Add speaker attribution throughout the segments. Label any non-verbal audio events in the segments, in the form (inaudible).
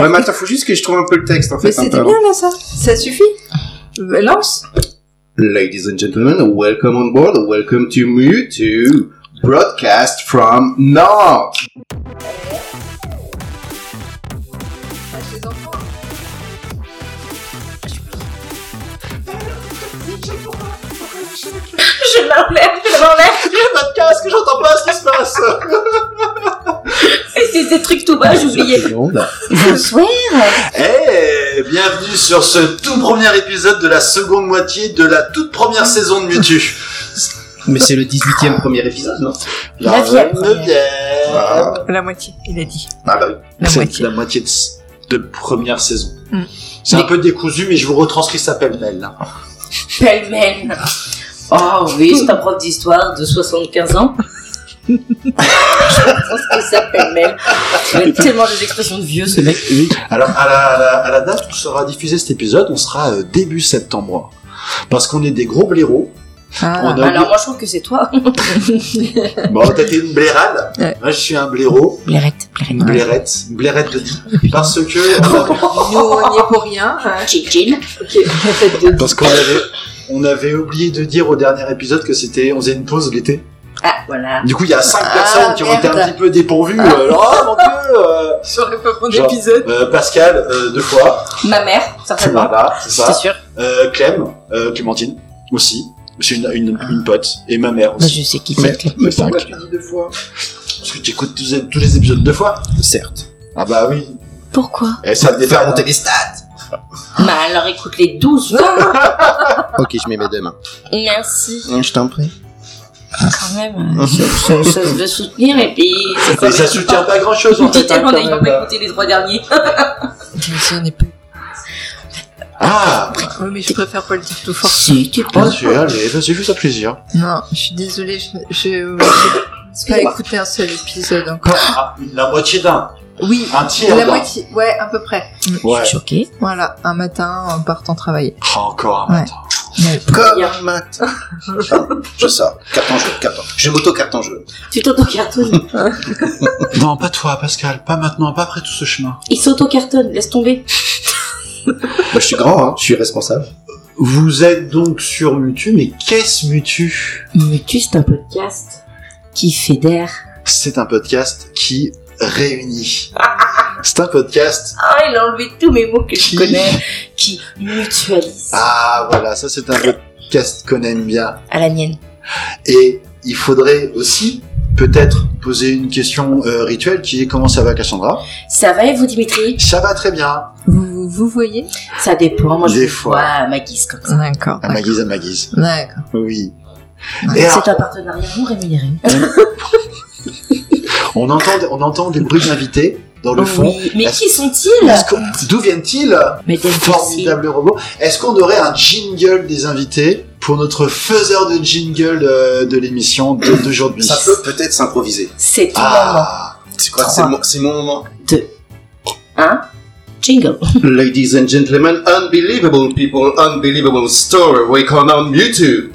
Speaker 1: Ouais, mais attends, faut juste que je trouve un peu le texte, en fait. hein,
Speaker 2: Mais
Speaker 1: un peu
Speaker 2: c'était
Speaker 1: avant.
Speaker 2: bien là ça. Ça suffit. Euh, Lance.
Speaker 1: Ladies and gentlemen, welcome on board, welcome to Mewtwo, broadcast from Nantes.
Speaker 2: Je l'enlève, je l'enlève.
Speaker 1: Notre casque, j'entends pas ce qui se passe.
Speaker 2: C'est des trucs tout bas,
Speaker 3: (laughs)
Speaker 2: j'oubliais.
Speaker 3: Bonsoir.
Speaker 1: Eh, bienvenue sur ce tout premier épisode de la seconde moitié de la toute première saison de Mewtwo.
Speaker 4: Mais c'est le 18ème premier épisode, non
Speaker 1: La
Speaker 3: Neuvième.
Speaker 1: neuvième. Ah,
Speaker 2: La moitié, il a dit.
Speaker 1: bah oui.
Speaker 2: La
Speaker 1: C'est
Speaker 2: moitié.
Speaker 1: la moitié de, de première saison.
Speaker 2: Mm.
Speaker 1: C'est
Speaker 2: Mais-
Speaker 1: un peu décousu, mais je vous retranscris ça pêle-mêle. hein. là.
Speaker 3: Pêle-mêle. Oh oui, c'est un prof d'histoire de 75 ans. Je pense qu'il s'appelle Mel. Il a tellement des expressions de vieux, ce mec.
Speaker 1: Alors, à la, à la- à la date où sera diffusé cet épisode, on sera euh, début septembre. Parce qu'on est des gros blaireaux.
Speaker 2: Ah,
Speaker 1: on a
Speaker 3: Alors moi, je trouve que c'est toi.
Speaker 1: Bon, t'as été une blairade.
Speaker 2: Ouais.
Speaker 1: Moi, je suis un blaireau.
Speaker 2: Blairette, blairette.
Speaker 1: Une blairette. Une blairette de dit.
Speaker 2: (laughs)
Speaker 1: Parce que.
Speaker 2: Nous, on n'y est pour rien.
Speaker 3: Chill-chill.
Speaker 2: Ok, faites deux.
Speaker 1: parce qu'on avait. On avait oublié de dire au dernier épisode que c'était, on faisait une pause l'été.
Speaker 3: Ah, voilà.
Speaker 1: Du coup, il y a cinq
Speaker 2: Ah,
Speaker 1: personnes qui ont été
Speaker 2: merde.
Speaker 1: un petit peu dépourvues. Alors, oh mon dieu, euh,
Speaker 2: J'aurais pas mon
Speaker 1: Genre.
Speaker 2: épisode.
Speaker 1: euh, Pascal, euh, deux fois.
Speaker 3: Ma mère, certainement.
Speaker 1: Voilà, c'est ça.
Speaker 3: Ah, C'est sûr.
Speaker 1: Euh, Clem, euh, Clémentine aussi. C'est une, une, une pote. Et ma mère aussi.
Speaker 2: Bah, je sais qui
Speaker 4: Mais-
Speaker 1: Mais
Speaker 4: Mais
Speaker 1: pourquoi
Speaker 4: cinq.
Speaker 1: tu dis deux fois Parce que tu écoutes tous, tous les épisodes deux fois.
Speaker 4: Certes.
Speaker 1: Ah bah oui.
Speaker 2: Pourquoi
Speaker 1: Et ça me défait à monter.
Speaker 4: les stats
Speaker 3: Bah alors écoute les 12
Speaker 4: Ok, je mets mes deux mains.
Speaker 3: Merci.
Speaker 1: Hein,
Speaker 4: Je t'en prie.
Speaker 3: Quand même, euh, ça, ça se veut soutenir et puis...
Speaker 1: Et ça soutient pas grand chose en fait. hein,
Speaker 3: Tellement on
Speaker 1: quand
Speaker 3: n'ayant
Speaker 1: même. euh.
Speaker 3: pas écouté les trois derniers.
Speaker 2: Ça n'est plus.
Speaker 1: Ah
Speaker 2: Oui, mais je préfère pas le dire tout fort.
Speaker 3: Si, tu
Speaker 1: Bien sûr, allez, vas-y, fais ça plaisir.
Speaker 2: Non, je suis désolée, je je- j'ai pas écouté un seul épisode encore.
Speaker 1: Ah, la moitié d'un.
Speaker 2: Oui,
Speaker 1: Un tiers
Speaker 2: la
Speaker 1: d'un.
Speaker 2: moitié, ouais, à peu près.
Speaker 1: Ouais.
Speaker 3: choquée.
Speaker 2: Voilà, un matin, en partant travailler.
Speaker 1: Ah, encore un
Speaker 2: Ouais.
Speaker 1: matin.
Speaker 4: Comme
Speaker 3: Bien.
Speaker 4: un mat.
Speaker 1: Ah,
Speaker 4: Je sors. Carte en jeu, carte en jeu. Je m'auto-carte en jeu.
Speaker 3: Tu t'auto-cartonnes.
Speaker 1: Non, pas toi, Pascal. Pas maintenant, pas après tout ce chemin.
Speaker 3: Il s'auto-cartonne, laisse tomber.
Speaker 4: Moi, je suis grand, hein. Je suis responsable.
Speaker 1: Vous êtes donc sur Mutu, mais qu'est-ce Mutu
Speaker 3: Mutu, c'est un podcast qui fédère.
Speaker 1: c'est un podcast qui réunit. C'est un podcast.
Speaker 3: Ah, il a enlevé tous mes mots que
Speaker 1: Qui-
Speaker 3: je connais, qui mutualise
Speaker 1: Ah voilà, ça c'est un podcast qu'on aime bien.
Speaker 3: à la mienne.
Speaker 1: Et il faudrait aussi peut-être poser une question euh, rituelle qui est comment ça va Cassandra
Speaker 3: Ça va et vous, Dimitri
Speaker 1: Ça va très bien.
Speaker 2: Vous, vous, vous voyez
Speaker 3: Ça dépend, moi je
Speaker 1: Des
Speaker 3: vous
Speaker 1: fois.
Speaker 3: vois à ma guise comme ça.
Speaker 2: D'accord.
Speaker 1: À ma guise, à ma guise.
Speaker 2: D'accord.
Speaker 1: Oui.
Speaker 2: Ouais,
Speaker 1: Et alors,
Speaker 3: C'est un partenariat non rémunéré.
Speaker 1: on entend, on entend des bruits d'invités dans le fond.
Speaker 3: Oui, mais
Speaker 1: Est-ce-
Speaker 3: qui sont-ils
Speaker 1: Est-ce qu'on- D'où viennent-ils
Speaker 3: Mais des
Speaker 1: Formidable robot. Est-ce qu'on aurait un jingle des invités pour notre faiseur de jingle euh, de l'émission de- d'aujourd'hui
Speaker 4: Ça peut peut-être s'improviser.
Speaker 3: C'est tout moment.
Speaker 1: Ah,
Speaker 4: C'est quoi
Speaker 3: Trois.
Speaker 4: C'est mon, c'est mon moment.
Speaker 3: Hein Jingle.
Speaker 4: Ladies and gentlemen, unbelievable people, unbelievable story. We come on YouTube.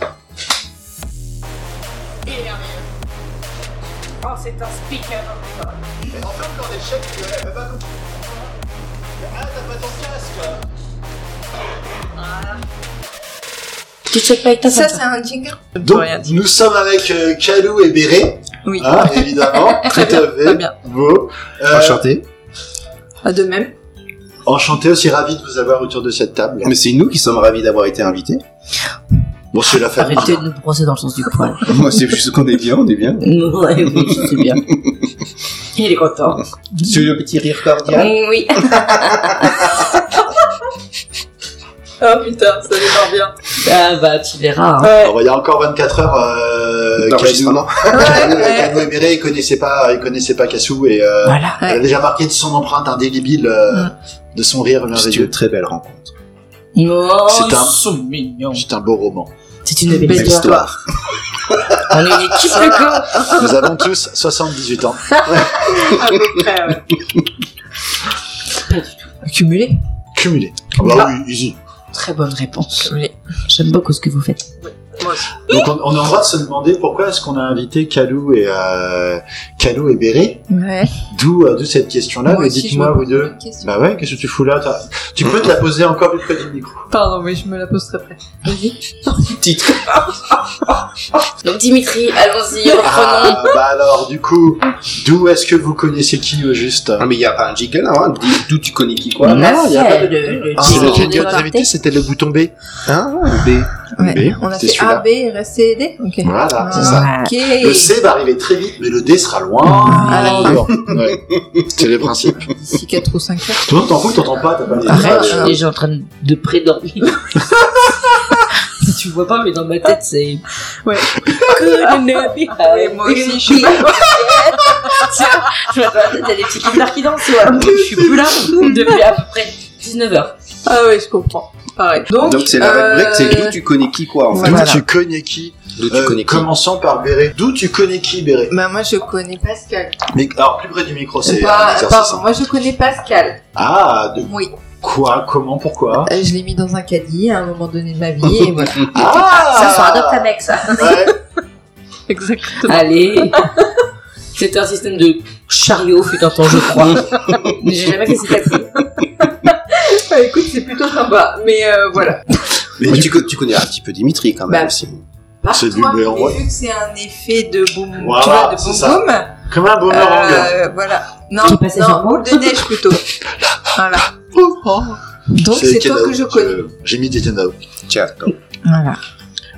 Speaker 3: Tu check pas avec ta
Speaker 2: Ça,
Speaker 3: femme.
Speaker 2: c'est un jingle
Speaker 1: donc
Speaker 2: rien dire.
Speaker 1: nous sommes avec euh, Calou et Béré,
Speaker 2: Oui. (laughs)
Speaker 1: hein, évidemment,
Speaker 2: Très
Speaker 1: tout à
Speaker 2: bien, très
Speaker 1: fait.
Speaker 2: bien.
Speaker 1: Beau. Euh,
Speaker 4: Enchanté.
Speaker 2: Ah, de même.
Speaker 1: enchanté aussi, ravi de vous avoir autour de cette table.
Speaker 4: Mais c'est nous qui sommes ravis d'avoir été invités. (laughs)
Speaker 1: Bon, c'est la famille.
Speaker 3: Arrêtez de nous brosser dans le sens du poil.
Speaker 4: Moi, c'est juste qu'on est bien, on est bien.
Speaker 3: (laughs) ouais, oui, je sais (laughs) bien. Il est content.
Speaker 4: C'est le petit rire cordial.
Speaker 3: Oui.
Speaker 2: Oh putain, ça démarre bien.
Speaker 3: Ah bah, tu verras. hein.
Speaker 2: Ouais.
Speaker 1: Alors, il y a encore 24 heures, euh,
Speaker 4: D'enregistrement.
Speaker 1: Calou,
Speaker 2: ouais.
Speaker 1: Calou et Béré, ils connaissaient pas, ils connaissaient pas Cassou et euh,
Speaker 3: Voilà.
Speaker 1: elle a déjà marqué de son empreinte indélébile euh,
Speaker 2: Mm.
Speaker 1: de son rire
Speaker 4: C'est une
Speaker 1: merveilleux.
Speaker 4: très belle rencontre.
Speaker 3: Oh,
Speaker 1: C'est un-
Speaker 3: sont mignons.
Speaker 1: C'est un beau roman.
Speaker 3: C'est une belle
Speaker 2: Belle
Speaker 3: histoire.
Speaker 4: Histoire.
Speaker 3: On est une équipe de gars.
Speaker 1: Nous avons tous 78 ans.
Speaker 2: À peu près, ouais. Cumulé.
Speaker 1: Cumulés. Ah bah oui, easy.
Speaker 3: Très bonne réponse.
Speaker 2: Cumulé.
Speaker 3: J'aime beaucoup ce que vous faites.
Speaker 2: Moi aussi.
Speaker 1: Donc on, on a le droit de se demander pourquoi est-ce qu'on a invité Calou et euh, Calou et Béré.
Speaker 2: Ouais.
Speaker 1: D'où euh, d'où cette question-là.
Speaker 2: Moi
Speaker 1: Mais
Speaker 2: aussi, je
Speaker 1: dites-moi
Speaker 2: me
Speaker 1: vous
Speaker 2: pose
Speaker 1: deux.
Speaker 2: une question.
Speaker 1: Bah ouais, qu'est-ce que tu fous là T'as- Tu peux te la poser encore une fois du micro.
Speaker 2: Bah. Pardon, mais je me la poserai après. Vas-y.
Speaker 3: (laughs)
Speaker 4: Titre.
Speaker 3: Donc Dimitri, allons-y, reprenons.
Speaker 1: Ah, bah alors du coup, d'où est-ce que vous connaissez qui au juste
Speaker 4: Ah, mais y a pas un jingle avant. Dis D'où tu connais
Speaker 3: Ah.
Speaker 4: qui quoi
Speaker 1: Non, y a
Speaker 3: fait
Speaker 1: pas de-
Speaker 3: le, le
Speaker 1: Ah,
Speaker 3: jingle
Speaker 1: le
Speaker 3: de
Speaker 1: jingle
Speaker 3: la
Speaker 1: d'invité, c'était le bouton B.
Speaker 4: Ah, B.
Speaker 1: B,
Speaker 2: On a
Speaker 1: c'était
Speaker 2: fait A,
Speaker 1: celui-là.
Speaker 2: B, reste et D. Ok.
Speaker 1: Voilà, c'est ça.
Speaker 2: Ah, Ok.
Speaker 1: Le C va arriver très vite, mais le D sera loin.
Speaker 2: Ah,
Speaker 1: Alors, ouais. C'est le principe.
Speaker 2: D'ici 4 ou 5 heures.
Speaker 1: Tout le monde t'en fout, t'entends pas, t'as pas les
Speaker 3: Arrête,
Speaker 1: Ah,
Speaker 3: je suis
Speaker 1: euh,
Speaker 3: déjà en train de (laughs) prédormir. tu vois pas, mais dans ma tête, c'est.
Speaker 2: Ouais.
Speaker 3: Et
Speaker 2: Ah moi aussi, je suis (laughs)
Speaker 3: Tiens, je vois dans ma tête, il y a des petits guitares qui dansent, ouais. Donc, Je suis plus là (laughs) depuis à peu près 19h.
Speaker 2: Ah ouais, je comprends. Pareil. Donc,
Speaker 4: Donc c'est la
Speaker 2: euh,
Speaker 4: red black, c'est d'où tu connais qui quoi en fait.
Speaker 1: D'où
Speaker 2: Voilà.
Speaker 1: tu connais qui
Speaker 4: D'où tu
Speaker 1: Euh,
Speaker 4: connais qui.
Speaker 1: Commençons par Béré. D'où tu connais qui, Béré
Speaker 2: Bah, moi, je connais Pascal.
Speaker 1: Mais alors plus près du micro, c'est un
Speaker 2: Bah,
Speaker 1: exercice.
Speaker 2: pardon,
Speaker 1: hein.
Speaker 2: moi, je connais Pascal.
Speaker 1: Ah, de
Speaker 2: Oui.
Speaker 1: quoi, comment, pourquoi
Speaker 2: Euh, Je l'ai mis dans un caddie à un moment donné de ma vie et (laughs) voilà.
Speaker 1: Ah
Speaker 3: Ça, ça adopte un mec, ça.
Speaker 1: Ouais.
Speaker 2: Exactement.
Speaker 3: Allez. C'était un système de chariot, fut un temps, je crois. Mais (laughs) j'ai jamais fait cette activité.
Speaker 2: Bah, écoute, c'est plutôt sympa, mais euh, voilà.
Speaker 4: Mais tu, co- tu connais un petit peu Dimitri quand même
Speaker 2: Bah.
Speaker 4: aussi.
Speaker 2: Par
Speaker 1: C'est du
Speaker 2: contre,
Speaker 1: béant,
Speaker 2: mais
Speaker 1: ouais.
Speaker 2: vu que c'est un effet de boom, tu
Speaker 1: Voilà,
Speaker 2: vois, de
Speaker 1: c'est
Speaker 2: boom
Speaker 1: ça.
Speaker 2: boom,
Speaker 1: Comme un boomerang.
Speaker 2: euh, voilà. Non,
Speaker 3: Qui est passé sur
Speaker 2: non,
Speaker 3: le
Speaker 2: boule de neige plutôt. voilà. Donc c'est toi
Speaker 1: Kenao
Speaker 2: que je connais.
Speaker 1: Euh, J'ai mis des Kenao.
Speaker 4: Tiens, donc.
Speaker 2: Voilà.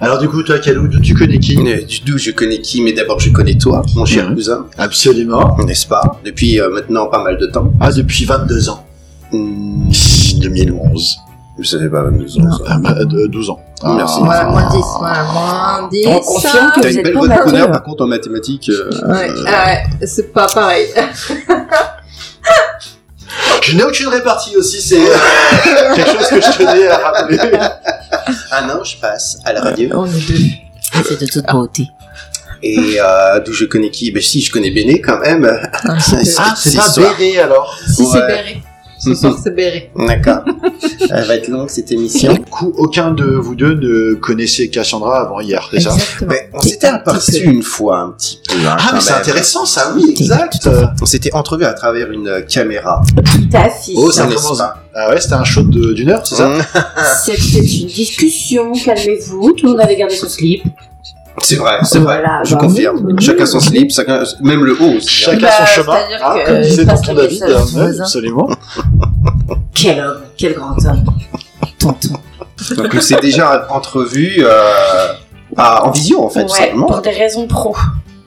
Speaker 1: Alors du coup, toi, Kalou, d'où tu connais qui
Speaker 4: Mais D'où je connais qui, mais d'abord je connais toi, mon cher
Speaker 1: Mhm.
Speaker 4: cousin,
Speaker 1: Absolument.
Speaker 4: n'est-ce pas Depuis euh, maintenant pas mal de temps.
Speaker 1: Ah, depuis 22 ans.
Speaker 4: Hmm,
Speaker 1: 2011.
Speaker 4: Vous savez pas, nous on-
Speaker 1: Ah, bah, de- 12 ans. Ah.
Speaker 4: Merci.
Speaker 2: Voilà, moins 10, voilà, moins 10.
Speaker 3: On confirme que
Speaker 4: T'as une
Speaker 3: Ah, vous êtes
Speaker 4: belle
Speaker 3: pas
Speaker 4: voix de
Speaker 3: mature.
Speaker 4: connard par contre en mathématiques. euh,
Speaker 2: Ouais, ouais, c'est pas pareil.
Speaker 1: Je n'ai aucune répartie aussi, c'est euh, (laughs) quelque chose que je tenais à rappeler.
Speaker 4: Un an, je passe à la radio.
Speaker 3: Ah.
Speaker 2: On est deux.
Speaker 3: C'est de toute beauté.
Speaker 4: Et euh, d'où je connais qui Ben si, je connais Béné quand même. (laughs)
Speaker 2: Un petit peu.
Speaker 1: Ah, c'est
Speaker 4: C'est
Speaker 1: pas
Speaker 4: soir.
Speaker 1: BD alors.
Speaker 2: Si c'est
Speaker 4: ouais.
Speaker 2: béré. Ce soir c'est béré.
Speaker 4: D'accord. Elle va être longue cette émission.
Speaker 1: Du coup, aucun de vous deux ne connaissait Cassandra avant hier, c'est ça
Speaker 2: Exactement.
Speaker 4: Ben, on s'était aperçu une fois un petit peu. hein,
Speaker 1: Ah,
Speaker 4: quand
Speaker 1: mais c'est
Speaker 4: même.
Speaker 1: intéressant ça, oui, exact.
Speaker 4: On s'était entrevus à travers une euh, caméra.
Speaker 3: Tout à fait.
Speaker 4: Oh, ça
Speaker 1: Ça
Speaker 4: n'est
Speaker 1: commence.
Speaker 4: pas.
Speaker 1: Ah ouais, c'était un show de- d'une heure, c'est ça
Speaker 4: Mmh,
Speaker 3: C'était une discussion, calmez-vous, tout le monde avait gardé son slip.
Speaker 4: C'est vrai, c'est vrai.
Speaker 3: Voilà,
Speaker 4: je
Speaker 3: bah
Speaker 4: confirme.
Speaker 3: oui, oui.
Speaker 4: Chacun son slip, chacun- même le haut. aussi, hein.
Speaker 1: Chacun
Speaker 3: Bah,
Speaker 1: son chemin,
Speaker 3: c'est-à-dire
Speaker 1: Ah,
Speaker 3: que
Speaker 1: comme disait
Speaker 3: parce
Speaker 1: tonton
Speaker 3: que les
Speaker 1: David, hein.
Speaker 3: seuls sont
Speaker 1: ouais,
Speaker 3: voisins.
Speaker 1: absolument.
Speaker 3: Quel homme, quel grand homme. Tonton.
Speaker 4: Donc on s'est déjà entrevu euh, en vision en fait, tout
Speaker 3: ouais, pour
Speaker 4: simplement.
Speaker 3: des raisons pro.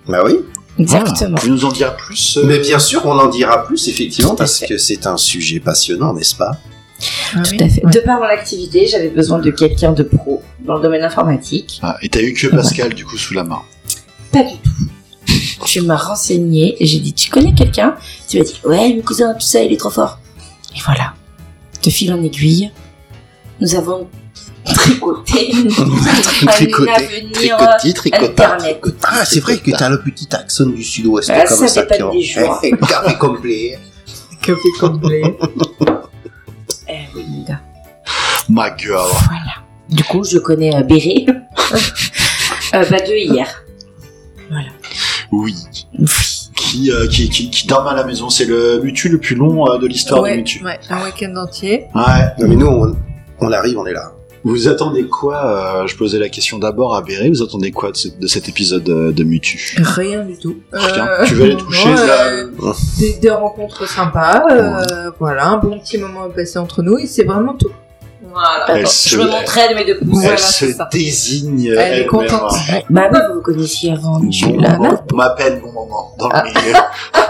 Speaker 4: Bah oui.
Speaker 3: Exactement.
Speaker 1: Voilà. Vous nous en dire plus euh,
Speaker 4: Mais bien sûr, on en dira plus effectivement
Speaker 3: Tout à
Speaker 4: parce
Speaker 3: fait.
Speaker 4: que c'est un sujet passionnant, n'est-ce pas
Speaker 2: Ah
Speaker 3: Tout à fait. De par mon activité, j'avais besoin de quelqu'un de pro dans le domaine informatique.
Speaker 1: Ah, et t'as eu que Pascal du coup sous la main.
Speaker 3: Pas du tout. Tu m'as renseigné et j'ai dit Tu connais quelqu'un Tu m'as dit Ouais, mon cousin, tout ça, il est trop fort. Et voilà. De fil en aiguille, nous avons tricoté (laughs) un avenir
Speaker 4: tricoté, tricota,
Speaker 3: euh, Internet.
Speaker 4: tricota. Ah, c'est vrai que t'as le petit accent du sud-ouest
Speaker 3: Ah,
Speaker 4: comme
Speaker 3: ça
Speaker 4: ça.
Speaker 3: dépend
Speaker 4: (laughs) qui en-
Speaker 3: des jours.
Speaker 4: Eh, Café complet.
Speaker 2: Café complet.
Speaker 3: Euh, oui, Linda.
Speaker 1: My girl.
Speaker 3: Voilà. Du coup, je connais euh, Béré. (laughs) euh, bah, de hier.
Speaker 1: Oui.
Speaker 3: Oui.
Speaker 1: Qui, euh, qui, qui, qui dorment à la maison. C'est le mutu le plus long euh, de l'histoire du
Speaker 2: Ouais,
Speaker 1: mutu.
Speaker 2: ouais, un week-end entier.
Speaker 1: Ouais.
Speaker 4: Non mais nous, on, on arrive, on est là.
Speaker 1: Vous attendez quoi euh, Je posais la question d'abord à Béré. Vous attendez quoi de, ce- de cet épisode euh, de mutu
Speaker 2: Rien du tout.
Speaker 1: Rien.
Speaker 2: Euh,
Speaker 1: Tu vas les toucher,
Speaker 2: non,
Speaker 1: là
Speaker 2: euh, des, des rencontres sympas. euh, voilà, un bon petit moment à passer entre nous et c'est vraiment tout. Voilà.
Speaker 1: Elle
Speaker 3: Attends,
Speaker 1: se-
Speaker 3: je me montrais de mes deux pouces.
Speaker 1: Elle
Speaker 2: voilà,
Speaker 1: se
Speaker 2: c'est ça.
Speaker 1: désigne.
Speaker 2: Elle est
Speaker 1: elle-même. hein.
Speaker 2: contente.
Speaker 3: Bah oui, vous vous connaissiez avant. mais Je suis
Speaker 1: Bon
Speaker 3: là.
Speaker 1: moment. On m'appelle bon moment dans
Speaker 2: Ah,
Speaker 1: le milieu.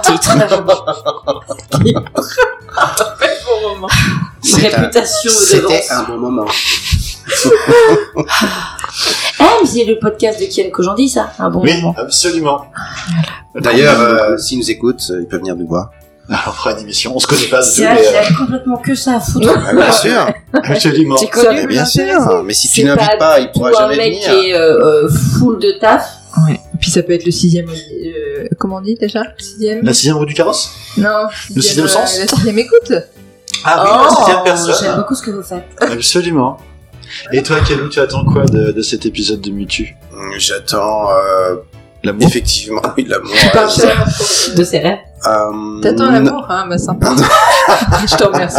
Speaker 3: Titre.
Speaker 4: (laughs)
Speaker 2: Bon moment.
Speaker 3: Réputation de
Speaker 4: C'était
Speaker 3: danse.
Speaker 4: un bon moment.
Speaker 3: Ah, mais c'est le podcast de Kian Kojandi, ça. Un bon
Speaker 1: Oui,
Speaker 3: moment.
Speaker 1: absolument.
Speaker 4: D'ailleurs, euh, s'ils nous écoutent, euh, ils peuvent venir nous
Speaker 3: (laughs)
Speaker 4: voir.
Speaker 1: Alors, on fera une émission. On se connaît pas.
Speaker 3: C'est
Speaker 1: du tout,
Speaker 3: vrai
Speaker 1: mais,
Speaker 3: qu'il a
Speaker 4: euh,
Speaker 3: complètement que ça à foutre.
Speaker 4: Ah, bien sûr,
Speaker 1: euh, Absolument.
Speaker 3: C'est
Speaker 2: Ça
Speaker 3: connu.
Speaker 4: mais
Speaker 2: peut
Speaker 4: bien sûr.
Speaker 2: l'intéresser.
Speaker 4: Mais si
Speaker 3: C'est
Speaker 4: tu n'invites pas, il
Speaker 3: Ou
Speaker 4: pourra
Speaker 3: un
Speaker 4: jamais
Speaker 3: mec qui
Speaker 4: venir.
Speaker 3: est euh, euh, full de taf.
Speaker 2: Ouais. Et puis ça peut être le sixième. euh, comment on dit déjà Sixième
Speaker 1: La sixième roue du carrosse
Speaker 2: Non, euh,
Speaker 1: Le sixième sens
Speaker 2: La sixième écoute Oh.
Speaker 3: Oh,
Speaker 1: Ah oui, la sixième personne.
Speaker 3: J'aime beaucoup ce que vous faites.
Speaker 1: Absolument. Et toi, Kalou, tu attends quoi de, de cet épisode de Mutu
Speaker 4: Mm, J'attends euh,
Speaker 1: L'amour
Speaker 4: effectivement (laughs) oui, l'amour.
Speaker 2: Pas
Speaker 4: euh,
Speaker 2: cher.
Speaker 3: (laughs) de ses rêves.
Speaker 4: euh,
Speaker 2: T'attends l'amour, hein, bah sympa.
Speaker 4: (laughs)
Speaker 2: Je te remercie.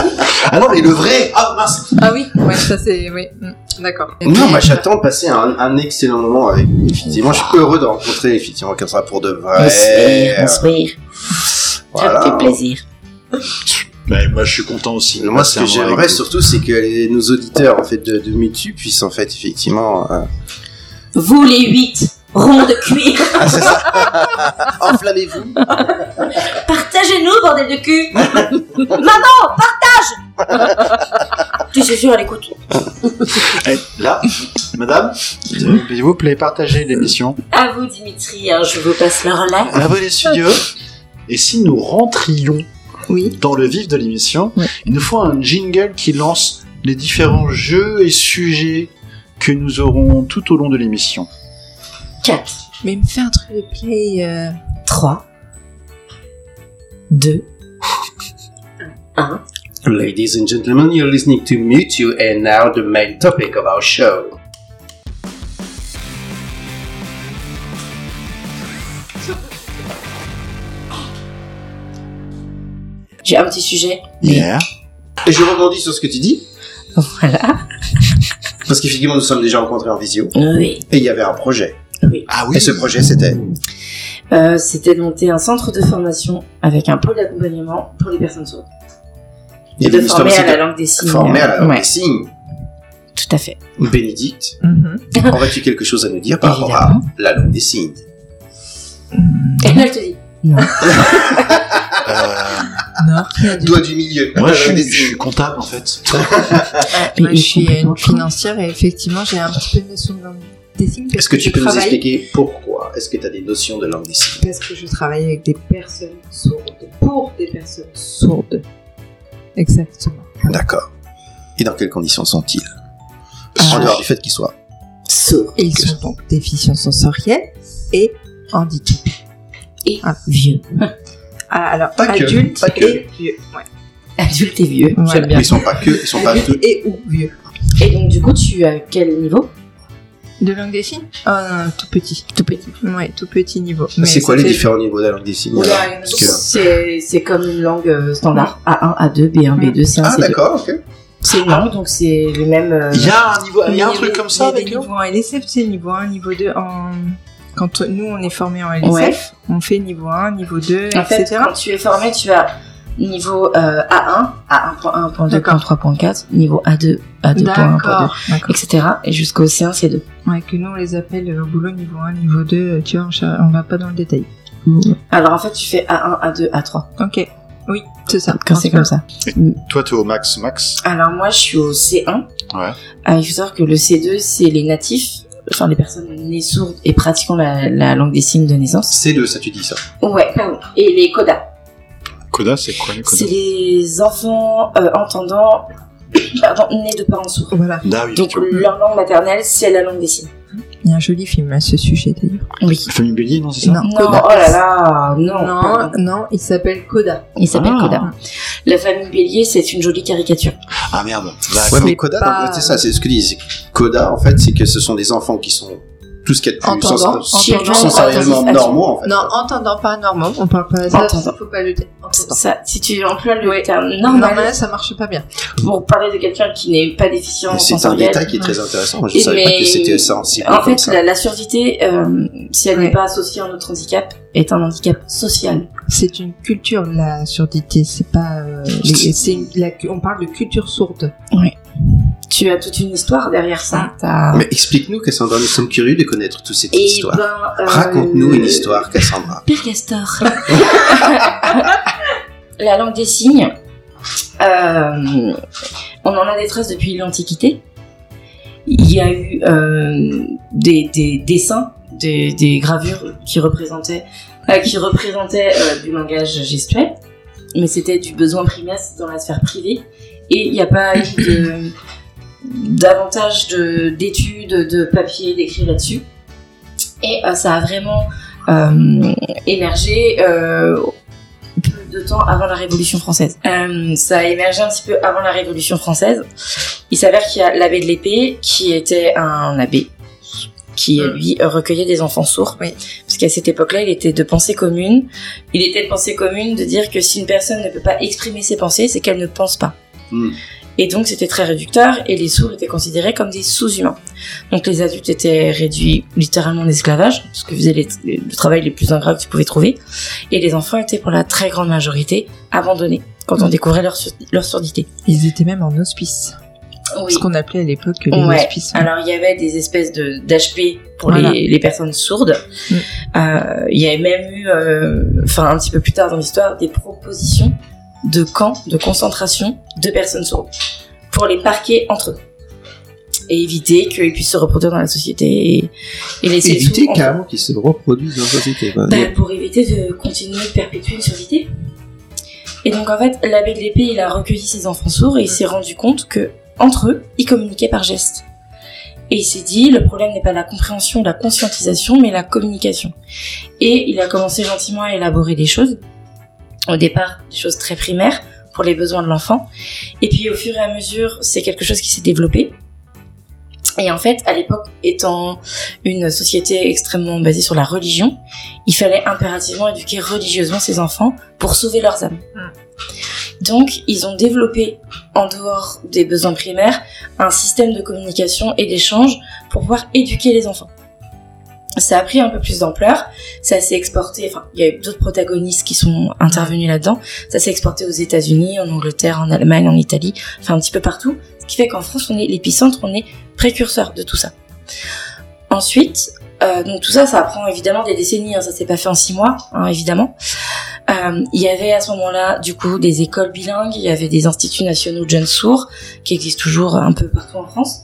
Speaker 1: Ah non, mais le vrai Ah mince
Speaker 2: Ah oui, ouais, ça c'est, oui, mm, d'accord.
Speaker 4: Non, bah, j'attends de passer un, un excellent moment avec. Effectivement, je suis heureux de rencontrer effectivement comme ça pour de
Speaker 3: On se
Speaker 4: vrai.
Speaker 3: rire, on se rire. Ça me fait
Speaker 4: Voilà.
Speaker 3: plaisir.
Speaker 1: Bah, moi, je suis content aussi.
Speaker 4: Moi, ce que
Speaker 1: Passer un moment
Speaker 4: j'aimerais
Speaker 1: avec
Speaker 4: surtout, c'est que les- nos auditeurs en fait de, de Mutu puissent en fait effectivement. euh,
Speaker 3: Vous les huit ronds de cuir,
Speaker 4: (laughs)
Speaker 3: (laughs)
Speaker 4: Ah, c'est ça. (laughs) Enflammez-vous.
Speaker 3: partagez-nous, bordel de
Speaker 4: (laughs)
Speaker 3: cul Maman, partage Tu sais sûr, elle écoute.
Speaker 1: vous. Eh, là, madame, s'il vous plaît, partagez
Speaker 4: (laughs)
Speaker 1: l'émission.
Speaker 3: À vous, Dimitri, hein, je vous passe leur like.
Speaker 1: Abonnez les studios. Et si nous rentrions
Speaker 2: Oui.
Speaker 1: dans le vif de l'émission,
Speaker 2: Ouais.
Speaker 1: il nous faut un jingle qui lance les différents jeux et sujets que nous aurons tout au long de l'émission.
Speaker 3: 4,
Speaker 2: Mais me fais un truc de play. euh,
Speaker 3: 3, 2,
Speaker 4: Ladies and gentlemen, you're listening to Mutu, and now the main topic of our show.
Speaker 3: j'ai un petit sujet.
Speaker 1: Hier.
Speaker 4: Et je rebondis sur ce que tu dis,
Speaker 3: Voilà.
Speaker 4: (laughs) parce qu'effectivement, nous sommes déjà rencontrés en visio,
Speaker 3: Oui,
Speaker 4: et il y avait un projet.
Speaker 3: oui.
Speaker 1: Ah oui.
Speaker 4: Et ce projet, c'était
Speaker 3: Euh, c'était de monter un centre de formation avec un pôle d'accompagnement pour les personnes sourdes.
Speaker 4: Il y
Speaker 3: Et de
Speaker 4: avait une histoire
Speaker 3: former
Speaker 4: aussi
Speaker 3: à la hein.
Speaker 4: de-
Speaker 3: langue des signes.
Speaker 4: Formé à la langue
Speaker 3: Ouais,
Speaker 4: des signes.
Speaker 3: tout à fait.
Speaker 4: Bénédicte,
Speaker 2: mhm.
Speaker 3: Mm-hmm.
Speaker 4: aurais-tu quelque chose à nous dire par rapport à la langue des signes
Speaker 3: Et là, elle te dit.
Speaker 4: (laughs)
Speaker 1: Euh,
Speaker 2: Non, rien du tout.
Speaker 4: Doigt du milieu.
Speaker 1: moi, je
Speaker 4: La langue
Speaker 1: suis,
Speaker 4: des
Speaker 1: je
Speaker 4: signes.
Speaker 1: suis comptable en fait.
Speaker 3: Mais
Speaker 2: Moi,
Speaker 3: Ah, il
Speaker 2: je
Speaker 3: est
Speaker 2: suis
Speaker 3: complètement
Speaker 2: une financière et effectivement, j'ai un petit peu de notion de langue des signes. parce
Speaker 4: Est-ce que tu
Speaker 2: je
Speaker 4: peux nous
Speaker 2: travaille-
Speaker 4: expliquer pourquoi Est-ce que tu as des notions de langue des signes
Speaker 2: Parce que je travaille avec des personnes sourdes, pour des personnes sourdes. Exactement.
Speaker 4: D'accord. Et dans quelles conditions sont-ils En
Speaker 2: Ah.
Speaker 4: dehors du fait qu'ils soient.
Speaker 3: Sourd
Speaker 2: Et ils sont donc déficients sensoriels et handicapés.
Speaker 3: et
Speaker 2: Ah.
Speaker 3: vieux.
Speaker 2: Ah, alors,
Speaker 4: Pas que,
Speaker 2: adultes
Speaker 4: pas que.
Speaker 2: et vieux. Ouais.
Speaker 3: Adulte et vieux.
Speaker 2: Voilà.
Speaker 3: J'aime bien.
Speaker 4: Mais ils sont pas que, ils sont pas tous.
Speaker 2: Adultes et ou vieux.
Speaker 3: Et donc, du coup, tu as quel niveau
Speaker 2: De langue des signes Ah, non, non, tout petit.
Speaker 3: Tout petit.
Speaker 2: Ouais, tout petit niveau.
Speaker 4: C'est quoi les
Speaker 2: c'était-
Speaker 4: différents niveaux de la langue des signes
Speaker 3: Oula,
Speaker 4: alors
Speaker 3: il y en a
Speaker 4: Parce
Speaker 3: beaucoup.
Speaker 4: que-
Speaker 3: C'est c'est comme une langue euh, standard. A1, A2, B1, B2, C1,
Speaker 4: Ah,
Speaker 3: C2.
Speaker 4: d'accord, ok.
Speaker 3: C'est une langue, donc c'est le même. euh,
Speaker 1: Il y a un niveau, il y a un
Speaker 2: Mais
Speaker 1: truc
Speaker 2: des-
Speaker 1: comme ça
Speaker 2: il y a des
Speaker 1: avec eux.
Speaker 2: niveaux en LSF, c'est niveau 1, niveau 2 en... Quand nous, on est formé en LSF,
Speaker 3: Ouais.
Speaker 2: on fait niveau 1, niveau 2,
Speaker 3: En fait,
Speaker 2: etc.
Speaker 3: quand tu es formé, tu as niveau euh, A1, A1.1, A1.2,
Speaker 2: D'accord.
Speaker 3: A3.4, niveau A2, A2.1, A2,
Speaker 2: D'accord. D'accord.
Speaker 3: etc. Et jusqu'au C1, C2.
Speaker 2: Ouais, que nous, on les appelle euh, au boulot niveau 1, niveau 2, euh, tu vois, on, cher- on va pas dans le détail.
Speaker 3: Alors en fait, tu fais A1, A2, A3.
Speaker 2: Ok. Oui, c'est ça.
Speaker 3: Quand c'est comme ça.
Speaker 1: Toi, t'es au max, max.
Speaker 3: Alors moi, je suis au C1.
Speaker 1: Ouais.
Speaker 3: Ah, il faut savoir que le C2, c'est les natifs, enfin les personnes nées sourdes et pratiquant la, la langue des signes de naissance.
Speaker 4: C'est deux, ça tu dis ça.
Speaker 3: Ouais, pardon. Et les CODA.
Speaker 1: Koda, c'est quoi les Koda
Speaker 3: C'est les enfants euh, entendants, (coughs) pardon, nés de parents sourds.
Speaker 2: Voilà.
Speaker 1: Ah oui,
Speaker 3: Donc
Speaker 1: tu vois.
Speaker 3: leur langue maternelle, c'est la langue des signes.
Speaker 2: Il y a un joli film à ce sujet d'ailleurs.
Speaker 3: Oui.
Speaker 1: La famille Bélier, non, c'est ça
Speaker 2: Non.
Speaker 3: Non,
Speaker 2: Coda.
Speaker 3: oh là là, non.
Speaker 2: Non, non, il s'appelle Coda.
Speaker 3: Il s'appelle
Speaker 1: Ah.
Speaker 3: Coda. La famille Bélier, c'est une jolie caricature.
Speaker 1: Ah merde.
Speaker 4: Ouais,
Speaker 1: D'accord.
Speaker 4: mais Coda,
Speaker 2: pas-
Speaker 4: donc, Bah, c'est ça, c'est ce que disent. Coda, en fait, c'est que ce sont des enfants qui sont tout ce qu'il y a de plus
Speaker 2: Entendant,
Speaker 4: sens-
Speaker 2: entendant,
Speaker 4: sens- sensoriellement
Speaker 3: attentif,
Speaker 4: normaux, en fait.
Speaker 2: Non, entendant, pas normand. On parle pas de ça.
Speaker 3: Entendant.
Speaker 2: Faut pas le dire. Entendant.
Speaker 3: Ça, si tu emploies le
Speaker 2: Oui.
Speaker 3: terme
Speaker 2: Non,
Speaker 3: normal
Speaker 2: mais ça marche pas bien.
Speaker 3: pour parler de quelqu'un qui n'est pas déficient
Speaker 4: Mais C'est un
Speaker 3: sensoriel,
Speaker 4: détail qui est très intéressant. Moi, je ne
Speaker 3: Et
Speaker 4: savais pas
Speaker 3: mais-
Speaker 4: que c'était sensible
Speaker 3: en
Speaker 4: comme
Speaker 3: fait,
Speaker 4: ça.
Speaker 3: la, la surdité, euh, si elle
Speaker 2: Oui.
Speaker 3: n'est pas associée à un autre handicap, est un handicap social.
Speaker 2: C'est une culture, la surdité. C'est pas. euh, les- c'est une- la cu- on parle de culture sourde.
Speaker 3: Tu as toute une histoire derrière ça. T'as-
Speaker 4: Mais explique-nous, Cassandra, nous sommes curieux de connaître toutes ces petites
Speaker 3: Et
Speaker 4: histoires.
Speaker 3: ben, euh,
Speaker 4: Raconte-nous une histoire, Cassandra.
Speaker 3: Père Castor. la langue des signes, euh, on en a des traces depuis l'Antiquité. Il y a eu euh, des, des dessins, des, des gravures qui représentaient, euh, qui représentaient euh, du langage gestuel, mais c'était du besoin primaire c'est dans la sphère privée. Et il n'y a pas eu de- davantage de- d'études, de papiers d'écrits là-dessus. Et euh, ça a vraiment euh, émergé euh, plus de de temps avant la Révolution française. Euh, ça a émergé un petit peu avant la Révolution française. Il s'avère qu'il y a l'abbé de l'épée qui était un abbé qui lui recueillait des enfants sourds.
Speaker 2: Oui.
Speaker 3: Parce qu'à cette époque-là, il était de pensée commune. Il était de pensée commune de dire que si une personne ne peut pas exprimer ses pensées, c'est qu'elle ne pense pas.
Speaker 4: Mm.
Speaker 3: Et donc c'était très réducteur et les sourds étaient considérés comme des sous-humains. Donc les adultes étaient réduits littéralement en esclavage, ce que faisait les- le travail le plus ingrat que tu pouvais trouver. Et les enfants étaient pour la très grande majorité abandonnés quand on découvrait leur, sur- leur surdité.
Speaker 2: Ils étaient même en hospice. Ce qu'on appelait à l'époque les
Speaker 3: Ouais.
Speaker 2: hospices.
Speaker 3: Alors il y avait des espèces de d'HP pour
Speaker 2: Voilà.
Speaker 3: les, les personnes sourdes.
Speaker 2: Mm.
Speaker 3: Euh, il y avait même eu, euh, enfin un petit peu plus tard dans l'histoire, des propositions de camps de concentration de personnes sourdes pour les parquer entre eux et éviter qu'ils puissent se reproduire dans la société et, et laisser
Speaker 5: Éviter
Speaker 3: tout en-
Speaker 5: carrément qu'ils se reproduisent dans la société. quoi.
Speaker 3: bah, pour éviter de continuer de perpétuer une surdité. Et donc en fait, l'abbé de l'épée, il a recueilli ses enfants sourds et il s'est rendu compte que entre eux, ils communiquaient par gestes. Et il s'est dit, le problème n'est pas la compréhension, la conscientisation, mais la communication. Et il a commencé gentiment à élaborer des choses. Au départ, des choses très primaires pour les besoins de l'enfant. Et puis au fur et à mesure, c'est quelque chose qui s'est développé. Et en fait, à l'époque, étant une société extrêmement basée sur la religion, il fallait impérativement éduquer religieusement ces enfants pour sauver leurs âmes. Donc, ils ont développé, en dehors des besoins primaires, un système de communication et d'échange pour pouvoir éduquer les enfants. Ça a pris un peu plus d'ampleur, ça s'est exporté, enfin, il y a eu d'autres protagonistes qui sont intervenus là-dedans, ça s'est exporté aux États-Unis, en Angleterre, en Allemagne, en Italie, enfin un petit peu partout, ce qui fait qu'en France, on est l'épicentre, on est précurseur de tout ça. Ensuite, euh, donc tout ça, ça prend évidemment des décennies. Hein, ça s'est pas fait en six mois, hein, évidemment. Euh, Il y avait à ce moment-là, du coup, des écoles bilingues. Il y avait des instituts nationaux de jeunes sourds qui existent toujours un peu partout en France.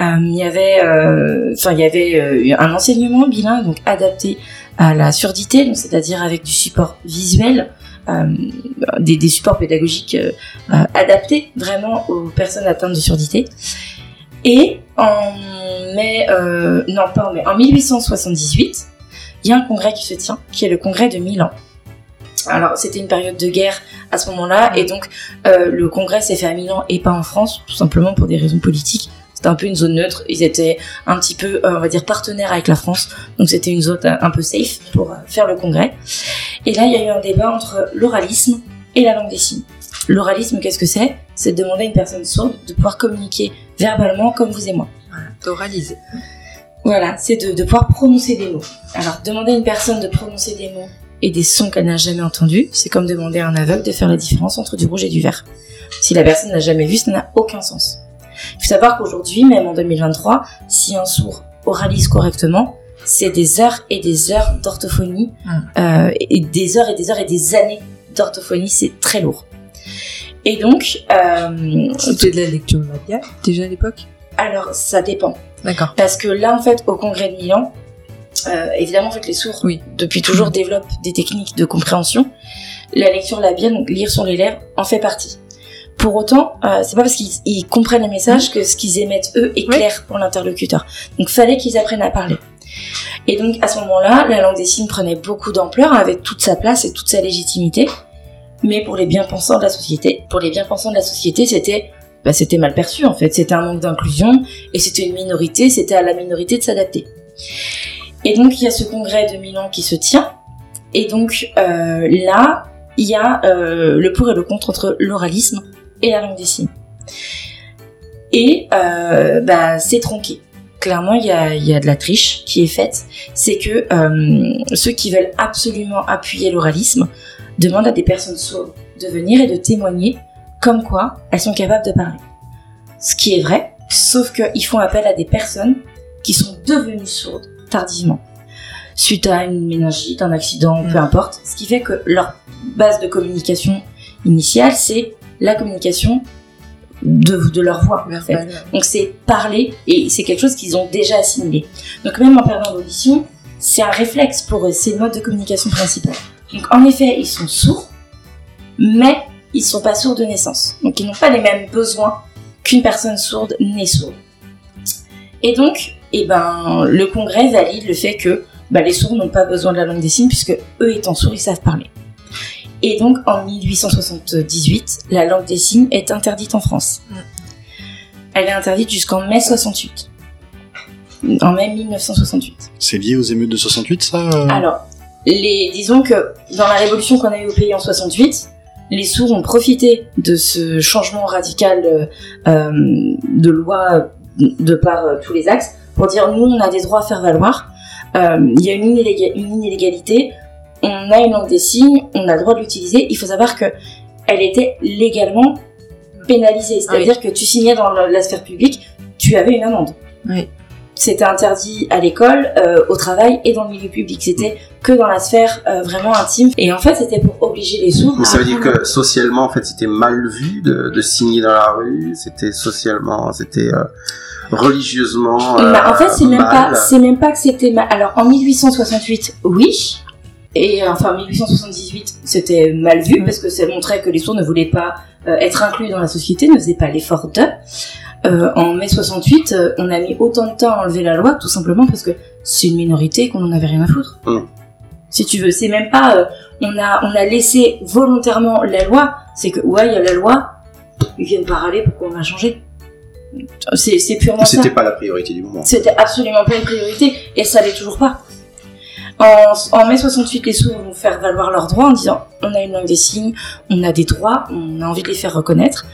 Speaker 3: Euh, Il y avait, euh, enfin, il y avait euh, un enseignement bilingue, donc adapté à la surdité, donc c'est-à-dire avec du support visuel. euh, des, des supports pédagogiques euh, euh, adaptés vraiment aux personnes atteintes de surdité. Et en mai, euh, non pas en mai, en 1878, il y a un congrès qui se tient, qui est le congrès de Milan. Alors c'était une période de guerre à ce moment-là, et donc euh, le congrès s'est fait à Milan et pas en France, tout simplement pour des raisons politiques. C'était un peu une zone neutre, ils étaient un petit peu, euh, on va dire, partenaires avec la France, donc c'était une zone euh, un peu safe pour euh, faire le congrès. Et là, il y a eu un débat entre l'oralisme et la langue des signes. L'oralisme, qu'est-ce que c'est C'est de demander à une personne sourde de pouvoir communiquer verbalement comme vous et moi.
Speaker 2: D'oraliser.
Speaker 3: Voilà, c'est de, de pouvoir prononcer des mots. Alors, demander à une personne de prononcer des mots et des sons qu'elle n'a jamais entendus, c'est comme demander à un aveugle de faire la différence entre du rouge et du vert. Si la personne n'a jamais vu, ça n'a aucun sens. Il faut savoir qu'aujourd'hui, même en 2023, si un sourd oralise correctement, c'est des heures et des heures d'orthophonie, euh, et des heures et des heures et des années d'orthophonie, c'est très lourd. Et donc, euh,
Speaker 2: C'était de la lecture labiale déjà à l'époque.
Speaker 3: alors ça dépend.
Speaker 2: D'accord.
Speaker 3: Parce que là, en fait, au congrès de Milan, euh, évidemment, en fait, les sourds,
Speaker 2: Oui. Mm.
Speaker 3: depuis toujours, développent des techniques de compréhension. La lecture labiale, donc lire sur les lèvres, en fait partie. Pour autant, euh, c'est pas parce qu'ils ils comprennent le message que ce qu'ils émettent eux est
Speaker 2: Oui.
Speaker 3: clair pour l'interlocuteur. Donc, fallait qu'ils apprennent à parler. Et donc, à ce moment-là, la langue des signes prenait beaucoup d'ampleur, hein, avait toute sa place et toute sa légitimité. Mais pour les bien-pensants de la société, pour les bien-pensants de la société, c'était, bah, c'était mal perçu en fait. C'était un manque d'inclusion et c'était une minorité, c'était à la minorité de s'adapter. Et donc il y a ce congrès de Milan qui se tient, et donc euh, là, il y a euh, le pour et le contre entre l'oralisme et la langue des signes. Et euh, bah, c'est tronqué. Clairement, il y a, il y a de la triche qui est faite. C'est que euh, ceux qui veulent absolument appuyer l'oralisme demandent à des personnes sourdes de venir et de témoigner comme quoi elles sont capables de parler. Ce qui est vrai, sauf qu'ils font appel à des personnes qui sont devenues sourdes tardivement, suite à une méningite, un accident, peu
Speaker 2: Mm.
Speaker 3: importe. Ce qui fait que leur base de communication initiale, c'est la communication de, de leur voix. en fait. Donc c'est parler et c'est quelque chose qu'ils ont déjà assimilé. Donc même en perdant l'audition, c'est un réflexe pour eux, c'est le mode de communication principal. Donc en effet, ils sont sourds, mais ils sont pas sourds de naissance. Donc ils n'ont pas les mêmes besoins qu'une personne sourde née sourde. Et donc, eh ben, le Congrès valide le fait que bah, les sourds n'ont pas besoin de la langue des signes puisque eux étant sourds, ils savent parler. Et donc, en 1878, la langue des signes est interdite en France.
Speaker 2: Mm.
Speaker 3: Elle est interdite jusqu'en mai 68. En mai 1968.
Speaker 1: C'est lié aux émeutes de 68, ça euh
Speaker 3: Alors, les, disons que dans la révolution qu'on a eue au pays en 68, les sourds ont profité de ce changement radical euh, euh, de loi euh, de par euh, tous les axes pour dire nous, on a des droits à faire valoir. Euh, Il y a une, inéléga- une inégalité. On a une langue des signes, on a le droit de l'utiliser. Il faut savoir que elle était légalement pénalisée, c'est-à-dire que tu signais dans la la sphère publique, tu avais une amende.
Speaker 2: Oui.
Speaker 3: C'était interdit à l'école, euh, au travail et dans le milieu public. C'était que dans la sphère euh, vraiment intime. Et en fait, c'était pour obliger les sourds.
Speaker 4: Mais ça
Speaker 3: à
Speaker 4: veut dire que socialement, en fait, c'était mal vu de, de signer dans la rue. C'était socialement, c'était euh, religieusement. euh,
Speaker 3: Bah, en fait, c'est même
Speaker 4: mal.
Speaker 3: pas, c'est même pas que c'était mal. Alors, en 1868, oui. Et euh, enfin, 1878, c'était mal vu parce que ça montrait que les sourds ne voulaient pas euh, être inclus dans la société, ne faisaient pas l'effort d'eux. Euh, en mai 68, euh, on a mis autant de temps à enlever la loi, tout simplement parce que c'est une minorité et qu'on n'en avait rien à foutre.
Speaker 4: Mm.
Speaker 3: Si tu veux, c'est même pas, euh, on a, on a laissé volontairement la loi. C'est que ouais, il y a la loi, ils viennent pas râler, pourquoi on va changer C'est c'est purement ça.
Speaker 4: C'était pas la priorité du moment.
Speaker 3: C'était absolument pas une priorité et ça l'est toujours pas. En, en mai 68, les sourds vont faire valoir leurs droits en disant on a une langue des signes, on a des droits, on a envie de les faire reconnaître.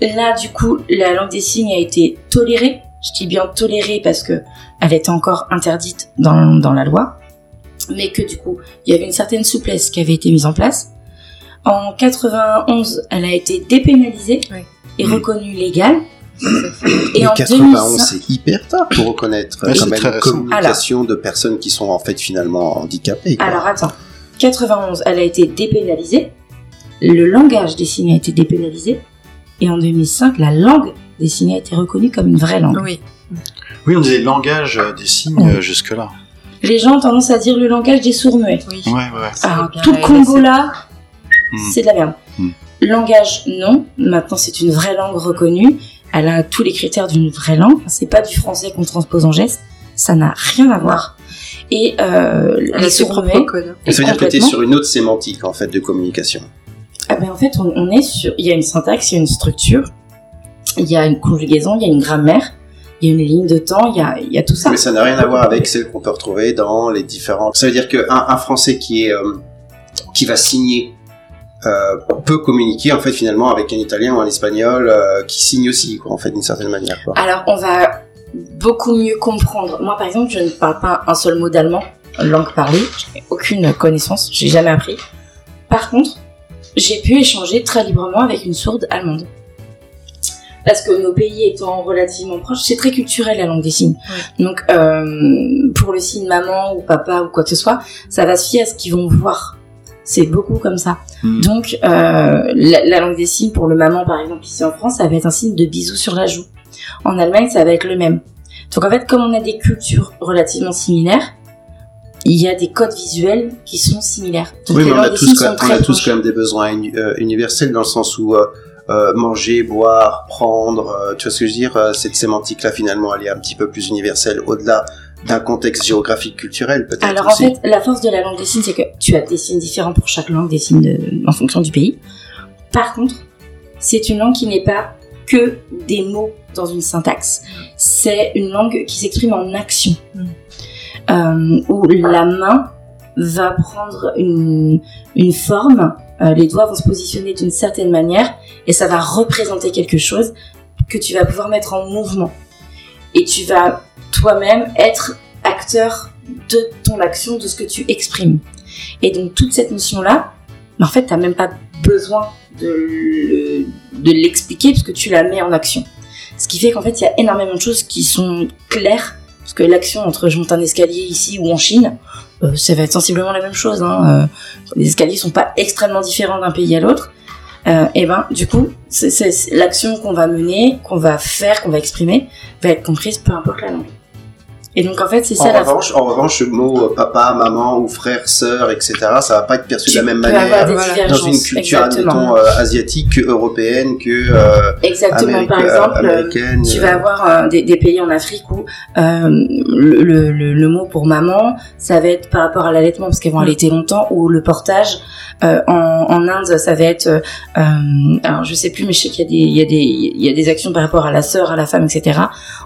Speaker 3: Là, du coup, la langue des signes a été tolérée. Je dis bien tolérée parce que elle était encore interdite dans, dans la loi, mais que du coup, il y avait une certaine souplesse qui avait été mise en place. En 91, elle a été dépénalisée
Speaker 2: Ouais.
Speaker 3: et
Speaker 1: Mhm.
Speaker 3: reconnue légale. Et
Speaker 4: Mais
Speaker 3: en
Speaker 4: 91,
Speaker 3: 2005,
Speaker 4: c'est hyper tard pour reconnaître
Speaker 1: Ouais,
Speaker 4: euh,
Speaker 1: c'est
Speaker 4: quand même
Speaker 1: très
Speaker 4: une
Speaker 1: récent.
Speaker 4: communication de personnes qui sont en fait finalement handicapées. quoi.
Speaker 3: Alors attends, 91, elle a été dépénalisée, le langage des signes a été dépénalisé, et en 2005, la langue des signes a été reconnue comme une vraie langue.
Speaker 2: Oui.
Speaker 1: Oui, on disait langage euh, des signes euh, jusque-là.
Speaker 3: Les gens ont tendance à dire le langage des sourds-muets.
Speaker 2: Oui.
Speaker 1: Ouais, ouais.
Speaker 3: Alors,
Speaker 2: bien,
Speaker 3: tout
Speaker 2: Ah, ouais,
Speaker 3: le Congo là,
Speaker 1: Hmm.
Speaker 3: c'est de la merde.
Speaker 1: Hmm.
Speaker 3: Langage, non. Maintenant, c'est une vraie langue reconnue. Elle a tous les critères d'une vraie langue. C'est pas du français qu'on transpose en geste. Ça n'a rien à voir. Et euh,
Speaker 2: Elle
Speaker 3: les
Speaker 2: a ses propres
Speaker 3: sourds-muets,
Speaker 2: codes.
Speaker 4: Ça veut dire que t'es
Speaker 3: complètement.
Speaker 4: sur une autre sémantique en fait de communication.
Speaker 3: Ah ben en fait, on, on est sur. Il y a une syntaxe, il y a une structure, il y a une conjugaison, il y a une grammaire, il y a une ligne de temps, il y a, il y a tout ça.
Speaker 4: Mais ça n'a rien à voir avec celle qu'on peut retrouver dans les différents. Ça veut dire qu'un un Français qui est euh, qui va signer euh, peut communiquer en fait finalement avec un Italien ou un Espagnol euh, qui signe aussi quoi en fait d'une certaine manière quoi.
Speaker 3: Alors, on va beaucoup mieux comprendre. Moi, par exemple, je ne parle pas un seul mot d'allemand, langue parlée. Je n'ai aucune connaissance, j'ai jamais appris. Par contre, j'ai pu échanger très librement avec une sourde allemande. Parce que nos pays étant relativement proches, c'est très culturel la langue des signes. Donc, euh, pour le signe maman ou papa ou quoi que ce soit, ça va se fier à ce qu'ils vont voir. C'est beaucoup comme ça.
Speaker 4: Hmm.
Speaker 1: Mm.
Speaker 3: Donc, euh, la, la langue des signes pour le maman, par exemple, ici en France, ça va être un signe de bisou sur la joue. En Allemagne, ça va être le même. Donc en fait, comme on a des cultures relativement similaires, il y a des codes visuels qui sont similaires. Donc,
Speaker 4: Oui,
Speaker 3: les
Speaker 4: mais on a
Speaker 3: langues des
Speaker 4: tous
Speaker 3: signes
Speaker 4: quand,
Speaker 3: sont
Speaker 4: on
Speaker 3: très
Speaker 4: a tous
Speaker 3: proches.
Speaker 4: quand même des besoins uni- euh, universels dans le sens où euh, euh, manger, boire, prendre, euh, tu vois ce que je veux dire euh, Cette sémantique là finalement elle est un petit peu plus universelle au-delà d'un contexte géographique culturel peut-être.
Speaker 3: Alors en
Speaker 4: aussi.
Speaker 3: fait, la force de la langue des signes, c'est que tu as des signes différents pour chaque langue, des signes de- en fonction du pays. Par contre, c'est une langue qui n'est pas que des mots dans une syntaxe. C'est une langue qui s'exprime en action,
Speaker 2: Mm.
Speaker 3: Euh, où la main va prendre une, une forme, euh, les doigts vont se positionner d'une certaine manière, et ça va représenter quelque chose que tu vas pouvoir mettre en mouvement. Et tu vas toi-même être acteur de ton action, de ce que tu exprimes. Et donc toute cette notion-là, bah, en fait, tu même pas besoin de le- de l'expliquer parce que tu la mets en action. Ce qui fait qu'en fait, il y a énormément de choses qui sont claires, parce que l'action entre je monte un escalier ici ou en Chine, euh, ça va être sensiblement la même chose. Hein. euh, les escaliers sont pas extrêmement différents d'un pays à l'autre. Euh, et ben, du coup, c'est- c'est- c'est l'action qu'on va mener, qu'on va faire, qu'on va exprimer, va être comprise peu importe la langue. Et donc en fait, c'est ça
Speaker 4: En
Speaker 3: la
Speaker 4: revanche, en revanche, le mot euh, papa, maman ou frère, sœur, etc., ça va pas être perçu de la même
Speaker 3: Tu peux avoir
Speaker 4: manière
Speaker 3: des
Speaker 2: Voilà.
Speaker 3: divergences.
Speaker 4: dans une culture,
Speaker 3: exactement.
Speaker 4: admettons, euh, asiatique que européenne que euh,
Speaker 3: Exactement.
Speaker 4: américaine.
Speaker 3: Par exemple, euh,
Speaker 4: américaine,
Speaker 3: tu
Speaker 4: euh,
Speaker 3: vas avoir euh, des, des pays en Afrique où euh, le, le- le- le mot pour maman, ça va être par rapport à l'allaitement, parce
Speaker 4: Mm.
Speaker 3: qu'elles vont allaiter longtemps, ou le portage. Euh, en, en Inde, ça va être... euh, euh, alors, je sais plus, mais je sais qu'il y, a des- il y, a des- il y a des actions par rapport à la sœur, à la femme, etc.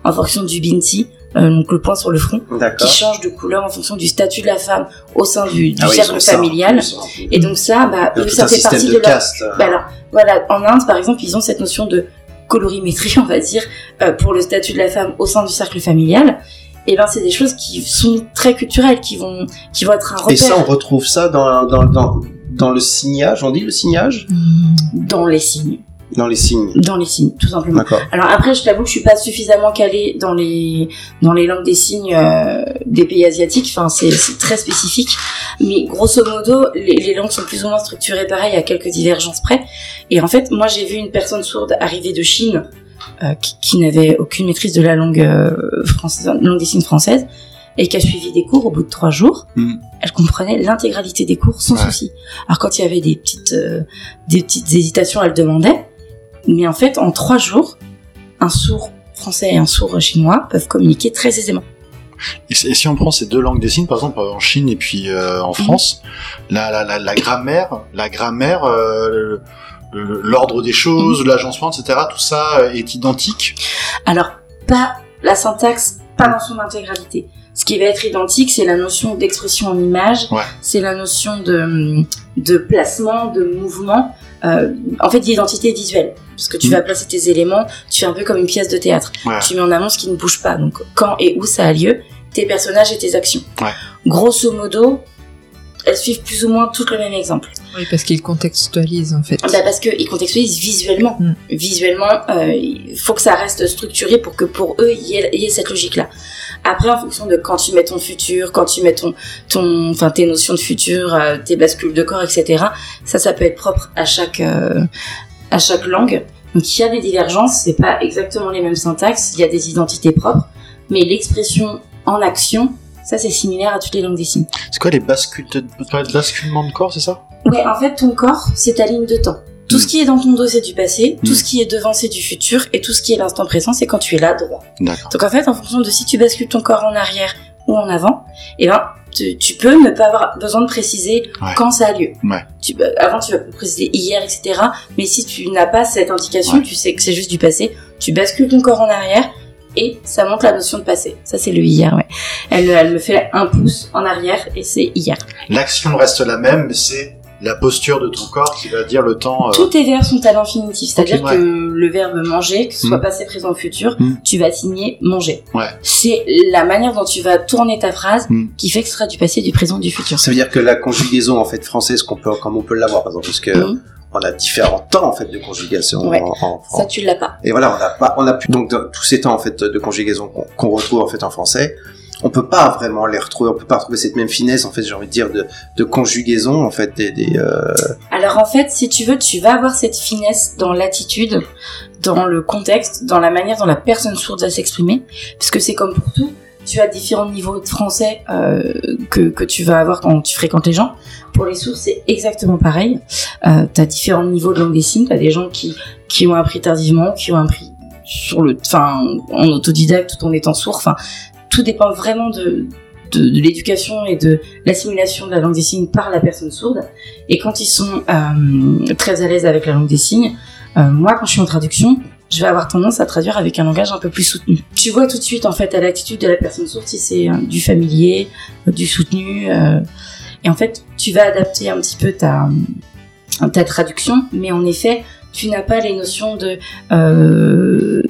Speaker 3: En fonction du binti, euh, donc le point sur le front, qui
Speaker 4: euh, D'accord.
Speaker 3: change de couleur en fonction du statut de la femme au sein du, du
Speaker 4: Ah oui, ils
Speaker 3: cercle
Speaker 4: ont ça.
Speaker 3: familial.
Speaker 4: Ils ont-
Speaker 3: Et donc ça, bah,
Speaker 4: ils ont
Speaker 3: eux,
Speaker 4: tout
Speaker 3: ça
Speaker 4: un
Speaker 3: fait
Speaker 4: système
Speaker 3: partie
Speaker 4: de,
Speaker 3: de leur
Speaker 4: caste.
Speaker 3: bah alors, voilà, en Inde, par exemple, ils ont cette notion de colorimétrie, (laughs) on va dire, euh, pour le statut de la femme au sein du cercle familial. Et ben, c'est des choses qui sont très culturelles, qui vont, qui vont être un repère
Speaker 4: Et ça, on retrouve ça dans, dans, dans, dans le signage, on dit le signage
Speaker 2: Mm.
Speaker 3: dans les signes,
Speaker 4: Dans les signes.
Speaker 3: dans les signes, tout simplement.
Speaker 4: D'accord.
Speaker 3: Alors après, je t'avoue que je suis pas suffisamment calée dans les, dans les langues des signes euh, des pays asiatiques. Enfin, c'est c'est très spécifique. Mais grosso modo, les, les langues sont plus ou moins structurées pareil, à quelques divergences près. Et en fait, moi, j'ai vu une personne sourde arriver de Chine euh, qui, qui n'avait aucune maîtrise de la langue euh, française, langue des signes française, et qui a suivi des cours au bout de trois jours.
Speaker 1: Mhm.
Speaker 3: Elle comprenait l'intégralité des cours sans
Speaker 1: Ouais.
Speaker 3: souci. Alors quand il y avait des petites, euh, des petites hésitations, elle demandait. Mais en fait, en trois jours, un sourd français et un sourd chinois peuvent communiquer très aisément.
Speaker 1: Et si et si on prend ces deux langues des signes, par exemple en Chine et puis euh, en France, la, la, la, la grammaire, la grammaire, euh, le- le- l'ordre des choses, l'agencement, etc. Tout ça euh, est identique.
Speaker 3: Alors, pas la syntaxe, pas dans son intégralité. Ce qui va être identique, c'est la notion d'expression en image,
Speaker 1: Ouais.
Speaker 3: c'est la notion de, de placement, de mouvement, euh, en fait d'identité visuelle. Parce que tu
Speaker 1: Mhm.
Speaker 3: vas placer tes éléments, tu fais un peu comme une pièce de théâtre.
Speaker 1: Ouais.
Speaker 3: Tu mets en avant ce qui ne bouge pas, donc quand et où ça a lieu, tes personnages et tes actions.
Speaker 1: Ouais.
Speaker 3: Grosso modo, elles suivent plus ou moins toutes le même exemple.
Speaker 2: Oui, parce qu'ils contextualisent en fait.
Speaker 3: Bah parce qu'ils contextualisent visuellement.
Speaker 2: Mm.
Speaker 3: Visuellement, euh, il faut que ça reste structuré pour que pour eux, il y ait, il y ait cette logique-là. Après, en fonction de quand tu mets ton futur, quand tu mets ton, ton, enfin, tes notions de futur, euh, tes bascules de corps, etc., ça, ça peut être propre à chaque, euh, à chaque langue. Donc, il y a des divergences, c'est pas exactement les mêmes syntaxes, il y a des identités propres, mais l'expression en action, ça, c'est similaire à toutes les langues des signes.
Speaker 1: C'est quoi les bascules, de- basculements de corps, c'est ça
Speaker 3: Ouais, en fait, ton corps, c'est ta ligne de temps. Tout ce qui est dans ton dos, c'est du passé. Tout
Speaker 1: Mm.
Speaker 3: ce qui est devant, c'est du futur. Et tout ce qui est l'instant présent, c'est quand tu es là, droit.
Speaker 1: D'accord.
Speaker 3: Donc, en fait, en fonction de si tu bascules ton corps en arrière ou en avant, eh ben, tu, tu peux ne pas avoir besoin de préciser
Speaker 1: Ouais.
Speaker 3: quand ça a lieu.
Speaker 1: Ouais.
Speaker 3: Tu, bah, avant, tu vas préciser hier, etc. Mais si tu n'as pas cette indication,
Speaker 1: Ouais.
Speaker 3: tu sais que c'est juste du passé. Tu bascules ton corps en arrière et ça monte la notion de passé. Ça, c'est le hier, ouais. Elle, elle me fait un pouce en arrière et c'est hier.
Speaker 1: L'action reste la même, mais c'est la posture de ton corps qui va dire le temps. euh,
Speaker 3: Tous tes verbes sont à l'infinitif, c'est-à-dire
Speaker 1: Ok, ouais.
Speaker 3: que le verbe manger, que ce soit
Speaker 1: Mm.
Speaker 3: passé, présent ou futur,
Speaker 1: Mm.
Speaker 3: tu vas signer manger.
Speaker 1: Ouais.
Speaker 3: C'est la manière dont tu vas tourner ta phrase
Speaker 1: Mm.
Speaker 3: qui fait que ce sera du passé, du présent, du futur.
Speaker 4: Ça veut dire que la conjugaison en fait française qu'on peut comme on peut l'avoir par exemple parce que
Speaker 3: Mhm.
Speaker 4: on a différents temps en fait de conjugation
Speaker 3: Ouais.
Speaker 4: en, en
Speaker 3: Ça,
Speaker 1: Oh.
Speaker 4: français.
Speaker 3: tu l'as pas.
Speaker 4: Et voilà, on a pas on a plus donc dans tous ces temps en fait de conjugaison qu'on qu'on retrouve en fait en français, on peut pas vraiment les retrouver, on peut pas retrouver cette même finesse en fait, j'ai envie de dire de, de conjugaison en fait des, des euh,
Speaker 3: Alors en fait, si tu veux, tu vas avoir cette finesse dans l'attitude, dans le contexte, dans la manière dont la personne sourde va s'exprimer, parce que c'est comme pour tout. Tu as différents niveaux de français euh, que, que tu vas avoir quand tu fréquentes les gens. Pour les sourds, c'est exactement pareil. Euh, tu as différents niveaux de langue des signes. Tu as des gens qui, qui ont appris tardivement, qui ont appris sur le, enfin, en autodidacte tout en étant sourd. Enfin, tout dépend vraiment de, de, de l'éducation et de l'assimilation de la langue des signes par la personne sourde. Et quand ils sont euh, très à l'aise avec la langue des signes, euh, moi, quand je suis en traduction, je vais avoir tendance à traduire avec un langage un peu plus soutenu. Tu vois tout de suite, en fait, à l'attitude de la personne sourde si c'est euh, du familier, euh, du soutenu. euh, et en fait, tu vas adapter un petit peu ta, euh, ta traduction, mais en effet, tu n'as pas les notions de, euh,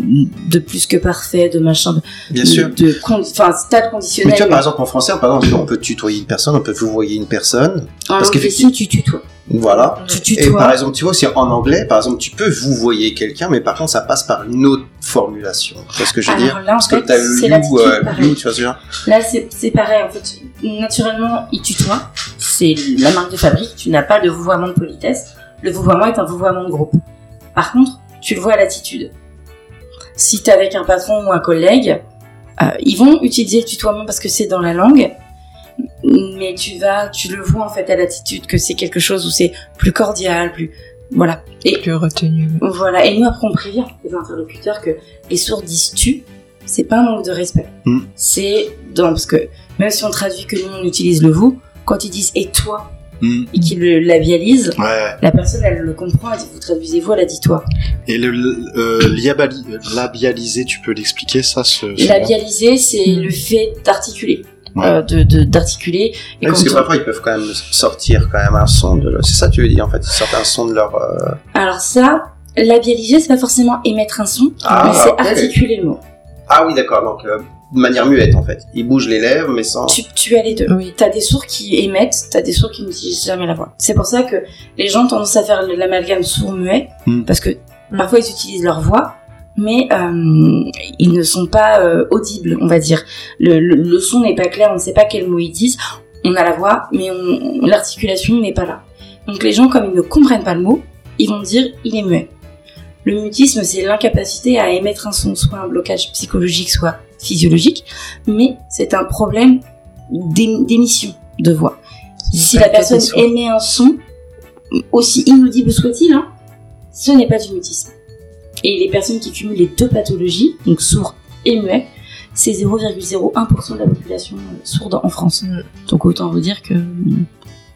Speaker 3: de plus que parfait, de machin, de,
Speaker 4: bien sûr.
Speaker 3: de, condi- enfin, tas de conditionnels.
Speaker 4: Mais tu vois par exemple en français, par exemple, on peut tutoyer une personne, on peut vous voyer une personne,
Speaker 3: en
Speaker 4: parce
Speaker 3: langue des signes, tu tutoies.
Speaker 4: voilà.
Speaker 3: Tu
Speaker 4: Et
Speaker 3: tutoies.
Speaker 4: par exemple, tu vois, si en anglais, par exemple, tu peux vous voyez quelqu'un, mais par contre, ça passe par une autre formulation. Tu vois ce que je veux
Speaker 3: Alors
Speaker 4: dire
Speaker 3: là, en
Speaker 4: Parce que
Speaker 3: fait,
Speaker 4: t'as le
Speaker 3: c'est
Speaker 4: you,
Speaker 3: l'attitude,
Speaker 4: euh,
Speaker 3: pareil.
Speaker 4: you, tu vois ce genre
Speaker 3: Là, c'est c'est pareil, en fait. Naturellement, il tutoie. C'est la marque de fabrique. Tu n'as pas de vouvoiement de politesse. Le vouvoiement est un vouvoiement de groupe. Par contre, tu le vois à l'attitude. Si t'es avec un patron ou un collègue, Euh, ils vont utiliser le tutoiement parce que c'est dans la langue, mais tu vas, tu le vois en fait à l'attitude que c'est quelque chose où c'est plus cordial, plus voilà. Et
Speaker 2: Plus retenu.
Speaker 3: voilà. Et nous après on prévient les interlocuteurs que les sourds disent tu, c'est pas un manque de respect.
Speaker 1: Mm.
Speaker 3: C'est dans parce que même si on traduit que nous on utilise le vous, quand ils disent et toi
Speaker 1: Mm.
Speaker 3: et qu'ils le labialisent,
Speaker 1: Ouais.
Speaker 3: la personne elle le comprend. Elle dit vous traduisez vous, elle a dit toi.
Speaker 1: Et le, le- euh, liabali- euh, labialisé, tu peux l'expliquer ça ce, ce-
Speaker 3: Labialiser, c'est
Speaker 2: Mm.
Speaker 3: le fait d'articuler.
Speaker 1: Ouais.
Speaker 3: Euh, de de- d'articuler et
Speaker 4: Ouais, parce
Speaker 3: quand
Speaker 4: que
Speaker 3: on-
Speaker 4: parfois ils peuvent quand même sortir quand même un son de. C'est ça que tu veux dire en fait, ils sortent un son de leur. euh,
Speaker 3: Alors ça, labialiser, c'est pas forcément émettre un son,
Speaker 4: Ah,
Speaker 3: mais c'est
Speaker 4: ok.
Speaker 3: articuler le mot.
Speaker 4: Ah oui d'accord donc euh, de manière muette en fait. Ils bougent les lèvres mais sans.
Speaker 3: Tu, tu as les deux.
Speaker 2: Oui.
Speaker 3: T'as des sourds qui émettent, t'as des sourds qui n'utilisent jamais la voix. C'est pour ça que les gens ont tendance à faire l'amalgame sourd-muet,
Speaker 1: Mm.
Speaker 3: parce que parfois ils utilisent leur voix, mais euh, ils ne sont pas euh, audibles, on va dire. Le, le- le son n'est pas clair, on ne sait pas quel mot ils disent. On a la voix, mais on- l'articulation n'est pas là. Donc les gens, comme ils ne comprennent pas le mot, ils vont dire il est muet. Le mutisme, c'est l'incapacité à émettre un son, soit un blocage psychologique, soit physiologique, mais c'est un problème d'ém- d'émission de voix. Si la
Speaker 2: Pas
Speaker 3: personne
Speaker 2: des sourds.
Speaker 3: émet un son, aussi inaudible soit-il, hein, ce n'est pas du mutisme. Et les personnes qui cumulent les deux pathologies, donc sourd et muet, c'est 0,01% de la population euh, sourde en France.
Speaker 2: Mm.
Speaker 3: Donc autant vous dire que mm,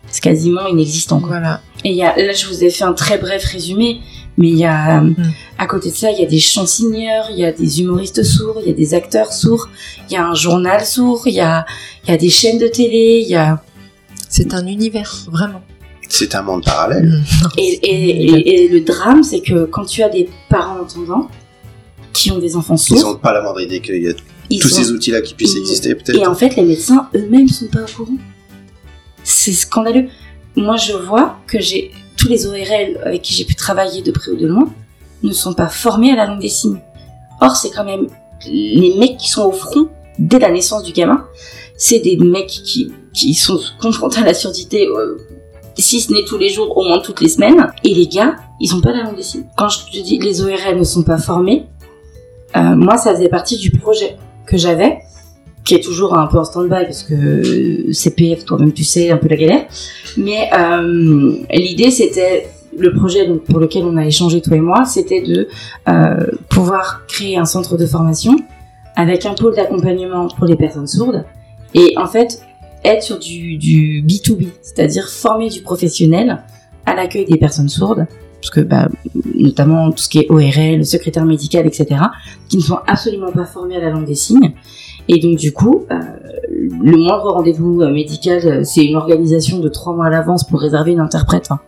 Speaker 3: c'est quasiment inexistant. quoi.
Speaker 2: Voilà.
Speaker 3: Et il y a, là, je vous ai fait un très bref résumé, mais il y a, euh,
Speaker 2: Mm.
Speaker 3: à côté de ça, il y a des chansinières, il y a des humoristes sourds, il y a des acteurs sourds, il y a un journal sourd, il y a, il y a des chaînes de télé, il y a,
Speaker 2: C'est un univers, vraiment. Mm.
Speaker 4: C'est un monde parallèle.
Speaker 3: et, et- et- et le drame, c'est que quand tu as des parents entendants, qui ont des enfants
Speaker 4: Ils
Speaker 3: sourds,
Speaker 4: ont pas la moindre idée qu'il y a
Speaker 3: ils
Speaker 4: tous
Speaker 3: ont-
Speaker 4: ces outils là qui puissent
Speaker 3: ils-
Speaker 4: exister peut-être.
Speaker 3: Et en fait, les médecins eux-mêmes sont pas au courant. C'est scandaleux. Moi, je vois que j'ai tous les ORL avec qui j'ai pu travailler de près ou de loin ne sont pas formés à la langue des signes. Or, c'est quand même les mecs qui sont au front dès la naissance du gamin. C'est des mecs qui, qui sont confrontés à la surdité, euh, si ce n'est tous les jours, au moins toutes les semaines. Et les gars, ils ont pas la langue des signes. Quand je te dis que les ORL ne sont pas formés, euh, moi, ça faisait partie du projet que j'avais qui est toujours un peu en stand-by parce que euh, CPF, toi-même tu sais, un peu la galère. Mais euh, l'idée, c'était le projet donc, pour lequel on a échangé toi et moi, c'était de euh, pouvoir créer un centre de formation avec un pôle d'accompagnement pour les personnes sourdes et en fait être sur du, du B2B, c'est-à-dire former du professionnel à l'accueil des personnes sourdes, parce que bah, notamment tout ce qui est ORL, le secrétaire médical, etc., qui ne sont absolument pas formés à la langue des signes. Et donc du coup, euh, le moindre rendez-vous euh, médical, euh, c'est une organisation de trois mois à l'avance pour réserver une interprète. Enfin,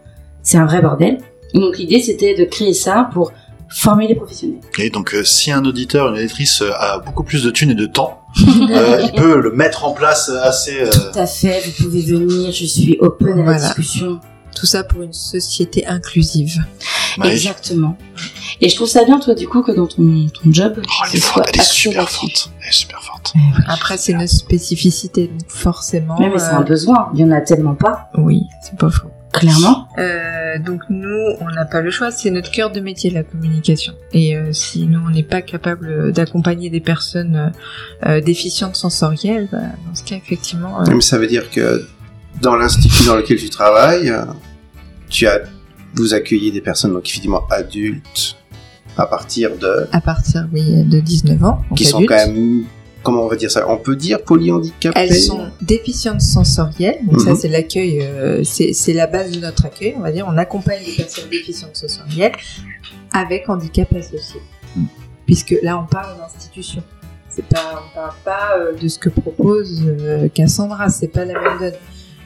Speaker 3: c'est un vrai bordel. Et donc l'idée, c'était de créer ça pour former
Speaker 2: (laughs)
Speaker 3: les professionnels.
Speaker 1: Et donc euh, si un auditeur, une auditrice euh, a beaucoup plus de thunes et
Speaker 2: (laughs)
Speaker 1: de temps, euh, il peut le mettre en place assez. euh,
Speaker 3: Tout à fait, vous pouvez venir, je suis open à la
Speaker 2: Voilà.
Speaker 3: discussion.
Speaker 2: Tout ça pour une société inclusive.
Speaker 1: Marie.
Speaker 3: Exactement. Et je trouve ça bien, toi, du coup, que dans ton, ton job,
Speaker 1: Oh, elle
Speaker 3: tu
Speaker 1: est
Speaker 3: sois
Speaker 1: forte, elle est
Speaker 3: axé
Speaker 1: super
Speaker 3: là-dessus.
Speaker 1: forte, elle est super forte.
Speaker 2: Après, c'est nos spécificités, donc forcément.
Speaker 3: Ouais, mais c'est
Speaker 2: euh,
Speaker 3: un besoin, il y en a tellement pas,
Speaker 2: Oui, c'est pas faux.
Speaker 3: clairement.
Speaker 2: Euh, donc nous, on n'a pas le choix, c'est notre cœur de métier la communication. Et euh, si nous, on n'est pas capable euh, d'accompagner des personnes euh, euh, déficientes sensorielles, bah, dans ce cas, effectivement, euh,
Speaker 4: Mais ça veut dire que dans l'institut dans lequel tu travailles, euh, tu as vous accueillez des personnes donc effectivement adultes à partir de
Speaker 2: à partir oui, de 19 ans, donc
Speaker 4: qui sont
Speaker 2: adultes,
Speaker 4: quand même comment on va dire ça On peut dire polyhandicapées.
Speaker 2: elles sont déficientes sensorielles. Donc ça,
Speaker 4: Mhm.
Speaker 2: c'est l'accueil, euh, c'est c'est la base de notre accueil, on va dire. On accompagne les personnes déficientes sensorielles avec handicap associé. Puisque là, on parle d'institution. C'est pas, on parle pas euh, de ce que propose euh, Cassandra, c'est pas la même donne.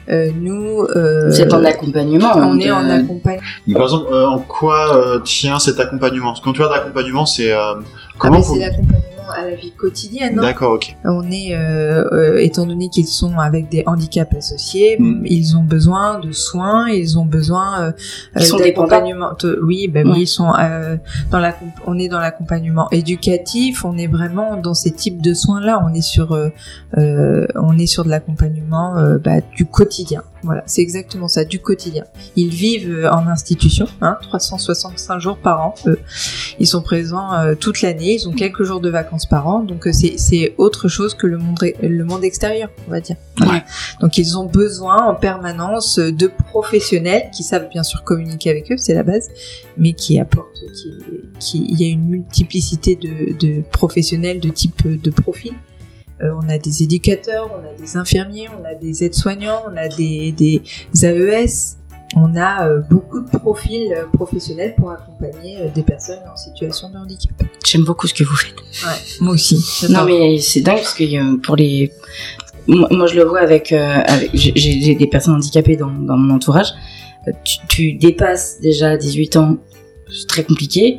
Speaker 2: Euh, nous, euh,
Speaker 3: Vous êtes en accompagnement.
Speaker 2: on
Speaker 3: donc,
Speaker 2: est en
Speaker 3: euh,
Speaker 2: accompagnement.
Speaker 1: Mais par exemple, euh, en quoi euh, tient cet accompagnement Parce que Quand tu parles d'accompagnement, c'est euh,
Speaker 2: Ah,
Speaker 1: comment
Speaker 2: mais
Speaker 1: vous
Speaker 2: C'est l'accompagnement à la vie quotidienne. hein.
Speaker 1: D'accord, ok.
Speaker 2: On est, euh, euh, étant donné qu'ils sont avec des handicaps associés,
Speaker 1: Mm.
Speaker 2: ils ont besoin de soins, ils ont besoin euh,
Speaker 3: Ils
Speaker 2: euh,
Speaker 3: sont
Speaker 2: d'accompagnement. de- Oui, ben
Speaker 3: Ouais.
Speaker 2: oui, ils sont euh, dans la, comp- on est dans l'accompagnement éducatif, on est vraiment dans ces types de soins là, on est sur, euh, euh, on est sur de l'accompagnement euh, bah, du quotidien. Voilà, c'est exactement ça, du quotidien. Ils vivent euh, en institution, hein, 365 jours par an. euh, eux. Ils sont présents euh, toute l'année, ils ont quelques jours de vacances par an, donc euh, c'est c'est autre chose que le monde, ré- le monde extérieur, on va dire. Voilà. Donc ils ont besoin en permanence euh, de professionnels qui savent bien sûr communiquer avec eux, c'est la base, mais qui apportent, qui, qui, il y a une multiplicité de, de professionnels de type euh, de profil. Euh, on a des éducateurs, on a des infirmiers, on a des aides-soignants, on a des, des E AES. On a euh, beaucoup de profils euh, professionnels pour accompagner euh, des personnes en situation de handicap.
Speaker 3: J'aime beaucoup ce que vous faites.
Speaker 2: Moi aussi.
Speaker 3: Non mais c'est dingue parce que euh, pour les moi, moi, je le vois avec, euh, avec- j'ai- j'ai j'ai des personnes handicapées dans, dans mon entourage Euh, tu, tu dépasses déjà 18 ans c'est très compliqué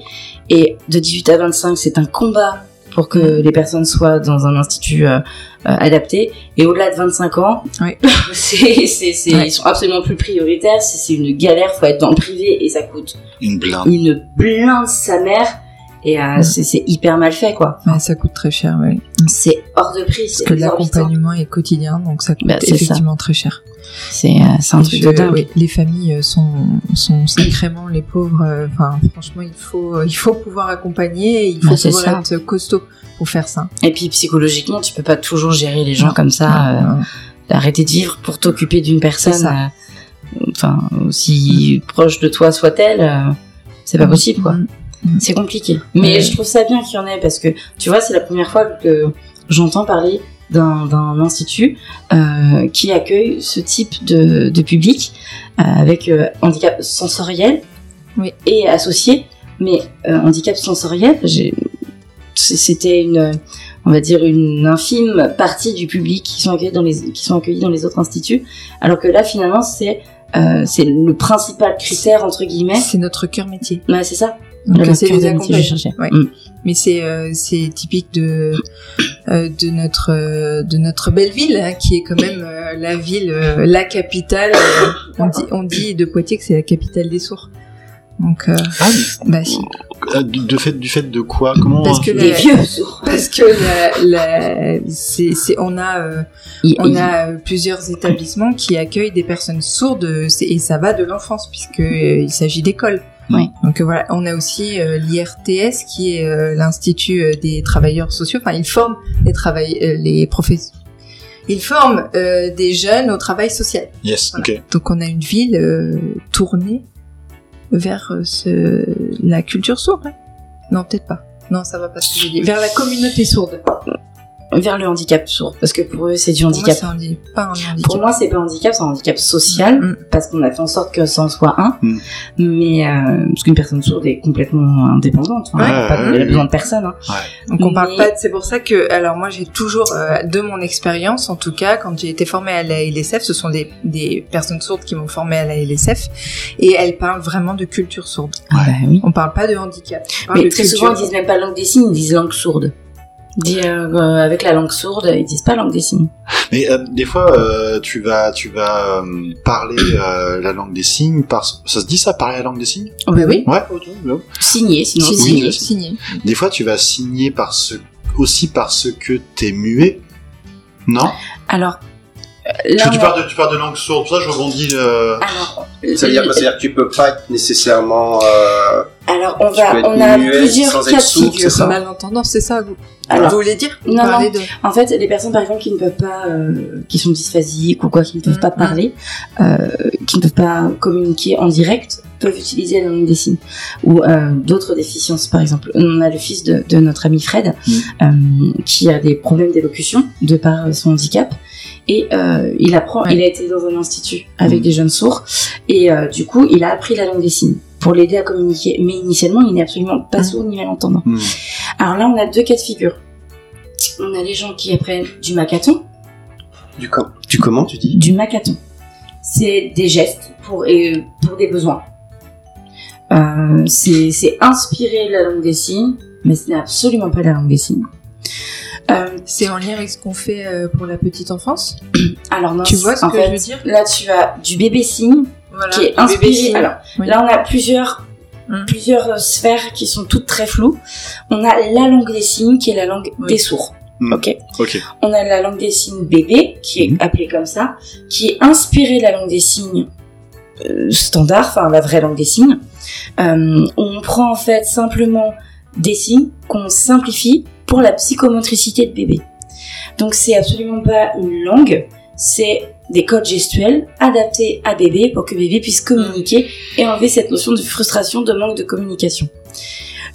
Speaker 3: et de 18 à 25 c'est un combat pour que les personnes soient dans un institut euh, euh, adapté et au-delà de 25 ans
Speaker 2: Oui.
Speaker 3: (laughs) c'est c'est- c'est-
Speaker 2: Ouais.
Speaker 3: ils sont absolument plus prioritaires c'est c'est une galère faut être dans le privé et ça coûte
Speaker 1: Une blinde.
Speaker 3: une blinde sa mère et euh,
Speaker 2: Mm.
Speaker 3: c'est c'est hyper mal fait quoi
Speaker 2: Ouais, ça coûte très cher, oui.
Speaker 3: c'est hors de prix
Speaker 2: Parce
Speaker 3: c'est
Speaker 2: que
Speaker 3: exorbitant.
Speaker 2: l'accompagnement est quotidien, donc ça coûte
Speaker 3: Bah, c'est ça.
Speaker 2: effectivement très cher.
Speaker 3: C'est euh, c'est un
Speaker 2: Et
Speaker 3: truc
Speaker 2: je-
Speaker 3: de dingue.
Speaker 2: oui, les familles euh, sont, sont sacrément les pauvres. euh, Enfin, franchement, il faut, euh, il faut pouvoir accompagner et il faut
Speaker 3: Bah, c'est
Speaker 2: pouvoir
Speaker 3: ça.
Speaker 2: être costaud pour faire ça.
Speaker 3: Et puis psychologiquement, tu peux pas toujours gérer les gens comme ça, euh,
Speaker 2: Ouais.
Speaker 3: d'arrêter de vivre pour t'occuper d'une
Speaker 2: C'est
Speaker 3: personne,
Speaker 2: ça.
Speaker 3: euh, enfin aussi proche de toi soit-elle, euh, c'est pas possible quoi.
Speaker 2: Mm.
Speaker 3: C'est compliqué. Mais
Speaker 2: Ouais.
Speaker 3: je trouve ça bien qu'il y en ait parce que tu vois, c'est la première fois que j'entends parler d'un d'un institut euh, qui accueille ce type de, de public euh, avec euh, handicap sensoriel
Speaker 2: Oui.
Speaker 3: et associé. Mais euh, handicap sensoriel, j'ai- c- c'était une, on va dire une infime partie du public qui sont accueillis dans les qui sont accueillis dans les autres instituts. Alors que là, finalement, c'est euh, c'est le principal critère entre guillemets.
Speaker 2: C'est notre cœur métier.
Speaker 3: Ouais, c'est ça.
Speaker 2: Donc,
Speaker 3: Le
Speaker 2: c'est
Speaker 3: cœur
Speaker 2: les
Speaker 3: de métier,
Speaker 2: accompagner.
Speaker 3: je cherchais.
Speaker 2: Ouais.
Speaker 3: Mm.
Speaker 2: Mais c'est euh, c'est typique de euh, de notre euh, de notre belle ville hein, qui est quand même euh, la ville euh, la capitale. euh, on dit on dit de Poitiers que c'est la capitale des sourds. Donc euh,
Speaker 1: Ah, mais,
Speaker 2: bah si.
Speaker 1: euh, de, de fait, du fait de quoi Comment
Speaker 2: Parce que
Speaker 3: Les
Speaker 2: la-
Speaker 3: vieux sourds.
Speaker 2: parce que la, la, c'est c'est- on a euh,
Speaker 3: Il-
Speaker 2: on
Speaker 3: il-
Speaker 2: a euh, plusieurs établissements qui accueillent des personnes sourdes euh, c'est- et ça va de l'enfance puisque euh, il s'agit d'écoles.
Speaker 3: Oui.
Speaker 2: Donc euh, voilà, on a aussi euh, l'IRTS qui est euh, l'institut euh, des travailleurs sociaux. Enfin, ils forment les travail euh, les professeurs. Ils forment euh, des jeunes au travail social.
Speaker 1: euh, Yes,
Speaker 2: Voilà.
Speaker 1: ok.
Speaker 2: Donc on a une ville euh, tournée vers euh, ce, la culture sourde. hein non, peut-être pas. Non, ça va pas ce que j'ai dit. Vers la communauté sourde.
Speaker 3: vers le handicap sourd. Parce que pour eux, c'est du
Speaker 2: Pour moi,
Speaker 3: handicap.
Speaker 2: c'est un handi- pas un handicap.
Speaker 3: Pour moi, c'est pas un handicap, c'est un handicap social,
Speaker 2: Mm.
Speaker 3: parce qu'on a fait en sorte que ça en soit un.
Speaker 1: Mm.
Speaker 3: Mais euh, parce qu'une personne sourde est complètement indépendante, enfin,
Speaker 1: Ouais,
Speaker 3: elle a pas-
Speaker 1: ouais,
Speaker 3: elle a
Speaker 1: ouais.
Speaker 3: besoin de personne. hein.
Speaker 2: Donc on parle
Speaker 3: Mais-
Speaker 2: pas. de- C'est pour ça que, alors moi j'ai toujours, euh, de mon expérience en tout cas, quand j'ai été formée à la LSF, ce sont des, des personnes sourdes qui m'ont formée à la LSF, et elles parlent vraiment de culture sourde.
Speaker 3: Ah bah oui.
Speaker 2: On parle pas de handicap. On parle
Speaker 3: Mais
Speaker 2: de
Speaker 3: très
Speaker 2: culture.
Speaker 3: souvent, ils disent même pas langue des signes, ils disent langue sourde. Ils disent, euh, euh, avec la langue sourde, ils disent pas langue des signes.
Speaker 1: Mais euh, des fois, euh, tu vas, tu vas euh, parler euh, la langue des signes. Par... Ça se dit ça, parler la langue des signes
Speaker 2: Bah oui.
Speaker 1: Ouais. ok, ouais.
Speaker 3: Signé, sinon
Speaker 1: Oui,
Speaker 3: signé.
Speaker 1: oui.
Speaker 2: signé.
Speaker 1: Des fois, tu vas signer parce aussi parce que t'es muet. Non
Speaker 3: Alors, euh,
Speaker 1: Parce
Speaker 3: là,
Speaker 1: que tu
Speaker 3: moi-
Speaker 1: parles de, tu parles de langue sourde. Pour ça, je rebondis. euh,
Speaker 3: alors,
Speaker 4: Ça veut dire quoi Ça veut dire que tu peux pas être nécessairement. euh,
Speaker 3: alors, on
Speaker 4: Tu peux
Speaker 3: va,
Speaker 4: être
Speaker 3: on a
Speaker 4: muet
Speaker 3: plusieurs
Speaker 4: sans être
Speaker 3: cas de
Speaker 4: sourd,
Speaker 3: figure.
Speaker 4: c'est ça
Speaker 2: Malentendant, c'est ça. Vous,
Speaker 3: Ah. Alors,
Speaker 2: vous voulez dire Vous
Speaker 3: Non,
Speaker 2: parlez de
Speaker 3: En fait, les personnes par exemple qui ne peuvent pas, euh, qui sont dysphasiques ou quoi, qui ne peuvent pas
Speaker 2: Mhm.
Speaker 3: parler, euh, qui ne peuvent pas communiquer en direct, peuvent utiliser la langue des signes ou euh, d'autres déficiences. Par exemple, on a le fils de, de notre ami Fred euh, qui a des problèmes d'élocution de par euh, son handicap et euh, il apprend.
Speaker 2: Ouais.
Speaker 3: Il a été dans un institut avec
Speaker 1: Mhm.
Speaker 3: des jeunes sourds et euh, du coup, il a appris la langue des signes pour l'aider à communiquer. Mais initialement, il n'est absolument pas
Speaker 2: Mhm.
Speaker 3: sourd ni malentendant.
Speaker 1: hmm.
Speaker 3: Alors là, on a deux cas de figure. On a les gens qui apprennent du macaton.
Speaker 4: Du, com- du comment tu dis
Speaker 3: Du macaton. C'est des gestes pour, et pour des besoins. Euh, c'est c'est inspiré de la langue des signes, mais ce n'est absolument pas la langue des signes. Euh,
Speaker 2: C'est en lien avec ce qu'on fait euh, pour la petite enfance.
Speaker 3: alors non,
Speaker 2: Tu vois ce
Speaker 3: Bah, en
Speaker 2: que
Speaker 3: fait,
Speaker 2: je veux dire
Speaker 3: Là, tu as du bébé signe
Speaker 2: Voilà,
Speaker 3: qui est
Speaker 2: le bébé
Speaker 3: inspiré.
Speaker 2: signe.
Speaker 3: Alors
Speaker 2: Oui.
Speaker 3: là, on a plusieurs
Speaker 2: Mm.
Speaker 3: plusieurs euh, sphères qui sont toutes très floues. On a la langue des signes qui est la langue
Speaker 2: Oui.
Speaker 3: des sourds.
Speaker 1: Mm.
Speaker 3: Ok.
Speaker 1: Ok.
Speaker 3: On a la langue des signes bébé, qui est
Speaker 1: Mhm.
Speaker 3: appelée comme ça, qui est inspirée de la langue des signes euh, standard, enfin la vraie langue des signes. Euh, on prend en fait simplement des signes qu'on simplifie pour la psychomotricité de bébé. Donc c'est absolument pas une langue, c'est des codes gestuels adaptés à bébé pour que bébé puisse communiquer et enlever cette notion de frustration, de manque de communication.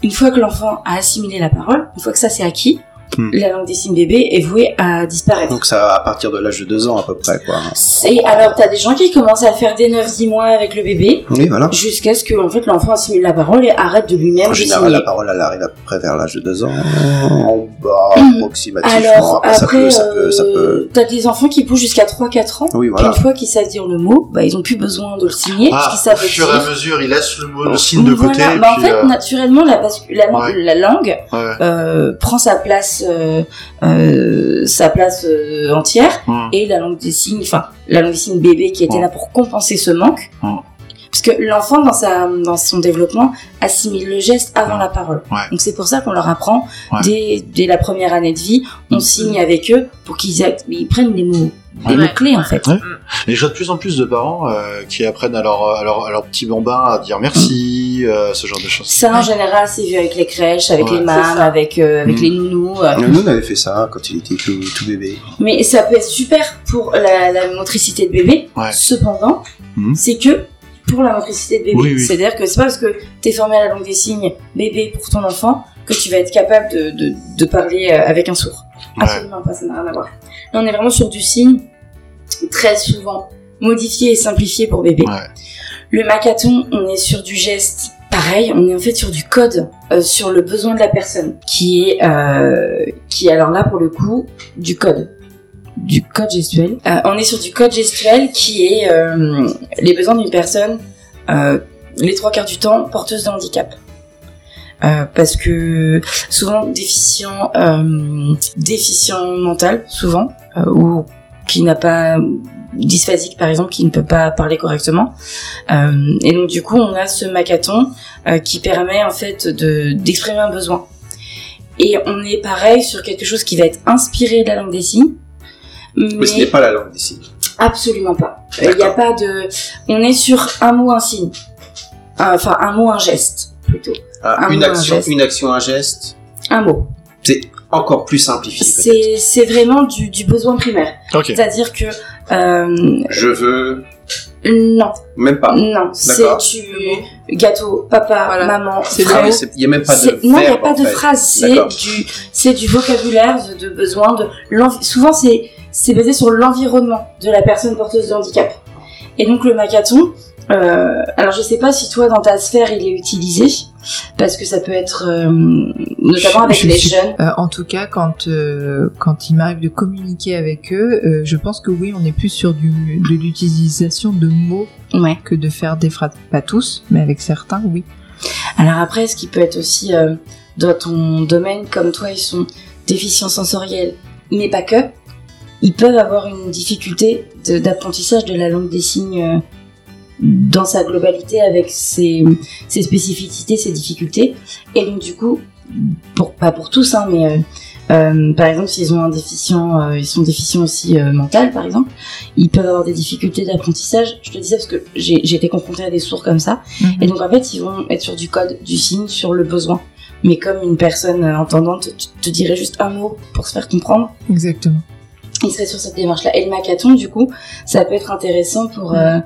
Speaker 3: Une fois que l'enfant a assimilé la parole, une fois que ça c'est acquis,
Speaker 1: Hmm.
Speaker 3: la langue des signes bébé est vouée à disparaître.
Speaker 4: Donc ça, à partir de l'âge de 2 ans à peu près, quoi.
Speaker 3: Et alors t'as des gens qui commencent à faire des 9-10 mois avec le bébé
Speaker 4: Oui, voilà.
Speaker 3: jusqu'à ce que en fait l'enfant assimile la parole et arrête de lui-même
Speaker 4: En
Speaker 3: de
Speaker 4: général,
Speaker 3: signer.
Speaker 4: la parole, elle arrive à peu près vers l'âge de 2 ans, en bas,
Speaker 3: Mhm.
Speaker 4: approximativement.
Speaker 3: Alors
Speaker 1: hein.
Speaker 4: après, ça peut,
Speaker 3: après,
Speaker 4: ça peut, ça peut.
Speaker 3: euh, t'as des enfants qui poussent jusqu'à 3-4 ans.
Speaker 4: Oui,
Speaker 3: Puis
Speaker 4: voilà.
Speaker 3: Une fois qu'ils savent dire le mot, bah, ils ont plus besoin de le signer,
Speaker 1: Ah,
Speaker 3: parce qu'ils savent
Speaker 1: au
Speaker 3: le
Speaker 1: fur et à
Speaker 3: dire.
Speaker 1: mesure, il laisse le, mot, le signe de
Speaker 3: Voilà.
Speaker 1: côté.
Speaker 3: Bah, en
Speaker 1: puis,
Speaker 3: fait,
Speaker 1: euh,
Speaker 3: naturellement, la, bascu- la,
Speaker 1: Ouais.
Speaker 3: la langue
Speaker 1: ouais.
Speaker 3: euh, prend sa place, euh, euh, sa place euh, entière,
Speaker 1: Mm.
Speaker 3: et la langue des signes, enfin, la langue des signes bébé qui était
Speaker 1: Mm.
Speaker 3: là pour compenser ce manque,
Speaker 1: Mm.
Speaker 3: parce que l'enfant, dans, sa, dans son développement, assimile le geste avant
Speaker 1: Mm.
Speaker 3: la parole.
Speaker 1: Ouais.
Speaker 3: Donc c'est pour ça qu'on leur apprend,
Speaker 1: Ouais.
Speaker 3: dès, dès la première année de vie, on
Speaker 1: Mm.
Speaker 3: signe avec eux pour qu'ils aient- ils prennent des mots, des
Speaker 2: Ouais.
Speaker 3: mots clés, en fait.
Speaker 1: Ouais. Et je vois de plus en plus de parents euh, qui apprennent à leur, à, leur, à leur petit bambin à dire merci, euh, ce genre de choses.
Speaker 3: Ça, en général, c'est vu avec les crèches, avec
Speaker 1: Ouais,
Speaker 3: les
Speaker 1: c'est
Speaker 3: mâmes,
Speaker 2: ça.
Speaker 3: avec, euh, avec
Speaker 1: Mm.
Speaker 3: les nounous. euh.
Speaker 4: Nous, on avait fait ça quand il était tout, tout bébé.
Speaker 3: Mais ça peut être super pour la, la motricité de bébé.
Speaker 1: Ouais.
Speaker 3: Cependant,
Speaker 1: Mhm.
Speaker 3: c'est que pour la motricité de bébé.
Speaker 1: Oui, oui.
Speaker 3: C'est-à-dire que c'est pas parce que t'es formé à la langue des signes bébé pour ton enfant que tu vas être capable de, de, de parler euh, avec un sourd.
Speaker 1: Ouais.
Speaker 3: Absolument pas, ça n'a rien à voir. Là, on est vraiment sur du signe très souvent modifié et simplifié pour bébé.
Speaker 1: Ouais.
Speaker 3: Le macaton, on est sur du geste. Pareil, on est en fait sur du code, euh, sur le besoin de la personne, qui est, euh, qui est alors là pour le coup du code, du code gestuel. Euh, on est sur du code gestuel qui est euh, les besoins d'une personne, euh, les trois quarts du temps porteuse de handicap. Euh, parce que souvent déficient, euh, déficient mental, souvent, euh, ou qui n'a pas dysphasique par exemple, qui ne peut pas parler correctement. Euh, et donc du coup, on a ce macaton euh, qui permet en fait de d'exprimer un besoin. Et on est pareil sur quelque chose qui va être inspiré de la langue des signes,
Speaker 4: Mais ce n'est pas la langue des signes.
Speaker 3: Absolument pas. Il n'y a pas de. On est sur un mot, un signe. Un- Enfin, un mot, un geste, plutôt.
Speaker 4: Ah,
Speaker 3: Un
Speaker 4: une,
Speaker 3: mot, un
Speaker 4: action,
Speaker 3: geste.
Speaker 4: une action, un geste,
Speaker 3: Un mot.
Speaker 4: encore plus simplifié. peut-être.
Speaker 3: C'est c'est vraiment du, du besoin primaire.
Speaker 1: Ok.
Speaker 3: C'est-à-dire que. euh,
Speaker 4: Je veux,
Speaker 3: non,
Speaker 4: même pas.
Speaker 3: non. C'est
Speaker 4: d'accord.
Speaker 3: tu. Gâteau, papa,
Speaker 2: Voilà.
Speaker 3: maman,
Speaker 2: C'est
Speaker 4: Ah
Speaker 3: frère.
Speaker 4: oui, c'est- il n'y a même pas de
Speaker 3: C'est- Non, il n'y a
Speaker 4: verbe,
Speaker 3: pas
Speaker 4: en
Speaker 3: de
Speaker 4: fait.
Speaker 3: phrase, c'est
Speaker 4: D'accord.
Speaker 3: du, c'est du vocabulaire, de, de besoin, de l'envi- souvent c'est, c'est basé sur l'environnement de la personne porteuse de handicap. Et donc le macaton, euh, alors je sais pas si toi dans ta sphère il est utilisé, parce que ça peut être euh, notamment
Speaker 2: Je-
Speaker 3: avec
Speaker 2: je
Speaker 3: les
Speaker 2: suis-
Speaker 3: jeunes.
Speaker 2: Euh, en tout cas, quand euh, quand il m'arrive de communiquer avec eux, euh, je pense que oui, on est plus sur du, de l'utilisation de mots
Speaker 3: Ouais.
Speaker 2: que de faire des phrases. Pas tous, mais avec certains, oui.
Speaker 3: Alors après, ce qui peut être aussi euh, dans ton domaine, comme toi ils sont déficients sensoriels, mais pas que, ils peuvent avoir une difficulté de- d'apprentissage de la langue des signes euh, dans sa globalité avec ses, ses spécificités, ses difficultés. Et donc du coup, pour, pas pour tous, hein, mais euh, euh, par exemple s'ils ont un déficient, euh, ils sont déficients aussi euh, mental par exemple, ils peuvent avoir des difficultés d'apprentissage. Je te dis ça parce que j'ai j'ai été confrontée à des sourds comme ça. Et donc en fait, ils vont être sur du code, du signe, sur le besoin. Mais comme une personne euh, entendante tu- te dirait juste un mot pour se faire comprendre,
Speaker 2: Exactement.
Speaker 3: ils seraient sur cette démarche-là. Et le macathon, du coup, ça peut être intéressant pour, euh,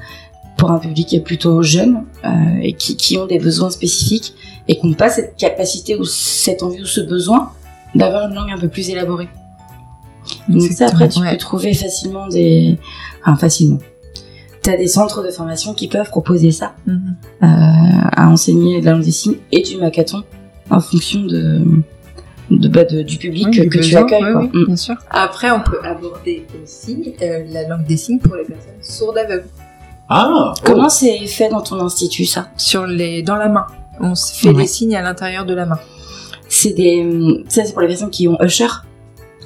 Speaker 3: pour un public plutôt jeune euh, et qui, qui ont des besoins spécifiques et qui n'ont pas cette capacité ou cette envie ou ce besoin d'avoir une langue un peu plus élaborée. Donc ça, après, tu
Speaker 2: Exactement, ouais.
Speaker 3: peux trouver facilement des... Enfin, facilement. Tu as des centres de formation qui peuvent proposer ça
Speaker 2: Mhm.
Speaker 3: euh, à enseigner de la langue des signes et du macathon en fonction de, de, bah, de- du public
Speaker 2: Oui,
Speaker 3: que,
Speaker 2: du
Speaker 3: tu
Speaker 2: besoin,
Speaker 3: accueilles.
Speaker 2: oui,
Speaker 3: quoi.
Speaker 2: oui,
Speaker 3: Mm.
Speaker 2: bien sûr. Après, on peut aborder aussi euh, la langue des signes pour les personnes sourdes aveugles.
Speaker 1: Ah
Speaker 3: Comment c'est fait dans ton institut ça
Speaker 2: Sur les, dans la main, on se fait
Speaker 3: Ouais.
Speaker 2: des signes à l'intérieur de la main.
Speaker 3: C'est des hum, ça c'est pour les personnes qui ont usher.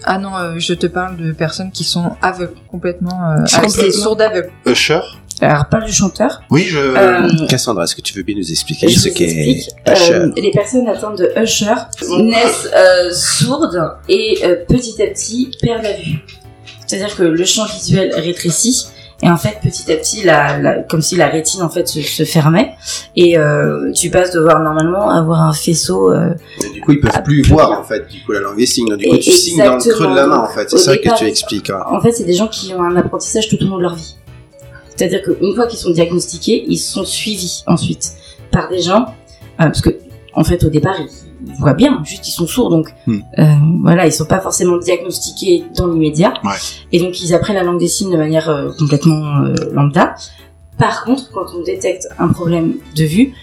Speaker 2: Ah non, euh, je te parle de personnes qui sont aveugles complètement, euh,
Speaker 3: Complètement.
Speaker 2: sourdes aveugles.
Speaker 1: oh, Usher
Speaker 3: Alors, parle du chanteur.
Speaker 1: Oui, je.
Speaker 3: Euh,
Speaker 4: Cassandra, est-ce que tu veux bien nous expliquer
Speaker 3: je
Speaker 4: ce
Speaker 3: vous explique.
Speaker 4: qu'est
Speaker 3: Euh,
Speaker 4: Usher
Speaker 3: les personnes atteintes de Usher naissent euh, sourdes et euh, petit à petit perdent la vue. C'est-à-dire que le champ visuel rétrécit et en fait petit à petit, la, la- comme si la rétine en fait se, se fermait et euh, tu passes de voir normalement à voir un faisceau. euh,
Speaker 4: Et Du coup, ils peuvent
Speaker 3: Ah,
Speaker 4: plus
Speaker 3: plus
Speaker 4: voir
Speaker 3: rien.
Speaker 4: en fait. Du coup, la langue des signes. Donc, Du
Speaker 3: Et
Speaker 4: coup, tu signes dans le
Speaker 3: exactement.
Speaker 4: creux de la main en fait. C'est
Speaker 3: Au
Speaker 4: ça que
Speaker 3: départ-
Speaker 4: tu expliques. hein. ouais.
Speaker 3: En fait, c'est des gens qui ont un apprentissage tout au long de leur vie. C'est-à-dire qu'une fois qu'ils sont diagnostiqués, ils sont suivis ensuite par des gens, euh, parce que en fait, au départ, ils, ils voient bien, juste ils sont sourds, donc
Speaker 1: Hmm.
Speaker 3: euh, voilà, ils sont pas forcément diagnostiqués dans l'immédiat,
Speaker 1: Ouais.
Speaker 3: et donc ils apprennent la langue des signes de manière euh, complètement euh, lambda. Par contre, quand on détecte un problème de vue,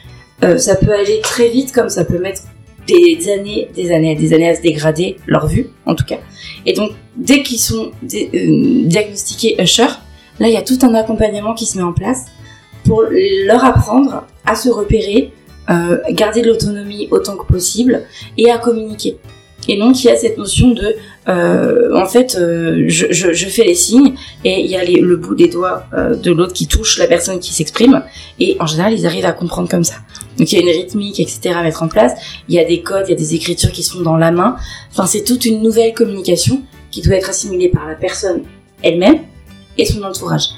Speaker 3: euh, ça peut aller très vite, comme ça peut mettre des années, des années, des années à se dégrader leur vue, en tout cas. Et donc dès qu'ils sont dé- euh, diagnostiqués Usher, là, il y a tout un accompagnement qui se met en place pour leur apprendre à se repérer, euh, garder de l'autonomie autant que possible et à communiquer. Et donc, il y a cette notion de, euh, en fait, euh, je, je- je fais les signes et il y a les- le bout des doigts euh, de l'autre qui touche la personne qui s'exprime. Et en général, ils arrivent à comprendre comme ça. Donc, il y a une rythmique, etc. à mettre en place. Il y a des codes, il y a des écritures qui se font dans la main. Enfin, c'est toute une nouvelle communication qui doit être assimilée par la personne elle-même et son entourage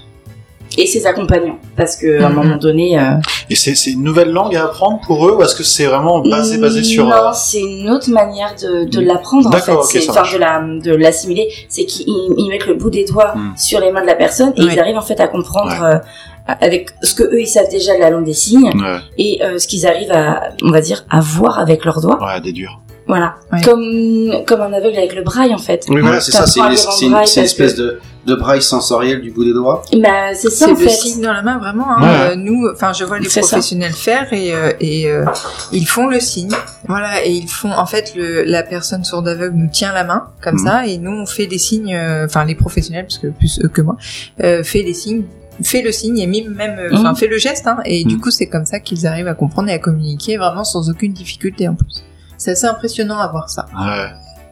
Speaker 3: et ses accompagnants parce que à un
Speaker 2: Mhm.
Speaker 3: moment donné euh,
Speaker 1: Et c'est c'est une nouvelle langue à apprendre pour eux ou est-ce que c'est vraiment basé, basé sur.
Speaker 3: non
Speaker 1: euh, Mm.
Speaker 3: c'est une autre manière de, de l'apprendre en fait
Speaker 1: D'accord, ok,
Speaker 3: C'est-
Speaker 1: ça
Speaker 3: enfin
Speaker 1: marche.
Speaker 3: de la de l'assimiler c'est qu'ils ils- ils mettent le bout des doigts
Speaker 1: Mm.
Speaker 3: sur les mains de la personne et
Speaker 2: Ouais.
Speaker 3: ils arrivent en fait à comprendre euh, avec ce que eux ils savent déjà de la langue des signes
Speaker 1: Ouais,
Speaker 3: et euh, ce qu'ils arrivent à on va dire à voir avec leurs doigts
Speaker 1: ouais, déduire.
Speaker 3: voilà
Speaker 2: Ouais.
Speaker 3: comme comme un aveugle avec le braille en fait
Speaker 4: Oui, voilà,
Speaker 1: Ouais.
Speaker 4: c'est ça. C'est une,
Speaker 3: T'apprends à
Speaker 4: c'est une-
Speaker 3: lire en
Speaker 4: c'est une
Speaker 3: braille
Speaker 4: espèce de, de braille sensoriel du bout des doigts.
Speaker 1: Mm.
Speaker 3: bah c'est ça
Speaker 2: C'est
Speaker 3: en
Speaker 2: le
Speaker 3: fait
Speaker 2: signe dans la main, vraiment. hein.
Speaker 1: Ouais.
Speaker 2: Euh, nous, enfin, je vois les
Speaker 3: C'est ça.
Speaker 2: professionnels faire et, euh, et euh, ils font le signe. Voilà, et ils font, en fait, le, la personne sourde aveugle nous tient la main, comme
Speaker 1: Mhm.
Speaker 2: ça, et nous, on fait des signes, euh, enfin, les professionnels, parce que plus eux que moi, euh, fait des signes fait le signe et mime même, euh, enfin
Speaker 3: Mhm.
Speaker 2: fait le geste, hein, et du
Speaker 1: Mhm.
Speaker 2: coup c'est comme ça qu'ils arrivent à comprendre et à communiquer vraiment sans aucune difficulté en plus. C'est assez impressionnant à voir ça,
Speaker 1: Ouais.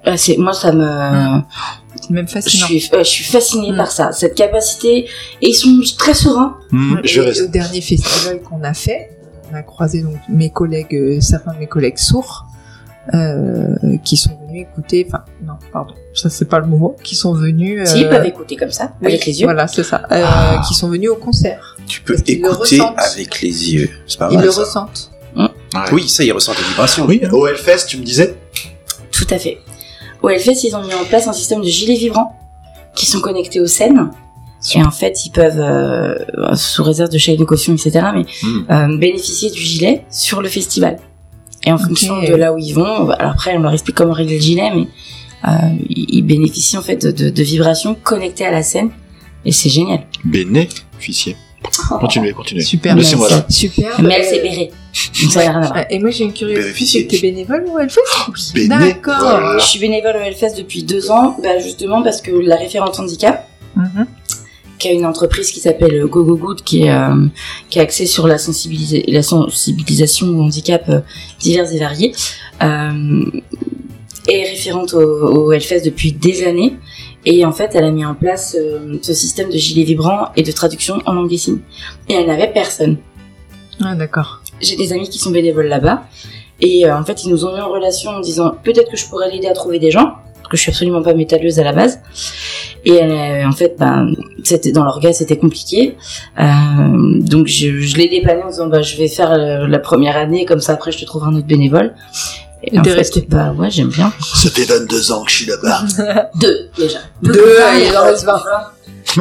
Speaker 3: Euh, c'est moi ça me
Speaker 2: Mm. c'est même
Speaker 3: Je
Speaker 2: fascinant.
Speaker 3: suis, euh, je suis fascinée
Speaker 2: Mm.
Speaker 3: par ça, cette capacité. Et ils sont très sereins.
Speaker 1: Hmm, je
Speaker 2: Et
Speaker 1: vais rester.
Speaker 2: au dernier festival qu'on a fait, on a croisé donc mes collègues, euh, certains de mes collègues sourds, euh, qui sont venus écouter, enfin, non, pardon, ça c'est pas le moment, qui sont venus. euh,
Speaker 3: Si, ils peuvent écouter comme ça,
Speaker 2: oui,
Speaker 3: avec les yeux.
Speaker 2: Voilà, c'est ça. euh,
Speaker 4: Ah.
Speaker 2: Qui sont venus au concert.
Speaker 4: Tu peux
Speaker 2: Parce qu'ils le
Speaker 4: écouter
Speaker 2: ressentent.
Speaker 4: avec les yeux. C'est
Speaker 1: Ah
Speaker 4: pas
Speaker 2: Ils
Speaker 4: mal.
Speaker 2: le
Speaker 4: ça.
Speaker 2: ressentent.
Speaker 1: Ouais.
Speaker 4: Oui, ça, ils ressentent les vibrations.
Speaker 1: Oui, hein. au Hellfest, E tu me disais
Speaker 3: Tout à fait. Au Hellfest, ils ont mis en place un système de gilets vibrants qui sont connectés aux scènes. Et en fait, ils peuvent, euh, sous réserve de chèques de caution, etc., mais
Speaker 1: Mm.
Speaker 3: euh, bénéficier du gilet sur le festival. Et en fonction de là où ils vont, alors après, on leur explique comment régler le gilet, mais euh, ils ils bénéficient en fait de, de- de vibrations connectées à la scène. Et c'est génial.
Speaker 1: Bénéficier.
Speaker 3: Oh.
Speaker 1: Continuez, continuez.
Speaker 2: Super.
Speaker 1: Laissez-moi là.
Speaker 2: Super.
Speaker 3: Mais elle s'est bérée. Donc ça n'a rien à voir.
Speaker 2: Euh, Et moi j'ai une curiosité,
Speaker 4: Bénéficier.
Speaker 2: c'est que t'es bénévole ou elle fait
Speaker 1: Béné.
Speaker 2: D'accord.
Speaker 1: Voilà.
Speaker 3: Je suis bénévole au Hellfest depuis deux ans, bah, justement parce que la référente handicap,
Speaker 2: Mhm.
Speaker 3: qui a une entreprise qui s'appelle Go Go Good, qui est, euh, qui est axée sur la, sensibilisa- la sensibilisation au handicap euh, divers et variés, euh, est référente au, au Hellfest depuis des années. Et en fait, elle a mis en place euh, ce système de gilets vibrants et de traduction en langue des signes. Et elle n'avait personne.
Speaker 2: Ah, d'accord.
Speaker 3: J'ai des amis qui sont bénévoles là-bas. Et euh, en fait, ils nous ont mis en relation en disant peut-être que je pourrais l'aider à trouver des gens, parce que je suis absolument pas métalleuse à la base. Et euh, en fait, ben, c'était dans leur cas, c'était compliqué. Euh, donc je, je l'ai dépanné en disant bah, je vais faire euh, la première année, comme ça après je te trouve un autre bénévole. Et
Speaker 2: Et
Speaker 3: en
Speaker 2: t'es
Speaker 3: fait,
Speaker 2: resté.
Speaker 3: bah ouais, j'aime bien.
Speaker 1: Ça fait 22 ans que je suis là-bas.
Speaker 3: Deux déjà.
Speaker 2: Deux,
Speaker 3: il
Speaker 2: il en reste vingt.
Speaker 3: (laughs)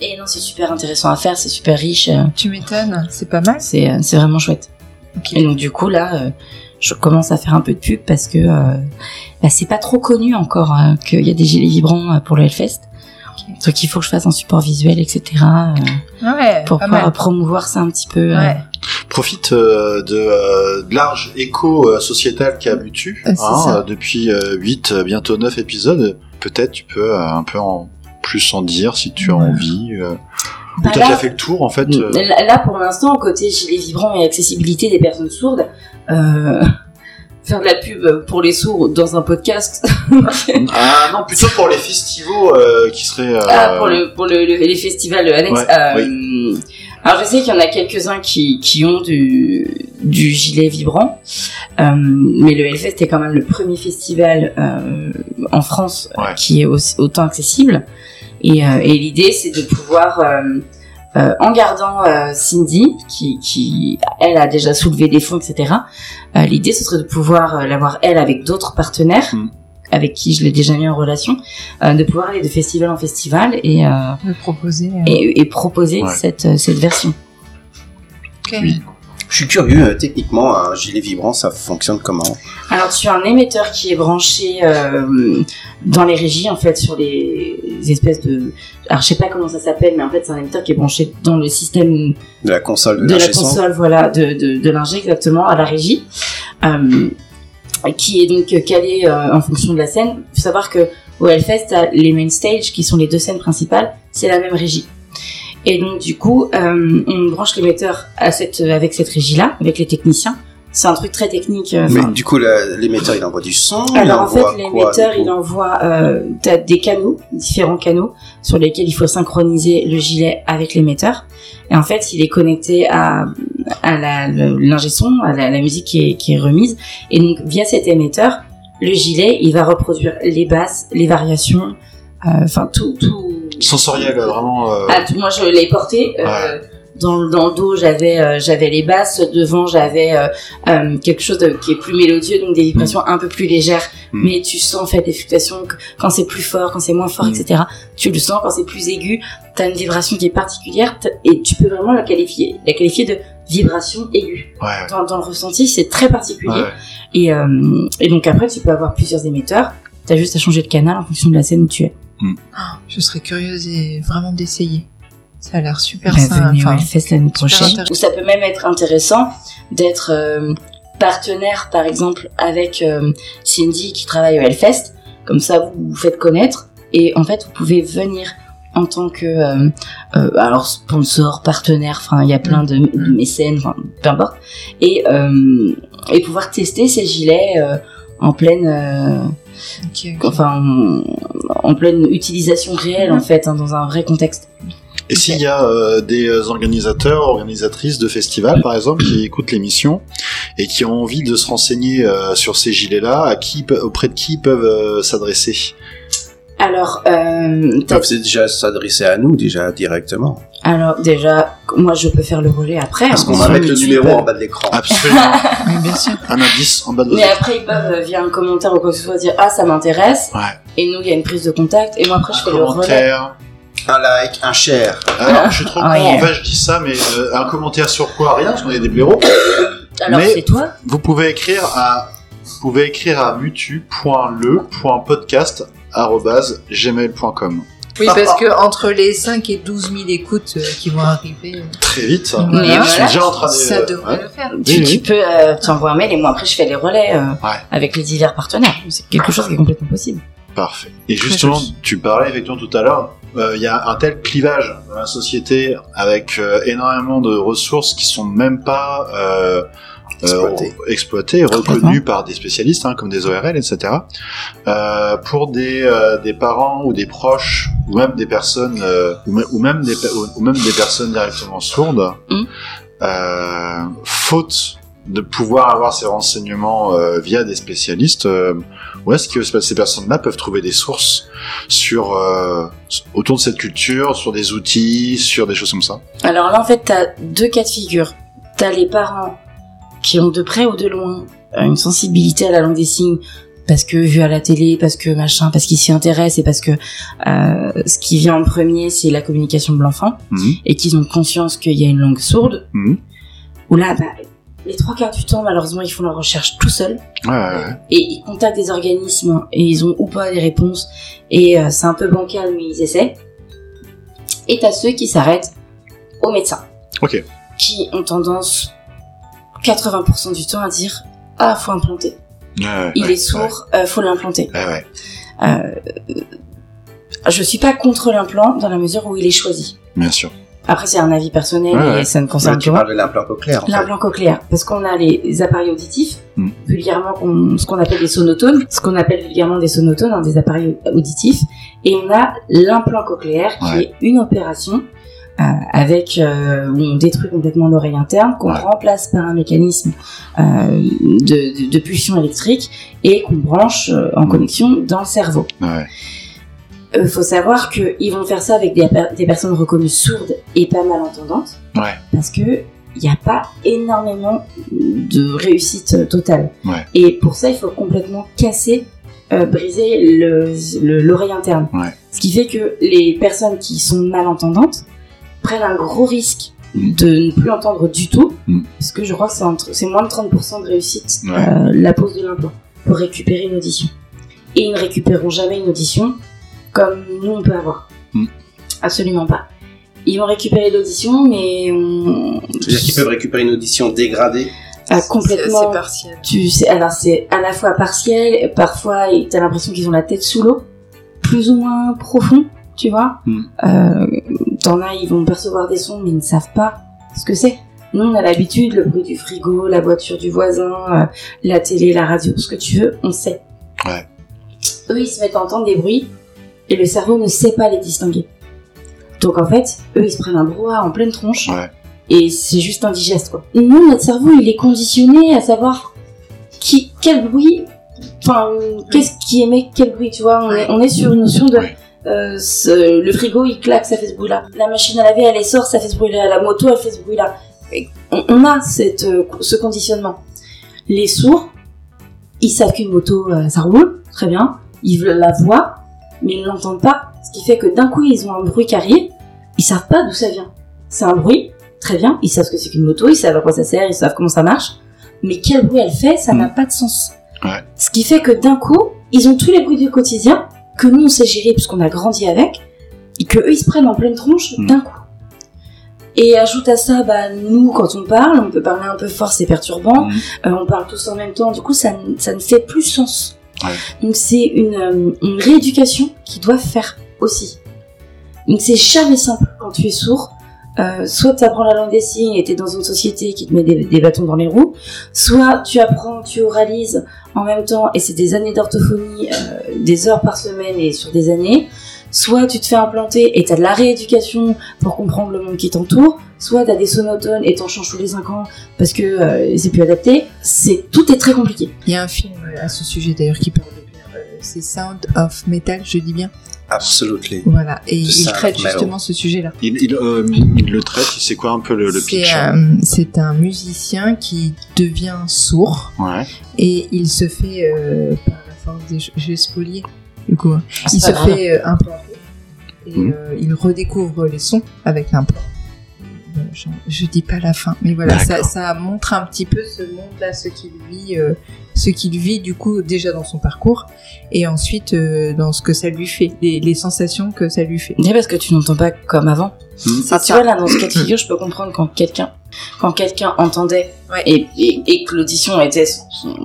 Speaker 3: Et non, c'est super intéressant à faire, c'est super riche, euh,
Speaker 2: Tu m'étonnes, c'est pas mal.
Speaker 3: c'est euh, c'est vraiment chouette.
Speaker 2: Ok.
Speaker 3: Et donc du coup là, euh, je commence à faire un peu de pub parce que euh, bah, c'est pas trop connu encore euh, qu'il y a des gilets vibrants euh, pour le Hellfest. Donc il faut que je fasse un support visuel, etc. euh,
Speaker 2: Ouais,
Speaker 3: pour
Speaker 2: Ah, pas
Speaker 3: pouvoir
Speaker 2: mal.
Speaker 3: promouvoir ça un petit peu. euh.
Speaker 2: Ouais.
Speaker 1: Profite euh, de, euh, de large écho euh, sociétal qu'a Mutu
Speaker 3: Ah,
Speaker 1: hein,
Speaker 2: Euh, c'est ça.
Speaker 1: depuis 8, bientôt 9 épisodes. Peut-être tu peux euh, un peu en plus en dire si tu as
Speaker 2: Ouais.
Speaker 1: envie. euh,
Speaker 3: Bah,
Speaker 1: ou t'as
Speaker 3: là-
Speaker 1: déjà fait le tour en fait. euh,
Speaker 3: Là, là, pour l'instant, côté gilets vibrants et accessibilité des personnes sourdes, euh, (laughs) faire de la pub pour les sourds dans un podcast. Mm.
Speaker 1: (laughs) Ah non, plutôt pour les festivals euh, qui seraient. euh,
Speaker 3: Ah, pour le, pour le, le- les festivals annexes.
Speaker 1: Ouais,
Speaker 3: euh, Alors je sais qu'il y en a quelques-uns qui, qui ont du, du gilet vibrant, euh, mais le Hellfest est quand même le premier festival euh, en France euh,
Speaker 1: Ouais.
Speaker 3: qui est aussi- autant accessible. Et, euh, et l'idée c'est de pouvoir, euh, euh, en gardant euh, Cindy, qui, qui elle a déjà soulevé des fonds, etc., euh, l'idée ce serait de pouvoir euh, l'avoir elle avec d'autres partenaires.
Speaker 1: Mhm.
Speaker 3: avec qui je l'ai déjà mis en relation, euh, de pouvoir aller de festival en festival et, euh,
Speaker 2: me proposer. euh,
Speaker 3: et, et proposer
Speaker 1: Ouais.
Speaker 3: cette, euh, cette version.
Speaker 2: ok.
Speaker 1: oui.
Speaker 4: Je suis curieux, euh, techniquement, un gilet vibrant, ça fonctionne comment
Speaker 3: Alors tu as un émetteur qui est branché euh, dans les régies en fait sur les espèces de alors je sais pas comment ça s'appelle mais en fait c'est un émetteur qui est branché dans le système
Speaker 4: De la console de,
Speaker 3: de la
Speaker 4: l'ingé son
Speaker 3: console voilà de de, de l'ingé exactement à la régie euh, qui est donc euh, calé euh, en fonction de la scène. Faut savoir que au Hellfest t'as les main stage qui sont les deux scènes principales c'est la même régie. Et donc du coup, euh, on branche l'émetteur à cette, avec cette régie-là, avec les techniciens. C'est un truc très technique. euh,
Speaker 4: Mais
Speaker 3: enfin,
Speaker 4: du coup, la- l'émetteur, il envoie du son
Speaker 3: alors
Speaker 4: il envoie
Speaker 3: en fait,
Speaker 4: Oh, quoi,
Speaker 3: l'émetteur,
Speaker 4: du coup
Speaker 3: il envoie euh, t'as des canaux, différents canaux, sur lesquels il faut synchroniser le gilet avec l'émetteur. Et en fait, il est connecté à, à la- le- l'ingé son, à la, la musique qui est, qui est remise. Et donc, via cet émetteur, le gilet, il va reproduire les basses, les variations, euh, enfin tout, tout,
Speaker 1: Sensoriel, euh, vraiment. euh,
Speaker 3: ah, tout- moi, je l'ai porté. euh,
Speaker 1: Ouais.
Speaker 3: Dans, le- dans le dos, j'avais euh, j'avais les basses. Devant, j'avais euh, euh, quelque chose de- qui est plus mélodieux, donc des vibrations un peu plus légères.
Speaker 1: Mm.
Speaker 3: Mais tu sens en fait des fluctuations qu- quand c'est plus fort, quand c'est moins fort,
Speaker 1: Mm.
Speaker 3: etc. Tu le sens quand c'est plus aigu. T'as une vibration qui est particulière t- et tu peux vraiment la qualifier la qualifier de vibration aiguë.
Speaker 1: ouais, ouais,
Speaker 3: Dans, dans le ressenti, c'est très particulier.
Speaker 1: ouais, ouais.
Speaker 3: Et, euh, et donc après, tu peux avoir plusieurs émetteurs. T'as juste à changer de canal en fonction de la scène où tu es.
Speaker 2: Je serais curieuse et vraiment d'essayer. Ça a l'air super
Speaker 3: Bah,
Speaker 2: sympa.
Speaker 3: venez au
Speaker 2: Enfin,
Speaker 3: Hellfest l'année prochaine.
Speaker 2: intéressant.
Speaker 3: Ou ça peut même être intéressant d'être euh, partenaire, par exemple, avec euh, Cindy qui travaille au Hellfest. Comme ça, vous vous faites connaître. Et en fait, vous pouvez venir en tant que euh, euh, alors sponsor, partenaire, enfin il y a plein de, de mécènes, enfin, peu importe, et euh, et pouvoir tester ces gilets euh, en pleine euh,
Speaker 2: ok, ok.
Speaker 3: enfin en, en pleine utilisation réelle
Speaker 2: Mm.
Speaker 3: en fait hein, dans un vrai contexte.
Speaker 1: Et s'il y a euh, des organisateurs, organisatrices de festivals, par exemple, qui écoutent l'émission et qui ont envie de se renseigner euh, sur ces gilets-là, à qui, pe- auprès de qui ils peuvent euh, s'adresser
Speaker 3: Alors euh,
Speaker 4: Ils peuvent déjà s'adresser à nous, déjà directement.
Speaker 3: Alors déjà, moi je peux faire le relais après.
Speaker 4: Parce
Speaker 3: hein.
Speaker 4: qu'on va mettre le
Speaker 1: Ensuite,
Speaker 4: numéro
Speaker 1: euh,
Speaker 4: en bas de l'écran.
Speaker 3: (laughs)
Speaker 1: Absolument.
Speaker 2: Oui, bien sûr.
Speaker 1: Un indice en bas de
Speaker 3: Mais après ils peuvent euh, via un commentaire ou quoi que ce soit dire ah ça m'intéresse.
Speaker 1: Ouais.
Speaker 3: Et nous il y a une prise de contact et moi après je
Speaker 1: Un
Speaker 3: fais le relais.
Speaker 1: commentaire.
Speaker 4: Un like, un share.
Speaker 1: Alors, je suis trop con,
Speaker 3: Ah, Ouais.
Speaker 1: en fait, je dis ça, mais euh, un commentaire sur quoi Rien, parce qu'on est des blaireaux.
Speaker 3: Alors
Speaker 1: Mais-
Speaker 3: c'est toi.
Speaker 1: Vous pouvez écrire à vous pouvez écrire à mutu.le.podcast@gmail.com.
Speaker 2: (laughs) Oui, parce que entre les 5 et 12 000 écoutes euh, qui vont arriver, euh,
Speaker 1: Très vite. ça.
Speaker 2: Mais
Speaker 1: Ils sont
Speaker 3: voilà,
Speaker 1: déjà en train de
Speaker 2: ça devrait
Speaker 1: Ouais.
Speaker 2: le faire.
Speaker 3: Tu, tu peux euh, t'envoyer un mail et moi après je fais les relais euh,
Speaker 1: Ouais.
Speaker 3: avec les divers partenaires. C'est quelque chose qui est complètement possible.
Speaker 1: Parfait. Et justement,
Speaker 2: joli.
Speaker 1: tu parlais effectivement tout à l'heure, euh, il y a un tel clivage dans la société avec euh, énormément de ressources qui sont même pas euh,
Speaker 4: Exploitées.
Speaker 1: euh, exploitées, reconnues par des spécialistes hein, comme des ORL, etc. Euh, pour des, euh, des parents ou des proches ou même des personnes euh, ou, me- ou même des pe- ou- ou même des personnes directement sourdes,
Speaker 3: Mhm.
Speaker 1: euh, faute de pouvoir avoir ces renseignements euh, via des spécialistes, euh, où est-ce que ces personnes-là peuvent trouver des sources sur euh, autour de cette culture, sur des outils, sur des choses comme ça
Speaker 3: Alors là, en fait, t'as deux cas de figure. T'as les parents qui ont de près ou de loin euh, une sensibilité à la langue des signes parce que vu à la télé, parce que machin, parce qu'ils s'y intéressent et parce que euh, ce qui vient en premier, c'est la communication de l'enfant
Speaker 1: Mhm.
Speaker 3: et qu'ils ont conscience qu'il y a une langue sourde.
Speaker 1: Mhm.
Speaker 3: Ou là, bah, les trois quarts du temps, malheureusement, ils font leur recherche tout seuls
Speaker 1: Ouais, ouais, ouais.
Speaker 3: et ils contactent des organismes hein, et ils ont ou pas des réponses et euh, c'est un peu bancal mais ils essaient. Et t'as ceux qui s'arrêtent aux médecins.
Speaker 1: Ok.
Speaker 3: Qui ont tendance 80% du temps à dire ah faut implanter.
Speaker 1: Ouais,
Speaker 3: Il
Speaker 1: ouais,
Speaker 3: est sourd, euh, faut l'implanter.
Speaker 1: Ouais, ouais.
Speaker 3: Euh, je suis pas contre l'implant dans la mesure où il est choisi.
Speaker 1: Bien sûr.
Speaker 3: Après, c'est un avis personnel
Speaker 1: Ouais, ouais.
Speaker 3: et ça ne
Speaker 4: Là,
Speaker 3: concerne que
Speaker 4: tu
Speaker 3: moi.
Speaker 4: parles de l'implant cochléaire. En fait. Hmm.
Speaker 3: L'implant cochléaire, parce qu'on a les, les appareils auditifs,
Speaker 1: Mm.
Speaker 3: vulgairement qu'on- ce qu'on appelle des sonotones, ce qu'on appelle vulgairement des sonotones, hein, des appareils auditifs, et on a l'implant cochléaire qui
Speaker 1: Ouais.
Speaker 3: est une opération euh, avec euh, où on détruit complètement l'oreille interne, qu'on
Speaker 1: Ouais.
Speaker 3: remplace par un mécanisme euh, de, de- de pulsion électrique et qu'on branche euh, en
Speaker 4: Hmm.
Speaker 1: Mm.
Speaker 3: connexion dans le cerveau.
Speaker 1: Ouais.
Speaker 3: Euh, faut savoir qu'ils vont faire ça avec des, per- des personnes reconnues sourdes et pas malentendantes.
Speaker 1: Ouais.
Speaker 3: Parce que il n'y a pas énormément de réussite euh, totale.
Speaker 1: Ouais.
Speaker 3: Et pour ça, il faut complètement casser, euh, briser le- le- l'oreille interne.
Speaker 1: Ouais.
Speaker 3: Ce qui fait que les personnes qui sont malentendantes prennent un gros risque
Speaker 1: Mm.
Speaker 3: de ne plus entendre du tout,
Speaker 1: Mm.
Speaker 3: parce que je crois que c'est entre- c'est moins de 30% de réussite
Speaker 1: Ouais.
Speaker 3: euh, la pose de l'implant pour récupérer une audition. Et ils ne récupéreront jamais une audition comme nous on peut avoir.
Speaker 1: Mm.
Speaker 3: Absolument pas. Ils vont récupérer l'audition, mais on...
Speaker 4: C'est-à-dire qu'ils peuvent récupérer une audition dégradée.
Speaker 3: Ah,
Speaker 2: C'est-
Speaker 3: complètement.
Speaker 2: C'est partiel.
Speaker 3: Tu sais, alors c'est à la fois partiel, et parfois et t'as l'impression qu'ils ont la tête sous l'eau, plus ou moins profond, tu vois.
Speaker 1: Mm.
Speaker 3: Euh, T'en as, ils vont percevoir des sons, mais ils ne savent pas ce que c'est. Nous, on a l'habitude, le bruit du frigo, la voiture du voisin, euh, la télé, la radio, ce que tu veux, on sait.
Speaker 1: Ouais.
Speaker 3: Eux, ils se mettent à entendre des bruits et le cerveau ne sait pas les distinguer. Donc en fait, eux, ils se prennent un brouhaha en pleine tronche
Speaker 1: Ouais.
Speaker 3: et c'est juste indigeste, quoi. Nous, notre cerveau, il est conditionné à savoir qui, quel bruit, enfin, qu'est-ce qui émet quel bruit, tu vois. On est, on est sur une notion de.
Speaker 1: Oui.
Speaker 3: euh, ce- le frigo, il claque, ça fait ce bruit-là. La machine à laver, elle sort, ça fait ce bruit-là. La moto, elle fait ce bruit-là. Et On, on a cette, euh, ce conditionnement. Les sourds, ils savent qu'une moto, euh, ça roule, très bien. Ils la voient, mais ils ne l'entendent pas. Ce qui fait que d'un coup, ils ont un bruit qui arrive, ils savent pas d'où ça vient. C'est un bruit, très bien, ils savent ce que c'est qu'une moto, ils savent à quoi ça sert, ils savent comment ça marche mais quel bruit elle fait, ça
Speaker 1: Mm.
Speaker 3: n'a pas de sens.
Speaker 1: Ouais.
Speaker 3: Ce qui fait que d'un coup, ils ont tous les bruits du quotidien que nous on sait gérer puisqu'on a grandi avec, et que eux ils se prennent en pleine tronche
Speaker 1: Mm.
Speaker 3: d'un coup. Et ajoute à ça, bah, nous quand on parle, on peut parler un peu fort, c'est perturbant,
Speaker 1: Mhm.
Speaker 3: euh, on parle tous en même temps, du coup ça, ne- ça ne fait plus sens.
Speaker 1: Ouais.
Speaker 3: Donc c'est une, euh, une rééducation qu'ils doivent faire aussi. Donc c'est jamais simple quand tu es sourd. Euh, soit tu apprends la langue des signes et tu es dans une société qui te met des, des bâtons dans les roues, soit tu apprends, tu oralises en même temps et c'est des années d'orthophonie, euh, des heures par semaine et sur des années, soit tu te fais implanter et tu as de la rééducation pour comprendre le monde qui t'entoure, soit tu as des sonotones et t'en changes tous les 5 ans parce que euh, c'est plus adapté, c'est tout est très compliqué.
Speaker 2: Il y a un film euh, à ce sujet d'ailleurs qui parle de bien. euh, C'est Sound of Metal, je dis bien.
Speaker 4: Absolument.
Speaker 2: Voilà. Et
Speaker 4: The
Speaker 2: il
Speaker 4: Sound
Speaker 2: traite
Speaker 4: of Metal.
Speaker 2: justement ce sujet-là.
Speaker 1: Il, il, euh, il- il le traite, il sait quoi un peu le, le
Speaker 2: C'est
Speaker 1: pitch hein.
Speaker 2: euh, c'est un musicien qui devient sourd
Speaker 1: Ouais.
Speaker 2: et il se fait, euh, par la force des choses, je vais spolier, du coup, hein.
Speaker 3: Ah, C'est
Speaker 2: il
Speaker 3: pas
Speaker 2: se
Speaker 3: grave.
Speaker 2: fait euh, implanter et
Speaker 1: Mhm.
Speaker 2: euh, il redécouvre les sons avec l'implant. Euh, Je, je dis pas la fin, mais voilà, ça,
Speaker 1: D'accord.
Speaker 2: ça montre un petit peu ce monde-là, ce qu'il vit, euh, ce qu'il vit du coup déjà dans son parcours et ensuite euh, dans ce que ça lui fait, les, les sensations que ça lui fait.
Speaker 3: Mais parce que tu n'entends pas comme avant.
Speaker 2: C'est
Speaker 3: Tu vois, là, dans ce cas de figure, je peux comprendre quand quelqu'un, quand quelqu'un entendait
Speaker 2: Ouais.
Speaker 3: et, et- et que l'audition était son,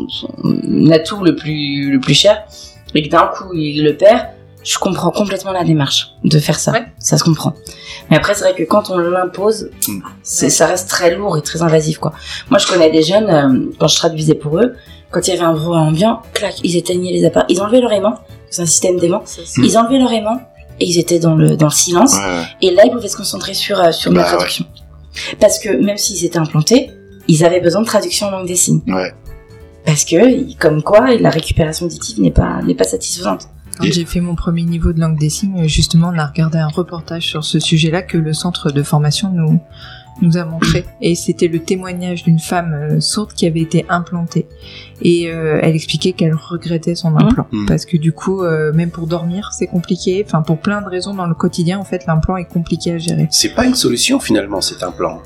Speaker 3: son- son atout le plus, le plus cher et que d'un coup il le perd, je comprends complètement la démarche de faire ça.
Speaker 2: Ouais.
Speaker 3: Ça se comprend. Mais après, c'est vrai que quand on l'impose,
Speaker 1: Mm.
Speaker 3: c'est- ça reste très lourd et très invasif, quoi. Moi, je connais des jeunes, euh, quand je traduisais pour eux, quand il y avait un bruit ambiant, clac, ils éteignaient les appareils, ils enlevaient leur aimant, c'est un système d'aimant,
Speaker 1: Mm.
Speaker 3: ils enlevaient leur aimant et ils étaient dans le, dans le silence.
Speaker 1: Ouais, ouais.
Speaker 3: Et là, ils pouvaient se concentrer sur, euh, sur la
Speaker 1: Bah ouais.
Speaker 3: traduction. Parce que même s'ils étaient implantés, ils avaient besoin de traduction en langue des signes.
Speaker 1: Ouais.
Speaker 3: Parce que, il- comme quoi, la récupération auditive n'est pas, n'est pas satisfaisante.
Speaker 2: Quand
Speaker 1: Et-
Speaker 2: j'ai fait mon premier niveau de langue des signes, justement, on a regardé un reportage sur ce sujet-là que le centre de formation nous, nous a montré. Et c'était le témoignage d'une femme euh, sourde qui avait été implantée. Et euh, elle expliquait qu'elle regrettait son implant.
Speaker 1: Mhm.
Speaker 2: Parce que du coup, euh, même pour dormir, c'est compliqué. Enfin, pour plein de raisons dans le quotidien, en fait, l'implant est compliqué à gérer.
Speaker 4: C'est pas une solution finalement, c'est un plan.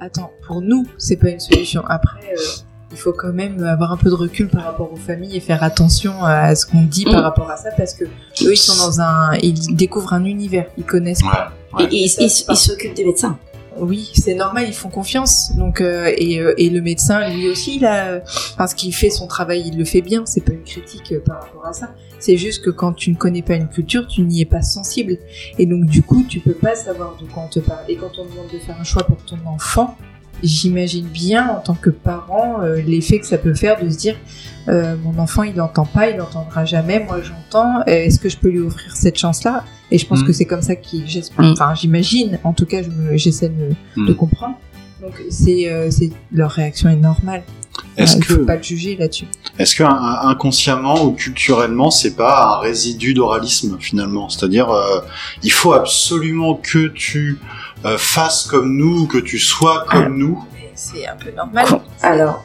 Speaker 2: Attends, pour nous, c'est pas une solution. Après, euh, il faut quand même avoir un peu de recul par rapport aux familles et faire attention à ce qu'on dit
Speaker 3: Mm.
Speaker 2: par rapport à ça parce que eux, ils sont dans un, ils découvrent un univers, ils connaissent.
Speaker 3: Et,
Speaker 1: Ouais.
Speaker 3: et ils- ils ils s'occupent des médecins.
Speaker 2: oui, c'est normal, ils font confiance. Donc euh, et, euh, et le médecin lui aussi là, euh, parce qu'il fait son travail, il le fait bien. C'est pas une critique euh, par rapport à ça. C'est juste que quand tu ne connais pas une culture, tu n'y es pas sensible. Et donc du coup, tu peux pas savoir de quoi on te parle. Et quand on demande de faire un choix pour ton enfant, j'imagine bien en tant que parent euh, l'effet que ça peut faire de se dire euh, mon enfant il n'entend pas, il n'entendra jamais. Moi j'entends. Euh, Est-ce que je peux lui offrir cette chance là Et je pense
Speaker 1: Mhm.
Speaker 2: que c'est comme ça qu'il j'espère.
Speaker 3: Mhm.
Speaker 2: Enfin j'imagine. En tout cas je me- j'essaie de, me-
Speaker 1: Mhm.
Speaker 2: de comprendre. Donc c'est euh, c'est- leur réaction est normale.
Speaker 1: Est-ce
Speaker 2: Euh, il faut
Speaker 1: que,
Speaker 2: pas le juger là-dessus.
Speaker 1: est-ce que un- un- inconsciemment ou culturellement, c'est pas un résidu d'oralisme finalement C'est-à-dire, euh, il faut absolument que tu euh, fasses comme nous, que tu sois comme nous.
Speaker 2: C'est un peu normal.
Speaker 3: Com- Alors,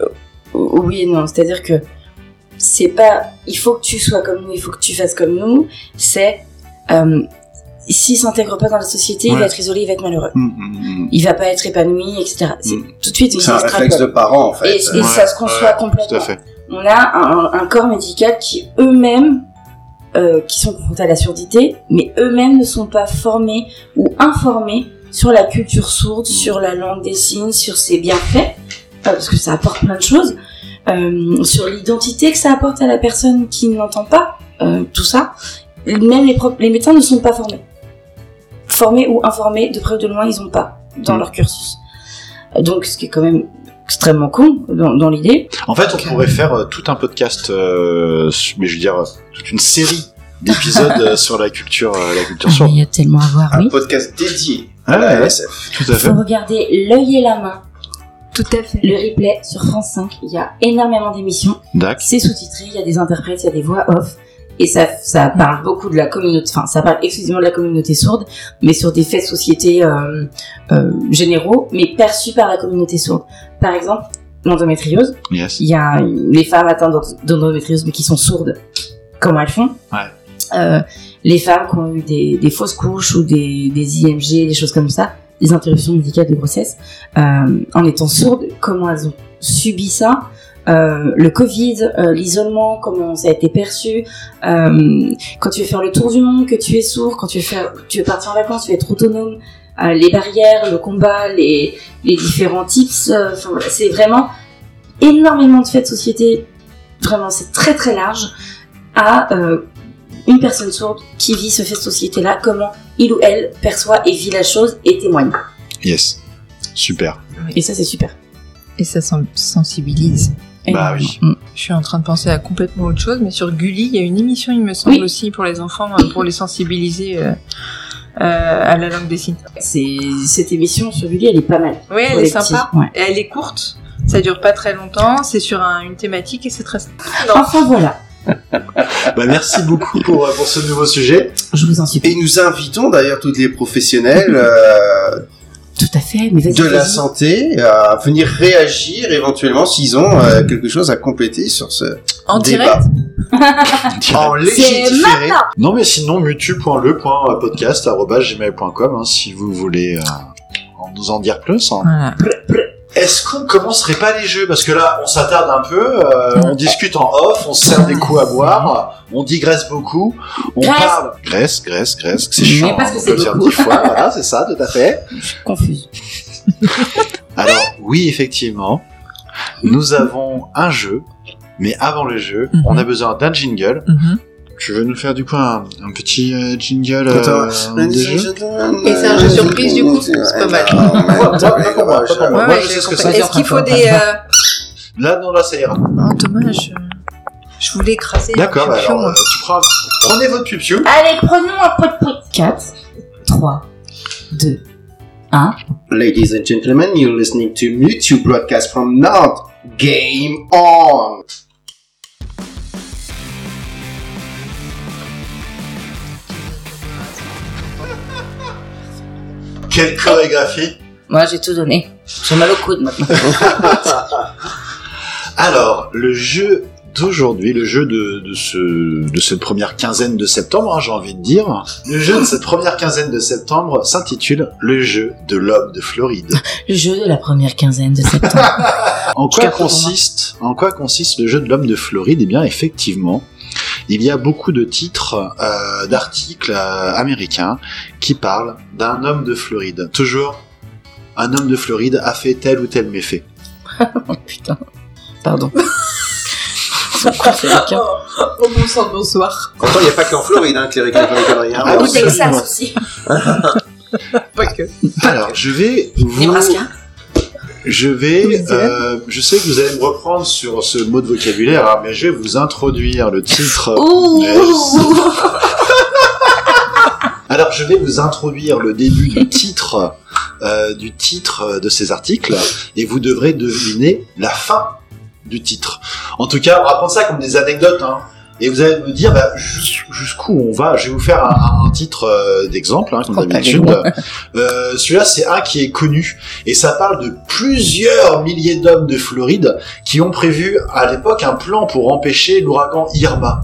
Speaker 3: euh, oui et non. C'est-à-dire que c'est pas. Il faut que tu sois comme nous, il faut que tu fasses comme nous. C'est. Euh, S'il s'intègre pas dans la société, il
Speaker 1: Ouais.
Speaker 3: va être isolé, il va être malheureux.
Speaker 1: Mm, mm, mm.
Speaker 3: Il va pas être épanoui, etc. C'est
Speaker 1: Mm.
Speaker 3: tout de suite une
Speaker 4: C'est un
Speaker 3: extrapole.
Speaker 4: réflexe de parents, en fait.
Speaker 3: Et, et ça se conçoit
Speaker 1: ouais, Tout
Speaker 3: complètement.
Speaker 1: à fait.
Speaker 3: On a un, un corps médical qui eux-mêmes, euh, qui sont confrontés à la surdité, mais eux-mêmes ne sont pas formés ou informés sur la culture sourde, sur la langue des signes, sur ses bienfaits, euh, parce que ça apporte plein de choses, euh, sur l'identité que ça apporte à la personne qui n'entend pas, euh, tout ça. Même les, propres- les médecins ne sont pas formés. Formés ou informés, de près ou de loin, ils n'ont pas dans
Speaker 1: Mm.
Speaker 3: leur cursus. Euh, Donc, ce qui est quand même extrêmement con dans- dans l'idée.
Speaker 1: En fait, on
Speaker 2: Ok.
Speaker 1: pourrait faire euh, tout un podcast, euh, su- mais je veux dire euh, toute une série d'épisodes euh, sur la culture, euh, la culture
Speaker 2: (laughs)
Speaker 3: Ah, mais
Speaker 1: sourde.
Speaker 3: Il y a tellement à voir,
Speaker 4: Un
Speaker 3: oui.
Speaker 4: podcast dédié
Speaker 1: Ah
Speaker 4: à la
Speaker 1: ouais, ouais.
Speaker 4: SF.
Speaker 1: Tout à fait.
Speaker 3: Faut regarder L'œil et la main,
Speaker 2: Tout à fait.
Speaker 3: le replay sur France 5. Il y a énormément d'émissions.
Speaker 1: D'accord.
Speaker 3: C'est sous-titré, il y a des interprètes, il y a des voix off. Et ça, ça parle beaucoup de la communauté, enfin, ça parle exclusivement de la communauté sourde, mais sur des faits de société euh, euh, généraux, mais perçus par la communauté sourde. Par exemple, l'endométriose,
Speaker 1: Yes.
Speaker 3: il y a les femmes atteintes d'end- d'endométriose mais qui sont sourdes, comment elles font
Speaker 1: Ouais.
Speaker 3: Euh, Les femmes qui ont eu des, des fausses couches ou des, des IMG, des choses comme ça, des interruptions médicales de grossesse, euh, en étant sourdes, comment elles ont subi ça euh, le Covid, euh, l'isolement, comment ça a été perçu, euh, quand tu veux faire le tour du monde, que tu es sourd, quand tu veux, faire, tu veux partir en vacances, tu veux être autonome, euh, les barrières, le combat, les, les différents tips, euh, enfin, voilà, c'est vraiment énormément de faits de société, vraiment c'est très très large, à euh, une personne sourde qui vit ce fait de société-là, comment il ou elle perçoit et vit la chose et témoigne.
Speaker 1: Yes. Super.
Speaker 3: Et ça c'est super.
Speaker 2: Et ça sen- sensibilise.
Speaker 1: Bah oui.
Speaker 2: Je suis en train de penser à complètement autre chose, mais sur Gulli, il y a une émission, il me semble
Speaker 3: Oui.
Speaker 2: aussi, pour les enfants, euh, pour les sensibiliser euh, euh, à la langue des signes.
Speaker 3: C'est cette émission sur Gulli, elle est pas mal.
Speaker 2: Oui, elle
Speaker 3: Pour
Speaker 2: est
Speaker 3: les
Speaker 2: sympa.
Speaker 3: petits, ouais.
Speaker 2: Et Elle est courte. Ça dure pas très longtemps. C'est sur un- une thématique et c'est très.
Speaker 3: Enfin voilà,
Speaker 1: Bah, merci beaucoup pour, euh, pour ce nouveau sujet.
Speaker 3: je vous en supplie.
Speaker 4: Et nous invitons d'ailleurs tous les professionnels
Speaker 2: (laughs)
Speaker 4: euh,
Speaker 3: Tout à fait, mais vas-y.
Speaker 4: de la
Speaker 3: vas-y.
Speaker 4: santé à venir réagir éventuellement s'ils ont euh, quelque chose à compléter sur ce
Speaker 2: En
Speaker 4: débat.
Speaker 2: direct.
Speaker 4: En légitiféré.
Speaker 1: Non, mais sinon, mutu.le.podcast.gmail.com hein, si vous voulez euh, en- nous en dire plus. hein.
Speaker 2: Voilà.
Speaker 1: Est-ce qu'on commencerait pas les jeux Parce que là, on s'attarde un peu, euh, on discute en off, on se sert des coups à boire, on digresse beaucoup, on
Speaker 3: Graisse.
Speaker 1: parle. Graisse, graisse, graisse, c'est
Speaker 3: Mais
Speaker 1: chiant.
Speaker 3: parce que
Speaker 1: on
Speaker 3: c'est
Speaker 1: peut le dire
Speaker 3: beaucoup.
Speaker 1: dix fois, voilà, c'est ça, tout à fait.
Speaker 3: Confuse.
Speaker 1: Alors, oui, effectivement, nous avons un jeu, mais avant le jeu,
Speaker 2: Mhm.
Speaker 1: on a besoin d'un jingle.
Speaker 2: Mhm.
Speaker 1: Tu veux nous faire du coup un, un petit euh, jingle
Speaker 4: Attends.
Speaker 1: euh, des jeux
Speaker 2: Et
Speaker 4: euh,
Speaker 2: c'est un jeu surprise, du coup, c'est pas mal.
Speaker 1: Moi,
Speaker 2: Ouais, ouais,
Speaker 1: je sais
Speaker 2: j'ai
Speaker 1: ce que
Speaker 2: compris.
Speaker 1: ça veut dire,
Speaker 2: Est-ce qu'il faut des. Euh...
Speaker 1: Là, non, là, ça ira.
Speaker 2: Oh, dommage. Je voulais écraser. un
Speaker 1: D'accord, bah,
Speaker 2: pion,
Speaker 1: alors,
Speaker 2: moi.
Speaker 1: euh, tu prends... Prenez votre pipiou.
Speaker 3: Allez, prenons un pot de pot. 4, 3, 2, 1.
Speaker 4: Ladies and gentlemen, you're listening to Mewtwo broadcast from Nantes. Game on!
Speaker 1: Quelle chorégraphie
Speaker 3: Moi j'ai tout donné. J'ai mal au coude maintenant.
Speaker 1: Alors, le jeu d'aujourd'hui, le jeu de, de, ce, de cette première quinzaine de septembre, hein, j'ai envie de dire, le jeu de cette première quinzaine de septembre s'intitule Le jeu de l'homme de Floride.
Speaker 3: (laughs) Le jeu de la première quinzaine de septembre.
Speaker 1: En
Speaker 3: Je
Speaker 1: quoi
Speaker 3: garde pour moi.
Speaker 1: consiste, en quoi consiste le jeu de l'homme de Floride Eh bien, effectivement, il y a beaucoup de titres euh, d'articles euh, américains qui parlent d'un homme de Floride. Toujours, un homme de Floride a fait tel ou tel méfait.
Speaker 3: (laughs) Oh, putain. (laughs) Pardon. Son coup, c'est le cas.
Speaker 2: Au bon sang, Oh, bonsoir.
Speaker 4: Pourtant, il n'y a pas qu'en Floride, hein, que les réclamations de conneries, hein.
Speaker 1: Ah oui,
Speaker 3: Au Texas
Speaker 1: absolument.
Speaker 3: aussi.
Speaker 2: Pas que.
Speaker 1: Alors, je vais vous...
Speaker 3: Nebraska.
Speaker 1: Je
Speaker 2: Oui,
Speaker 1: vais,
Speaker 2: c'est vrai.
Speaker 1: euh, je sais que vous allez me reprendre sur ce mot de vocabulaire, hein, mais je vais vous introduire le titre.
Speaker 2: Oh,
Speaker 3: Ouh
Speaker 1: Alors, je vais vous introduire le début du titre, euh, du titre euh, de ces articles, et vous devrez deviner la fin du titre. En tout cas, on va prendre ça comme des anecdotes, hein, et vous allez me dire bah, jus- jusqu'où on va. Je vais vous faire un, un titre euh, d'exemple, hein, comme
Speaker 3: Oh, pas
Speaker 1: d'habitude.
Speaker 3: les
Speaker 1: Euh, Celui-là, c'est un qui est connu, et ça parle de plusieurs milliers d'hommes de Floride qui ont prévu à l'époque un plan pour empêcher l'ouragan Irma.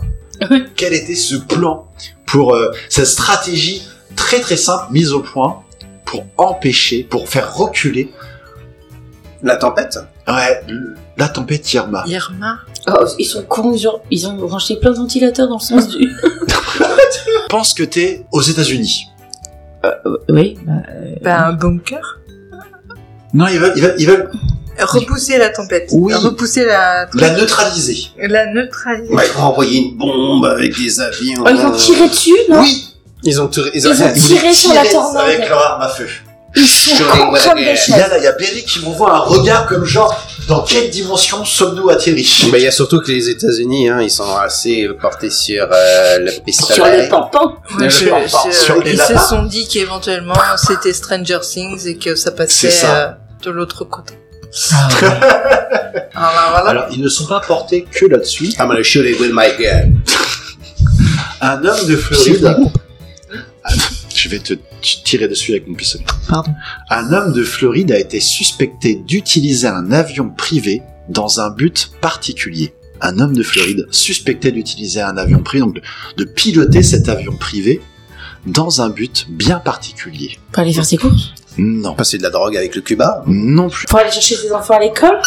Speaker 3: Oui.
Speaker 1: Quel était ce plan pour euh, cette stratégie très très simple mise au point pour empêcher, pour faire reculer
Speaker 4: La tempête
Speaker 1: ouais, la tempête Irma.
Speaker 2: (laughs) Irma.
Speaker 3: Oh, ils sont cons, ils ont, ils ont branché plein de ventilateurs dans le sens (laughs) du.
Speaker 1: Pense que t'es aux États-Unis.
Speaker 3: Euh, Oui.
Speaker 2: Bah, un bunker.
Speaker 1: Non, ils veulent, ils veulent, ils veulent
Speaker 2: Repousser la tempête.
Speaker 1: Oui.
Speaker 2: Repousser la,
Speaker 1: la neutraliser.
Speaker 2: la neutraliser.
Speaker 4: Ils vont envoyer une bombe avec des avions.
Speaker 3: Oh, Ah,
Speaker 4: euh,
Speaker 3: ils ont tiré dessus, non
Speaker 4: Oui Ils ont, tiré- ils ont,
Speaker 3: Ils ont tiré sur la tornade.
Speaker 1: Avec leur arme à feu.
Speaker 3: Ils sont
Speaker 4: Sur les
Speaker 3: cons comme
Speaker 4: wagons.
Speaker 3: des
Speaker 1: Il y
Speaker 3: chefs.
Speaker 1: a, là, il y a Berry qui m'envoie un regard comme genre, dans quelle dimension sommes-nous atterris
Speaker 4: Mais Bah, il y a surtout que les États-Unis, hein, ils sont assez portés sur euh, le pistolet.
Speaker 3: Sur le pan-pan.
Speaker 2: Moi, je-
Speaker 1: Le porte-
Speaker 2: je-
Speaker 1: sur les
Speaker 2: ils se
Speaker 1: lapins.
Speaker 2: sont dit qu'éventuellement c'était Stranger Things et que ça passait
Speaker 1: C'est ça.
Speaker 2: euh, de l'autre côté.
Speaker 1: (laughs)
Speaker 2: Ah, bah, voilà.
Speaker 1: Alors, ils ne sont pas portés que là-dessus.
Speaker 4: I'm gonna shoot it with my gun.
Speaker 1: Un homme de Floride. Ah, Je vais te t- tirer dessus avec mon pistolet.
Speaker 2: Pardon.
Speaker 1: Un homme de Floride a été suspecté d'utiliser un avion privé dans un but particulier. Un homme de Floride suspecté d'utiliser un avion privé, donc de- de piloter cet avion privé dans un but bien particulier.
Speaker 3: Pour aller faire ses courses
Speaker 1: Non.
Speaker 4: Passer de la drogue avec le Cuba.
Speaker 1: Non plus.
Speaker 3: Pour aller chercher ses enfants à l'école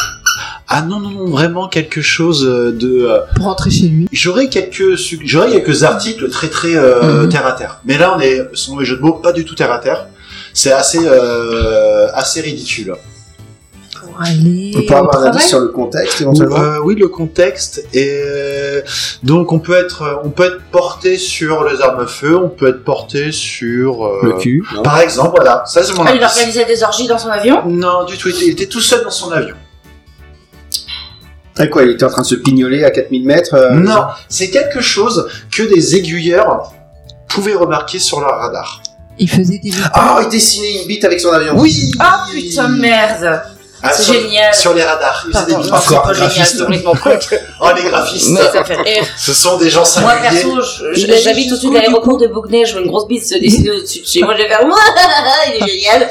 Speaker 1: Ah non, non, non, vraiment quelque chose euh, de... euh,
Speaker 2: Pour rentrer chez lui.
Speaker 1: J'aurais quelques, sug- j'aurais quelques articles très très euh,
Speaker 3: Mhm.
Speaker 1: terre à terre. Mais là, on est, selon les jeux de mots, pas du tout terre à terre. C'est assez, euh, assez ridicule.
Speaker 2: Pour aller.
Speaker 4: On peut
Speaker 2: au
Speaker 4: avoir un
Speaker 2: travail.
Speaker 4: indice sur le contexte éventuellement.
Speaker 1: Euh, oui, le contexte. Et donc, on peut être, on peut être porté sur les armes à feu, on peut être porté sur euh,
Speaker 5: Le cul.
Speaker 1: Par exemple, voilà. Ça, c'est mon
Speaker 3: Ah, Il
Speaker 1: indice.
Speaker 3: organisait des orgies dans son avion
Speaker 1: Non, du tout. Il était, il était tout seul dans son avion.
Speaker 4: Et quoi, il était en train de se pignoler à 4000 mètres euh,
Speaker 1: non, c'est quelque chose que des aiguilleurs pouvaient remarquer sur leur radar.
Speaker 2: Il faisait des.
Speaker 4: Ah, il dessinait une bite avec son avion.
Speaker 1: Oui.
Speaker 3: Ah putain, merde
Speaker 1: Ah,
Speaker 3: C'est
Speaker 1: sur-
Speaker 3: génial
Speaker 1: Sur les radars, ils faisaient des
Speaker 3: Pardon,
Speaker 1: bilans.
Speaker 3: non, c'est
Speaker 1: Encore
Speaker 3: pas
Speaker 1: les
Speaker 3: génial, c'est
Speaker 1: graphistes.
Speaker 3: complètement con.
Speaker 1: Oh, les
Speaker 3: (laughs)
Speaker 1: graphistes.
Speaker 3: Mais ça fait rire.
Speaker 1: Ce sont des gens
Speaker 3: Moi,
Speaker 1: singuliers.
Speaker 3: perso, je-
Speaker 2: Il allait
Speaker 3: je- j'habite au-dessus de
Speaker 2: jusqu'où,
Speaker 3: l'aéroport de Bougnay, je vois une grosse bite se dessiner au-dessus de chez moi, je vais faire (laughs) Ouah, il est génial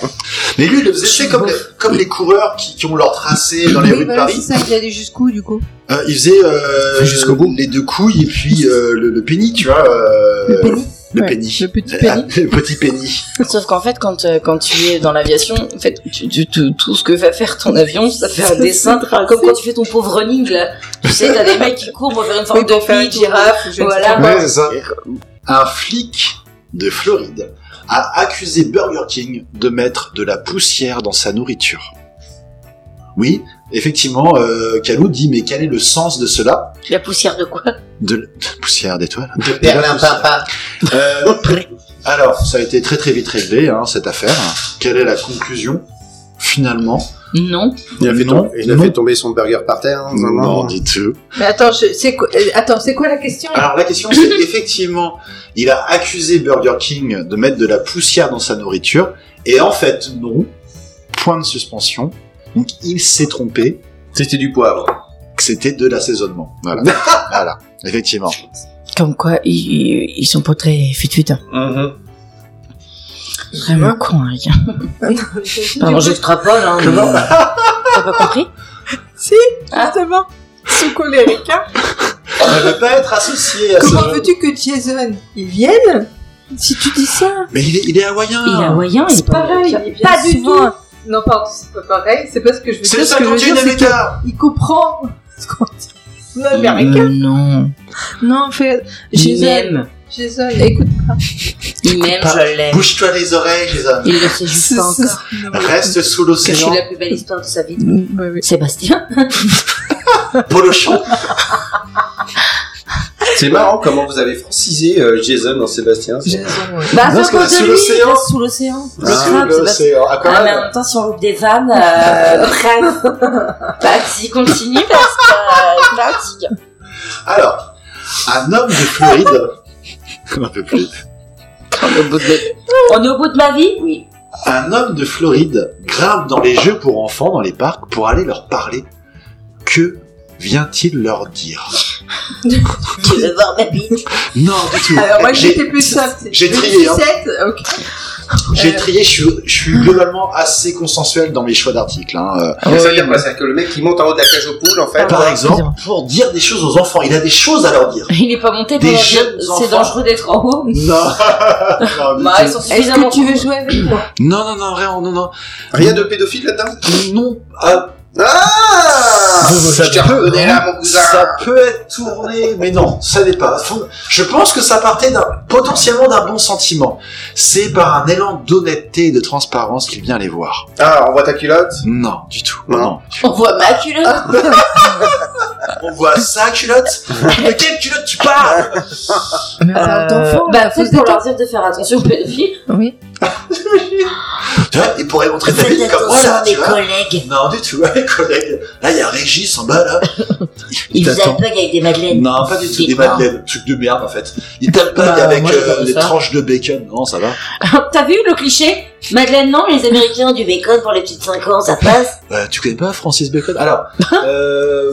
Speaker 1: Mais lui, il le faisait tu sais, comme, les, comme les coureurs qui, qui ont leur tracé dans les
Speaker 2: Oui,
Speaker 1: rues
Speaker 3: bah
Speaker 1: de
Speaker 2: voilà, c'est
Speaker 1: Paris.
Speaker 2: ça, il allait jusqu'où du coup
Speaker 1: Euh, il faisait euh,
Speaker 4: Jusqu'au bout.
Speaker 1: les deux couilles et puis euh, le, le penny, tu vois. euh,
Speaker 2: Le penny
Speaker 1: Le
Speaker 2: Ouais,
Speaker 1: penny.
Speaker 2: le petit penny.
Speaker 1: (laughs) Ah, le petit penny.
Speaker 3: Sauf qu'en fait, quand, euh, quand tu es dans l'aviation, en fait, tu- tu- tu- tout ce que va faire ton avion, ça (laughs) fait un dessin. Comme quand tu fais ton pauvre running, là. Tu sais, t'as des mecs qui courent pour faire une forme
Speaker 2: Oui,
Speaker 3: de
Speaker 2: pour faire une
Speaker 3: pie, girafe,
Speaker 2: tour, je ne
Speaker 3: voilà.
Speaker 1: Ouais, Ah bah, c'est ça. Un flic de Floride a accusé Burger King de mettre de la poussière dans sa nourriture. Oui, effectivement, euh, Calou dit, mais quel est le sens de cela
Speaker 3: La poussière de quoi
Speaker 1: De la de la (laughs) poussière d'étoile.
Speaker 4: De Berlin, papa.
Speaker 1: Euh, (laughs) alors, ça a été très très vite réglé, hein, cette affaire. Quelle est la conclusion, finalement
Speaker 3: Non.
Speaker 4: Il a fait,
Speaker 1: Non,
Speaker 4: tomber, il a
Speaker 1: non.
Speaker 4: fait tomber son burger par terre. hein, vraiment.
Speaker 1: du tout.
Speaker 2: Mais attends, je- c'est quoi, euh, attends, c'est quoi la question
Speaker 1: Alors, la question, c'est effectivement, il a accusé Burger King de mettre de la poussière dans sa nourriture, et en fait, non. Point de suspension. Donc, il s'est trompé
Speaker 4: C'était du poivre.
Speaker 1: que c'était de l'assaisonnement. Voilà. voilà. Effectivement.
Speaker 3: Comme quoi, ils, ils sont pas très futuites. Mhm. Vraiment con, hein, les gars.
Speaker 2: Ah.
Speaker 3: Pardon, j'extrapole, hein. mais-
Speaker 1: Comment
Speaker 3: T'as pas compris
Speaker 2: Si, justement, hein. c'est quoi les ricains
Speaker 1: On ne peut pas être associé à ce
Speaker 2: Comment veux-tu que Jason il vienne si tu dis ça
Speaker 1: Mais il est, il est hawaïen.
Speaker 3: Il est hawaïen, Ah, il est
Speaker 2: C'est
Speaker 3: pas
Speaker 2: pareil,
Speaker 3: américain.
Speaker 2: pas du tout. Non, pardon, c'est pas pareil. C'est pas ce que je veux
Speaker 1: C'est le
Speaker 2: dire. Ce que Mm. je veux
Speaker 1: 51
Speaker 2: dire,
Speaker 1: e
Speaker 2: c'est
Speaker 1: écart
Speaker 2: qu'il comprend. ce qu'on dit. Américain.
Speaker 3: Euh, Non.
Speaker 2: Non, en fait,
Speaker 3: Il
Speaker 2: Jason,
Speaker 3: m'aime.
Speaker 2: Jason, écoute pas.
Speaker 3: Il m'aime, je l'aime.
Speaker 1: Bouge-toi les oreilles, les hommes.
Speaker 3: Il le sait juste pas
Speaker 2: C'est-
Speaker 3: encore.
Speaker 2: c'est- non.
Speaker 1: Reste sous
Speaker 3: Que je
Speaker 1: l'océan.
Speaker 3: suis la plus belle histoire de sa vie.
Speaker 2: Ouais, ouais.
Speaker 3: Sébastien.
Speaker 1: Polochon.
Speaker 4: C'est marrant comment vous avez francisé euh, Jason dans Sébastien.
Speaker 2: Jason, ouais.
Speaker 3: Bah,
Speaker 1: Non, parce
Speaker 3: à cause
Speaker 1: que
Speaker 3: de
Speaker 1: sous
Speaker 3: lui,
Speaker 1: l'océan.
Speaker 3: il reste sous l'océan.
Speaker 4: Ah,
Speaker 1: Sous l'océan. Ah, quand
Speaker 3: Ah, mais en
Speaker 1: même.
Speaker 3: même temps, si on loupe des vannes,
Speaker 1: (laughs)
Speaker 3: euh, bref. Bah, s'il continue, parce que euh, je fatigue.
Speaker 1: Alors, un homme de Floride. un peu plus.
Speaker 3: On est au bout de ma vie Oui.
Speaker 1: Un homme de Floride grimpe dans les jeux pour enfants dans les parcs pour aller leur parler. Que vient-il leur dire
Speaker 3: Tu veux voir ma bite
Speaker 1: Non, du tout.
Speaker 2: Alors Euh, moi
Speaker 1: J'ai-
Speaker 2: j'étais plus simple. c'est-
Speaker 1: j'ai
Speaker 2: une
Speaker 1: trié, hein.
Speaker 2: sucette, ok.
Speaker 1: J'ai
Speaker 2: Euh.
Speaker 1: trié, je suis, je suis globalement assez consensuel dans mes choix d'articles. hein, euh.
Speaker 4: Mais ça veut dire quoi C'est que le mec qui monte en haut de la cage aux poules, en fait.
Speaker 1: Par exemple, pour dire des choses aux enfants, il a des choses à leur
Speaker 2: (laughs)
Speaker 1: dire.
Speaker 3: Il est pas monté pour
Speaker 1: Des
Speaker 3: leur dire
Speaker 1: jeunes enfants.
Speaker 3: c'est dangereux d'être en haut.
Speaker 1: Non, non, du
Speaker 3: Bah,
Speaker 1: tout.
Speaker 3: ils sont
Speaker 2: Est-ce
Speaker 3: suffisamment.
Speaker 2: que tu veux jouer
Speaker 3: (laughs)
Speaker 2: avec moi
Speaker 1: non, non, non, vraiment, non, non,
Speaker 4: Rien de pédophile là-dedans
Speaker 1: non.
Speaker 4: Ah Ah
Speaker 1: Ça
Speaker 4: Je t'ai
Speaker 1: peut-
Speaker 4: reconnu là, mon cousin
Speaker 1: Ça peut être tourné, mais non, ça n'est pas. Faut- Je pense que ça partait d'un- potentiellement d'un bon sentiment. C'est par un élan d'honnêteté et de transparence qu'il vient les voir.
Speaker 4: Ah, on voit ta culotte
Speaker 1: Non, du tout.
Speaker 4: Non.
Speaker 1: Non.
Speaker 3: On voit ma culotte.
Speaker 1: On voit ça, culotte De quelle culotte tu parles
Speaker 2: Mais on parle d'enfant.
Speaker 3: bah,
Speaker 2: faut
Speaker 3: faut
Speaker 2: se
Speaker 3: pour leur
Speaker 2: détendre.
Speaker 3: dire de faire attention aux pédophiles.
Speaker 2: Oui.
Speaker 1: Tu vois, il pourrait montrer ta bite comme moi, là, tu vois.
Speaker 3: collègues.
Speaker 1: Non, du tout, les collègues. Là, il y a Régis en bas, là. Il t'attend.
Speaker 3: avec des madeleines.
Speaker 1: Non, pas du tout, des
Speaker 3: Dites-moi.
Speaker 1: madeleines. Truc de merde, en fait. Il tape pas
Speaker 3: Bah,
Speaker 1: avec
Speaker 3: moi, j'ai pas
Speaker 1: euh,
Speaker 3: fait
Speaker 1: les
Speaker 3: ça.
Speaker 1: tranches de bacon. Non, ça va.
Speaker 3: (laughs) T'as vu le cliché Madeleine, non, les Américains ont du bacon pour les petites 5 ans, ça passe.
Speaker 1: Euh, tu connais pas Francis Bacon Alors, euh,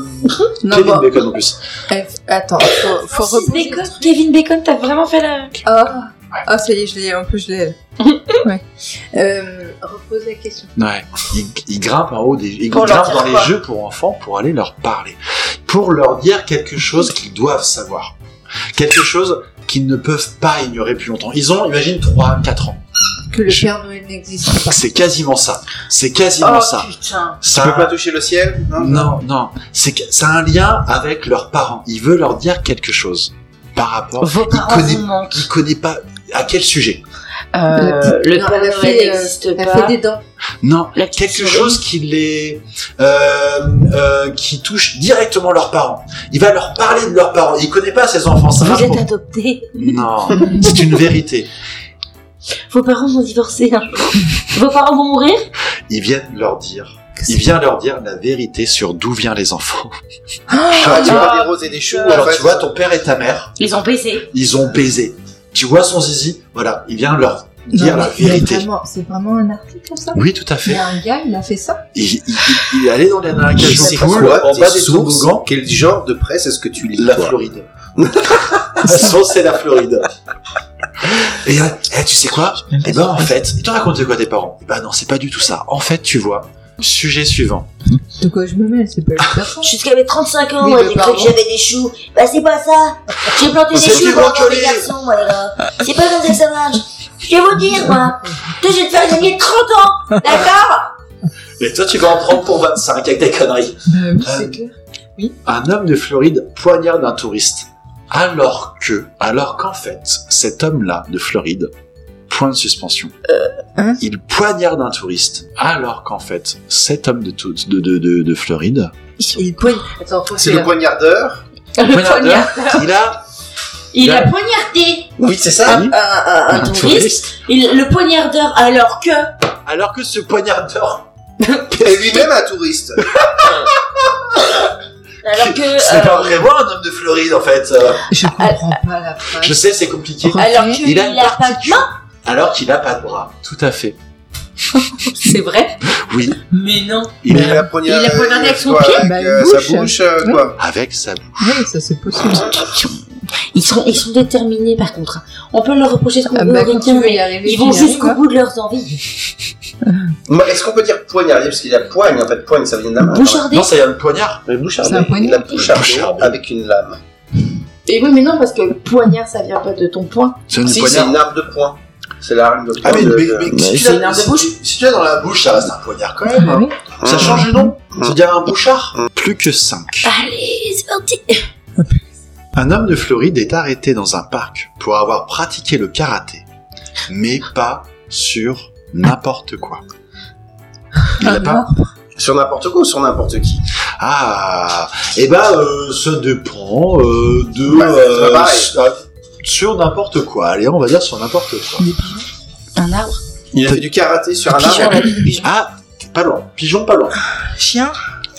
Speaker 2: Non,
Speaker 1: Kevin
Speaker 2: bon.
Speaker 1: Bacon en plus.
Speaker 2: eh, Attends, faut, faut
Speaker 3: Francis
Speaker 2: reposer.
Speaker 3: Bacon, Kevin Bacon, t'as vraiment fait la.
Speaker 2: Oh. oh, ça y est, je l'ai, en plus je (laughs) l'ai. ouais. Euh, repose la question.
Speaker 1: Ouais. Ils, ils grimpent en haut, des, ils
Speaker 3: Pour leur
Speaker 1: grimpent
Speaker 3: dire
Speaker 1: dans les
Speaker 3: quoi
Speaker 1: jeux pour enfants pour aller leur parler, pour leur dire quelque chose qu'ils doivent savoir, quelque chose qu'ils ne peuvent pas ignorer plus longtemps. Ils ont, imagine, 3, 4 ans.
Speaker 2: Que le
Speaker 1: Je-
Speaker 2: Père Noël n'existe pas.
Speaker 1: C'est quasiment ça. C'est quasiment
Speaker 3: Oh,
Speaker 1: ça.
Speaker 3: putain.
Speaker 1: Ça
Speaker 4: Tu peux pas toucher le ciel
Speaker 1: Ah. Non, non. C'est que- ça a un lien avec leurs parents. Il veut leur dire quelque chose par rapport.
Speaker 3: Vos
Speaker 1: parents
Speaker 3: parents
Speaker 1: connaît-
Speaker 3: vous manquent.
Speaker 1: Il connaît pas à quel sujet.
Speaker 3: Euh, le
Speaker 2: Non,
Speaker 3: Père
Speaker 2: la
Speaker 3: Noël
Speaker 2: fée, euh,
Speaker 3: n'existe
Speaker 2: La
Speaker 3: pas.
Speaker 2: fée des dents.
Speaker 1: Non,
Speaker 3: La petite
Speaker 1: quelque
Speaker 3: souris.
Speaker 1: chose qui les euh, euh, qui touche directement leurs parents. Il va leur parler de leurs parents. Il connaît pas ses enfants. Ça marche
Speaker 3: Vous êtes
Speaker 1: pour-
Speaker 3: adopté.
Speaker 1: Non,
Speaker 3: (laughs)
Speaker 1: c'est une vérité.
Speaker 3: Vos parents vont divorcer (laughs) un jour. Vos parents vont mourir.
Speaker 1: Il vient leur dire. Il vient leur dire la vérité sur d'où viennent les (laughs) enfants.
Speaker 4: Ah, tu
Speaker 1: tu vois,
Speaker 4: vois des roses et des choux, en
Speaker 1: genre,
Speaker 4: fait.
Speaker 1: tu vois, ton père et ta mère,
Speaker 3: Ils ont baisé.
Speaker 1: ils ont baisé. Tu vois son zizi, voilà, il vient leur dire
Speaker 2: Non,
Speaker 1: la
Speaker 2: mais
Speaker 1: vérité.
Speaker 2: vraiment, C'est vraiment un article comme ça
Speaker 1: Oui, tout à
Speaker 2: Il y
Speaker 1: fait.
Speaker 2: a un gars, il a fait ça
Speaker 1: Il, il- il est allé dans les dans la cage
Speaker 4: C'est
Speaker 1: aux poules,
Speaker 4: quoi
Speaker 1: en
Speaker 4: tes
Speaker 1: bas des
Speaker 4: sources
Speaker 1: toboggans.
Speaker 4: Quel genre de presse est-ce que tu lis
Speaker 1: La
Speaker 4: toi
Speaker 1: Floride. (laughs) La sauce, c'est la Floride. Et euh, eh, tu sais quoi Eh ben en fait, ils t'ont raconté quoi tes parents Eh ben non, c'est pas du tout ça. En fait, tu vois, sujet suivant.
Speaker 2: De quoi je me mêle C'est pas une personne.
Speaker 3: Jusqu'à mes 35 ans,
Speaker 2: Mais
Speaker 3: moi,
Speaker 2: le
Speaker 3: j'ai cru
Speaker 2: baron.
Speaker 3: que j'avais des choux. Bah, c'est pas ça. J'ai planté des
Speaker 1: C'est du
Speaker 3: choux pour avoir
Speaker 1: brocoli.
Speaker 3: des garçons, moi, les gars. C'est pas comme ça que ça marche. Je vais vous dire, moi. Toi, je vais te faire gagner 30 ans. D'accord
Speaker 1: Mais toi, tu vas en prendre pour 25 avec des conneries.
Speaker 2: Bah oui,
Speaker 1: Euh,
Speaker 2: c'est clair.
Speaker 1: Un homme de Floride poignarde un touriste. Alors que, alors qu'en fait, cet homme-là de Floride, point de suspension,
Speaker 3: Euh,
Speaker 2: hein
Speaker 1: il poignarde un touriste. Alors qu'en fait, cet homme de, tou- de, de, de, de Floride,
Speaker 2: Il poigne. Attends, faut
Speaker 4: C'est
Speaker 2: que-
Speaker 4: le poignardeur
Speaker 3: Le
Speaker 1: poignardeur,
Speaker 3: poignard.
Speaker 1: il a
Speaker 3: Il a
Speaker 1: Là. Ah,
Speaker 3: poignardé
Speaker 4: Oui, c'est
Speaker 3: un, un- un- un touriste. Il, le poignardeur, alors que.
Speaker 1: Alors que ce poignardeur,
Speaker 4: Et lui-même un touriste
Speaker 3: Alors que.
Speaker 1: ce n'est
Speaker 3: euh,
Speaker 1: pas vraiment un homme de Floride en fait. Euh,
Speaker 2: Je Ah, comprends pas la phrase.
Speaker 1: Je sais, c'est compliqué.
Speaker 3: euh, alors que
Speaker 1: Il a une
Speaker 3: pas de main.
Speaker 1: Alors qu'il n'a pas de bras. Tout à fait.
Speaker 3: C'est vrai.
Speaker 1: Oui.
Speaker 3: Mais non.
Speaker 1: Il
Speaker 4: Mais
Speaker 1: est
Speaker 4: la poignard-
Speaker 3: il a poignardé avec son
Speaker 4: quoi,
Speaker 3: pied
Speaker 4: avec,
Speaker 2: Bah,
Speaker 4: euh,
Speaker 2: bouche.
Speaker 4: Sa bouche, euh,
Speaker 2: Oui.
Speaker 4: quoi
Speaker 1: avec sa bouche.
Speaker 2: Oui, ça c'est possible.
Speaker 3: Ils sont, ils sont déterminés par contre. On peut leur reprocher ce qu'on
Speaker 2: Ah,
Speaker 3: veut
Speaker 2: bah,
Speaker 3: aux
Speaker 2: quand tu
Speaker 3: Américains,
Speaker 2: veux y arriver, tu
Speaker 3: Ils
Speaker 2: y
Speaker 3: vont
Speaker 2: arrives,
Speaker 3: jusqu'au
Speaker 2: quoi.
Speaker 3: bout de leurs envies.
Speaker 4: Moi, Est-ce qu'on peut dire poignarder Parce qu'il a poigne, en fait, poigne, ça vient de la main. hein.
Speaker 3: Bouchardés.
Speaker 1: Non, ça y a un poignard.
Speaker 4: Mais bouchardé,
Speaker 2: C'est un poignard.
Speaker 4: il a bouchardé
Speaker 1: Bouchardé.
Speaker 4: avec une lame.
Speaker 3: Et oui, mais non, parce que le poignard, ça vient pas de ton poing.
Speaker 1: C'est un
Speaker 4: Si, c'est
Speaker 1: poignard.
Speaker 4: une arme de poing. C'est l'arme de poing.
Speaker 1: Ah, mais,
Speaker 4: de-
Speaker 1: mais-
Speaker 4: de-
Speaker 1: mais si, tu
Speaker 3: c'est
Speaker 1: l'as-
Speaker 3: une arme de
Speaker 1: si-
Speaker 3: bouche.
Speaker 1: si tu l'as dans la bouche, ça reste un poignard quand même. hein.
Speaker 2: Ah oui.
Speaker 1: Ça change le nom.
Speaker 4: Mmh.
Speaker 1: C'est bien un bouchard. Mm. Plus que 5.
Speaker 3: Allez, c'est pas gentil.
Speaker 1: Un homme de Floride est arrêté dans un parc pour avoir pratiqué le karaté, mais pas sur n'importe quoi. Il
Speaker 3: Ah,
Speaker 1: a pas...
Speaker 4: Sur n'importe quoi ou sur n'importe qui
Speaker 1: Ah, eh ben, euh, ça dépend euh, de...
Speaker 4: Bah, c'est
Speaker 1: euh,
Speaker 4: pareil.
Speaker 1: sur- sur n'importe quoi. Allez, on va dire sur n'importe quoi.
Speaker 3: Un arbre.
Speaker 4: Il a fait du karaté sur un
Speaker 3: Pigeon,
Speaker 4: arbre
Speaker 3: la vie du pigeon.
Speaker 1: Ah, pas loin. Pigeon, pas loin.
Speaker 2: Chien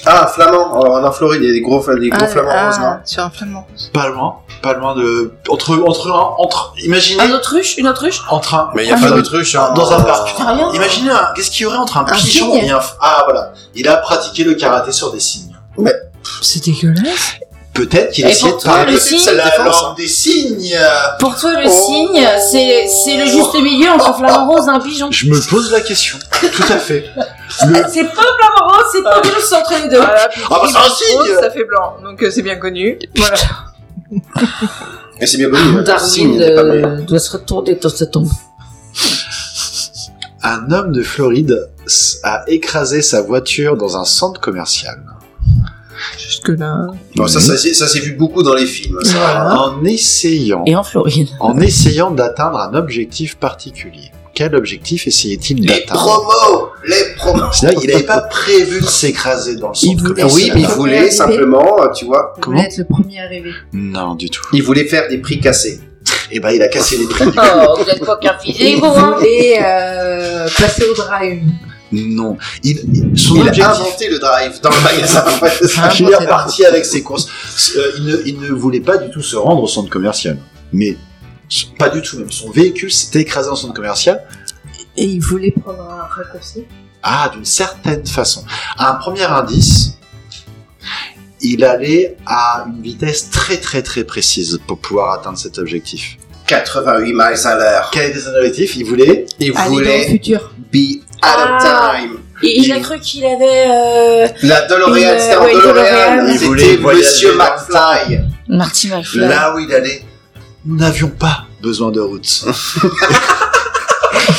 Speaker 4: Ah, un flamand Alors, en Floride, il y a des gros, des
Speaker 1: Ah,
Speaker 4: gros flamands roses, non
Speaker 2: Ah, Sur un flamand rose.
Speaker 1: Pas loin. Pas loin de... Entre... entre, entre imaginez...
Speaker 3: Un autruche, une autruche.
Speaker 1: Entre un...
Speaker 4: Mais il n'y a
Speaker 1: Ah,
Speaker 4: pas
Speaker 1: mais-
Speaker 4: d'autruche hein.
Speaker 1: Dans un parc.
Speaker 3: T'as rien.
Speaker 1: Imaginez, un- qu'est-ce qu'il y aurait entre un,
Speaker 3: Un
Speaker 1: pigeon
Speaker 3: signe.
Speaker 1: et un... f- Ah, voilà. Il a pratiqué le karaté sur des signes.
Speaker 2: C'est dégueulasse.
Speaker 1: Peut-être qu'il
Speaker 3: Et
Speaker 1: essayait de
Speaker 3: pourquoi
Speaker 1: parler
Speaker 3: le
Speaker 1: de
Speaker 3: signe
Speaker 1: la
Speaker 4: défense
Speaker 1: langue des signes.
Speaker 3: Pour toi, le
Speaker 1: Oh.
Speaker 3: signe, c'est c'est le juste milieu entre un flamant rose et un pigeon.
Speaker 1: Je me pose la question. Tout à fait. Le-
Speaker 3: C'est pas le flamant rose, c'est pas le centre des deux.
Speaker 2: Voilà, puis
Speaker 1: (laughs) Ah bah, c'est un signe
Speaker 2: Ça fait blanc, donc euh, c'est bien connu. Voilà.
Speaker 4: Mais c'est bien connu. Signe,
Speaker 3: Darwin
Speaker 4: il est pas mal.
Speaker 3: euh, doit se retourner dans sa tombe.
Speaker 1: Un homme de Floride s- a écrasé sa voiture dans un centre commercial.
Speaker 2: Jusque-là.
Speaker 4: Bon, ça, ça,
Speaker 1: Mmh.
Speaker 4: c'est- ça s'est vu beaucoup dans les films. ça.
Speaker 2: Voilà.
Speaker 1: En essayant,
Speaker 3: Et en Floride.
Speaker 1: en essayant d'atteindre un objectif particulier. Quel objectif essayait-il
Speaker 4: Les
Speaker 1: d'atteindre
Speaker 4: promos Les promos
Speaker 1: C'est-à-dire qu'il n'avait pas prévu de s'écraser dans le
Speaker 3: Il
Speaker 1: centre
Speaker 3: voulait-
Speaker 1: commercial.
Speaker 4: Oui, mais il
Speaker 2: Faut
Speaker 4: voulait
Speaker 2: arriver.
Speaker 4: simplement, euh, tu vois,
Speaker 2: Vous
Speaker 1: Comment
Speaker 2: voulez être le premier arrivé.
Speaker 1: Non, du tout.
Speaker 4: il voulait faire des prix cassés.
Speaker 1: Et ben, il a cassé les prix.
Speaker 3: Oh, vous êtes pas qu'un
Speaker 2: Et
Speaker 3: physique,
Speaker 2: vous voulez euh, passer au drive.
Speaker 1: Non. Il, il- son
Speaker 4: Il a
Speaker 1: objectif.
Speaker 4: inventé le drive dans le magasin.
Speaker 1: (laughs)
Speaker 4: Ouais, (laughs) c'est ça.
Speaker 1: Il est parti avec ses courses. Euh, il, ne, il ne voulait pas du tout se rendre au centre commercial. Mais s- pas du tout même. Son véhicule s'est écrasé dans le centre commercial.
Speaker 2: Et il voulait prendre un raccourci.
Speaker 1: Ah, d'une certaine façon. Un premier indice. Il allait à une vitesse très très très précise pour pouvoir atteindre cet objectif.
Speaker 4: 88 miles à l'heure.
Speaker 1: Quel était son objectif Il voulait
Speaker 4: Il
Speaker 2: Aller dans le
Speaker 4: voulait
Speaker 2: futur.
Speaker 4: be out
Speaker 3: Ah.
Speaker 4: of time.
Speaker 3: Et il a cru qu'il avait. euh,
Speaker 4: La DeLorean,
Speaker 3: Il,
Speaker 4: c'était
Speaker 3: euh,
Speaker 4: en
Speaker 3: ouais, DeLorean.
Speaker 4: DeLorean.
Speaker 1: Il voulait
Speaker 4: C'était
Speaker 1: voyager
Speaker 4: Monsieur
Speaker 1: dans le
Speaker 4: McFly.
Speaker 3: Marty McFly.
Speaker 1: là où il allait. Nous n'avions pas besoin de route.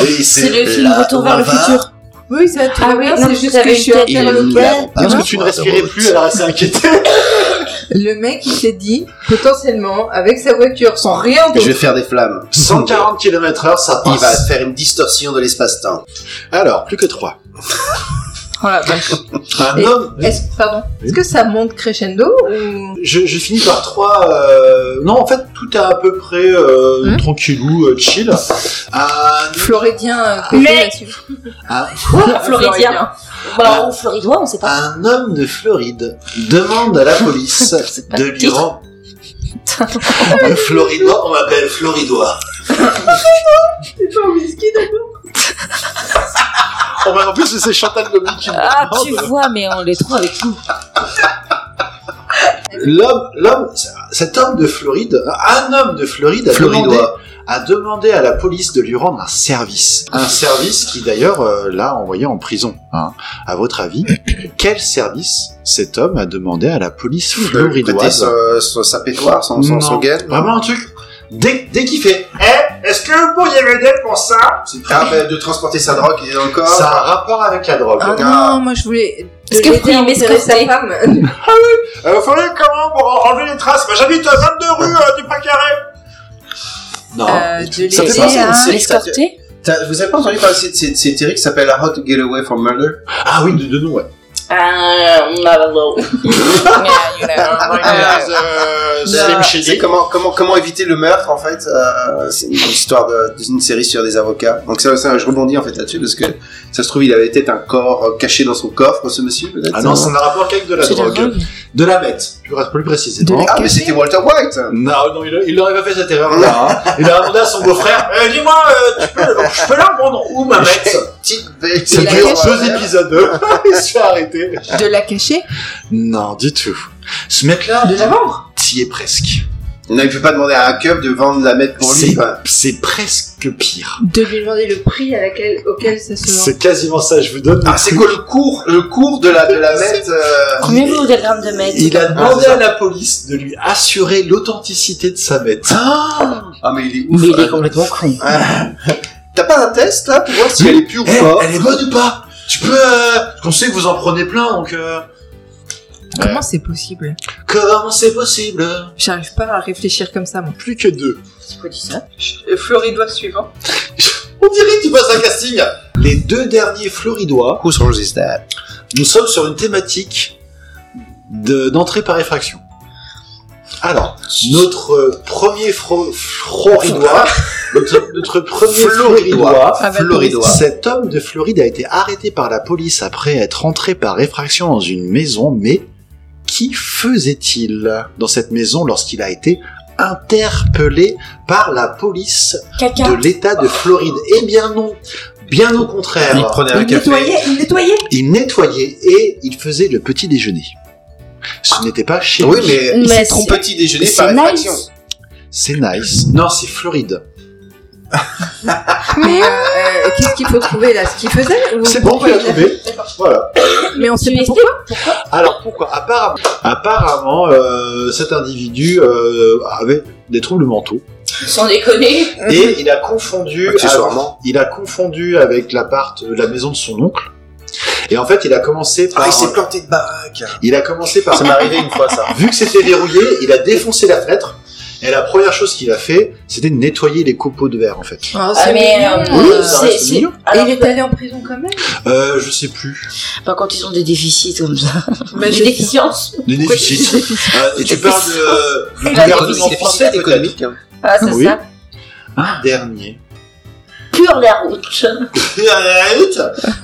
Speaker 1: Et
Speaker 3: C'est le film
Speaker 4: euh,
Speaker 1: là
Speaker 3: Retour vers le
Speaker 1: où on va.
Speaker 3: futur.
Speaker 2: Oui, ça
Speaker 3: Ah oui, non,
Speaker 2: c'est
Speaker 3: mais
Speaker 2: juste
Speaker 3: vous
Speaker 2: que
Speaker 3: avez
Speaker 2: je suis
Speaker 3: une
Speaker 2: à
Speaker 3: tête
Speaker 2: faire
Speaker 3: à
Speaker 2: le
Speaker 3: l'autre
Speaker 2: gars, tu
Speaker 1: Ah, Parce
Speaker 2: vois.
Speaker 1: que tu ne respirais plus, alors elle s'est inquiétée.
Speaker 2: Le mec, il s'est dit, potentiellement, avec sa voiture, sans rien
Speaker 4: Je
Speaker 2: d'autre.
Speaker 4: vais faire des flammes.
Speaker 1: 140 km heure, ça
Speaker 4: Il va
Speaker 1: passe.
Speaker 4: faire une distorsion de l'espace-temps.
Speaker 1: Alors, plus que 3.
Speaker 2: Oh la vache.
Speaker 1: Un
Speaker 2: Et-
Speaker 1: homme...
Speaker 2: Est-ce, pardon.
Speaker 1: Oui.
Speaker 2: Est-ce que ça monte crescendo ou...
Speaker 1: Je, je finis par 3... Non, en fait, tout est à peu près euh,
Speaker 2: Hein
Speaker 1: tranquillou, euh, chill. Un...
Speaker 2: Floridien euh, pété
Speaker 3: Mais-
Speaker 2: là-dessus.
Speaker 1: un-
Speaker 2: Ah,
Speaker 3: Floridien. Bah, ou Floridois, on sait pas.
Speaker 1: un homme de Floride demande
Speaker 3: (laughs)
Speaker 1: à la police
Speaker 3: C'est pas
Speaker 1: de
Speaker 3: le
Speaker 1: lui
Speaker 3: titre.
Speaker 1: rendre... Le Floridois, on m'appelle Floridois.
Speaker 2: C'est pas un whisky
Speaker 1: Oh, mais en plus, c'est Chantal Gobi qui me
Speaker 3: Ah, tu
Speaker 1: demande.
Speaker 3: vois, mais on les trouve avec tout.
Speaker 1: L'homme, l'homme, cet homme de Floride, un homme de Floride a demandé,
Speaker 4: Floridois.
Speaker 1: a demandé à la police de lui rendre un service. Un service qui d'ailleurs euh, l'a envoyé en prison. hein. À votre avis, (coughs) quel service cet homme a demandé à la police
Speaker 4: Prêter
Speaker 1: floridoise
Speaker 4: sa- sa- sa pétoire, son,
Speaker 1: Non.
Speaker 4: son, son gain.
Speaker 1: Vraiment un truc Dès, dès qu'il fait Eh, est-ce que vous pourriez m'aider pour ça
Speaker 4: Ah, ben, de transporter sa drogue, il est dans le corps.
Speaker 1: Ça a un rapport avec la drogue.
Speaker 2: Ah
Speaker 4: Ah.
Speaker 2: non, moi je voulais.
Speaker 3: Est-ce que vous pourriez
Speaker 2: m'escorter sa
Speaker 3: m'escorter
Speaker 2: femme
Speaker 1: Euh, vous savez comment pour enlever les traces Bah, J'habite à 22 rue euh, du Pré Carré Non.
Speaker 2: euh, de
Speaker 4: Ça fait
Speaker 3: Ah, Eh,
Speaker 4: penser
Speaker 2: l'aider
Speaker 4: à
Speaker 3: hein.
Speaker 4: une
Speaker 2: à-
Speaker 4: série.
Speaker 3: L'escorter
Speaker 4: T'as- Vous avez pas entendu parler de cette- cette cette série qui s'appelle A Hot Getaway from Murder
Speaker 1: Ah oui, de, de nous, ouais.
Speaker 3: Ah, non, non.
Speaker 4: Ah, Euh, c'est comment, comment, comment éviter le meurtre en fait euh, C'est une histoire de- d'une série sur des avocats. Donc ça, ça, je rebondis en fait là-dessus parce que ça se trouve il avait peut-être un corps euh, caché dans son coffre ce monsieur peut-être.
Speaker 1: Ah non, ça n'a rapport qu'avec de la
Speaker 3: C'est de la
Speaker 1: drogue.
Speaker 3: drogue.
Speaker 1: De la bête, plus, plus
Speaker 2: De
Speaker 1: précisément.
Speaker 2: la-
Speaker 4: Ah, mais c'était Walter White.
Speaker 1: Non, non, il, a- il aurait pas fait cette erreur-là. hein. (laughs) Il a demandé à son beau-frère (laughs) Euh, Dis-moi, euh, tu peux, je peux la prendre où,
Speaker 4: bah,
Speaker 1: ma bête
Speaker 4: (laughs) Petite bête.
Speaker 1: C'est
Speaker 2: Il a
Speaker 1: dure,
Speaker 2: caché.
Speaker 1: deux épisodes. (laughs) il se fait arrêter.
Speaker 2: de la cacher,
Speaker 1: Non, du tout. Ce mec-là,
Speaker 2: de la vendre.
Speaker 1: t'y est presque.
Speaker 4: On n'avait pu pas demander à un cub de vendre la mettre pour lui.
Speaker 1: C'est-
Speaker 4: quoi.
Speaker 1: C'est presque pire.
Speaker 2: De lui demander le prix à laquelle, auquel ça se vend.
Speaker 1: C'est quasiment ça, je vous donne.
Speaker 4: Ah, c'est quoi le cours, le cours de la de la mettre euh,
Speaker 3: Combien vous des grammes de mètre
Speaker 1: Il a demandé
Speaker 4: c'est ça.
Speaker 1: à la police de lui assurer l'authenticité de sa bête.
Speaker 4: Ah mais il est ouf.
Speaker 3: Mais il est complètement con.
Speaker 4: T'as pas un test là pour voir si
Speaker 1: Oui.
Speaker 4: elle est pure
Speaker 1: Eh,
Speaker 4: ou pas
Speaker 1: elle est bonne ou pas Tu peux. Euh, on sait que vous en prenez plein, donc. Euh...
Speaker 2: Comment c'est possible
Speaker 1: Comment c'est possible
Speaker 2: J'arrive pas à réfléchir comme ça, moi.
Speaker 1: Plus que deux.
Speaker 3: C'est quoi du ça
Speaker 2: Floridois suivant.
Speaker 1: On dirait que tu passes un casting Les deux derniers Floridois,
Speaker 4: Whose rose is that?
Speaker 1: nous sommes sur une thématique de- d'entrée par effraction. Alors, notre euh, premier fro- (laughs) Floridois, notre, notre premier Floridois,
Speaker 2: Ah bah,
Speaker 4: Floridois.
Speaker 1: cet homme de Floride a été arrêté par la police après être entré par effraction dans une maison, mais qui faisait-il dans cette maison lorsqu'il a été interpellé par la police
Speaker 3: Caca.
Speaker 1: de l'État de Floride. Eh bien non, bien au contraire.
Speaker 4: Il prenait un
Speaker 3: Il
Speaker 4: café.
Speaker 3: nettoyait, il nettoyait.
Speaker 1: Il nettoyait et il faisait le petit déjeuner. Ce n'était pas chez
Speaker 4: Oui,
Speaker 1: lui.
Speaker 4: mais
Speaker 3: Mais
Speaker 4: il s'est
Speaker 3: c'est-
Speaker 4: trompé petit déjeuner
Speaker 3: c'est
Speaker 4: par
Speaker 3: nice.
Speaker 4: effraction.
Speaker 1: C'est nice. Non, c'est Floride.
Speaker 2: Mais euh, euh, qu'est-ce qu'il faut trouver là Ce qu'il faisait ou-
Speaker 1: C'est bon, on l'a
Speaker 2: il a-
Speaker 1: trouvé. Voilà.
Speaker 2: Mais on sait
Speaker 3: Tu
Speaker 2: pas
Speaker 3: m'expliques
Speaker 2: pourquoi.
Speaker 1: Alors pourquoi Apparemment, apparemment euh, cet individu euh, avait des troubles mentaux
Speaker 3: Sans déconner.
Speaker 1: et il a confondu
Speaker 4: Accessoirement.
Speaker 1: il a confondu avec l'appart euh, la maison de son oncle. Et en fait, il a commencé par
Speaker 4: Ah, il s'est planté de baraque.
Speaker 1: il a commencé par
Speaker 4: Ça m'est arrivé une fois, ça.
Speaker 1: Vu que c'était verrouillé, il a défoncé la fenêtre. Et la première chose qu'il a fait, c'était de nettoyer les copeaux de verre, en fait.
Speaker 2: Oh,
Speaker 3: Ah, mais euh,
Speaker 2: mignon.
Speaker 1: Oui,
Speaker 3: euh,
Speaker 1: ça
Speaker 3: c'est
Speaker 1: reste
Speaker 3: c'est.
Speaker 1: mignon.
Speaker 3: Alors, bah,
Speaker 2: Et il est allé en prison quand même.
Speaker 1: Euh, je sais plus.
Speaker 3: pas Bah, quand ils ont des déficits comme ça. (laughs)
Speaker 2: Mais
Speaker 3: des déficiences.
Speaker 1: Les déficits. Euh, et tu parles de, euh, du gouvernement
Speaker 4: C'est
Speaker 1: français,
Speaker 4: fiscal,
Speaker 1: peut-être.
Speaker 4: économique. hein.
Speaker 3: Ah, c'est
Speaker 1: Oui.
Speaker 3: ça.
Speaker 1: Un dernier.
Speaker 3: Pure la route.
Speaker 1: Pour la route.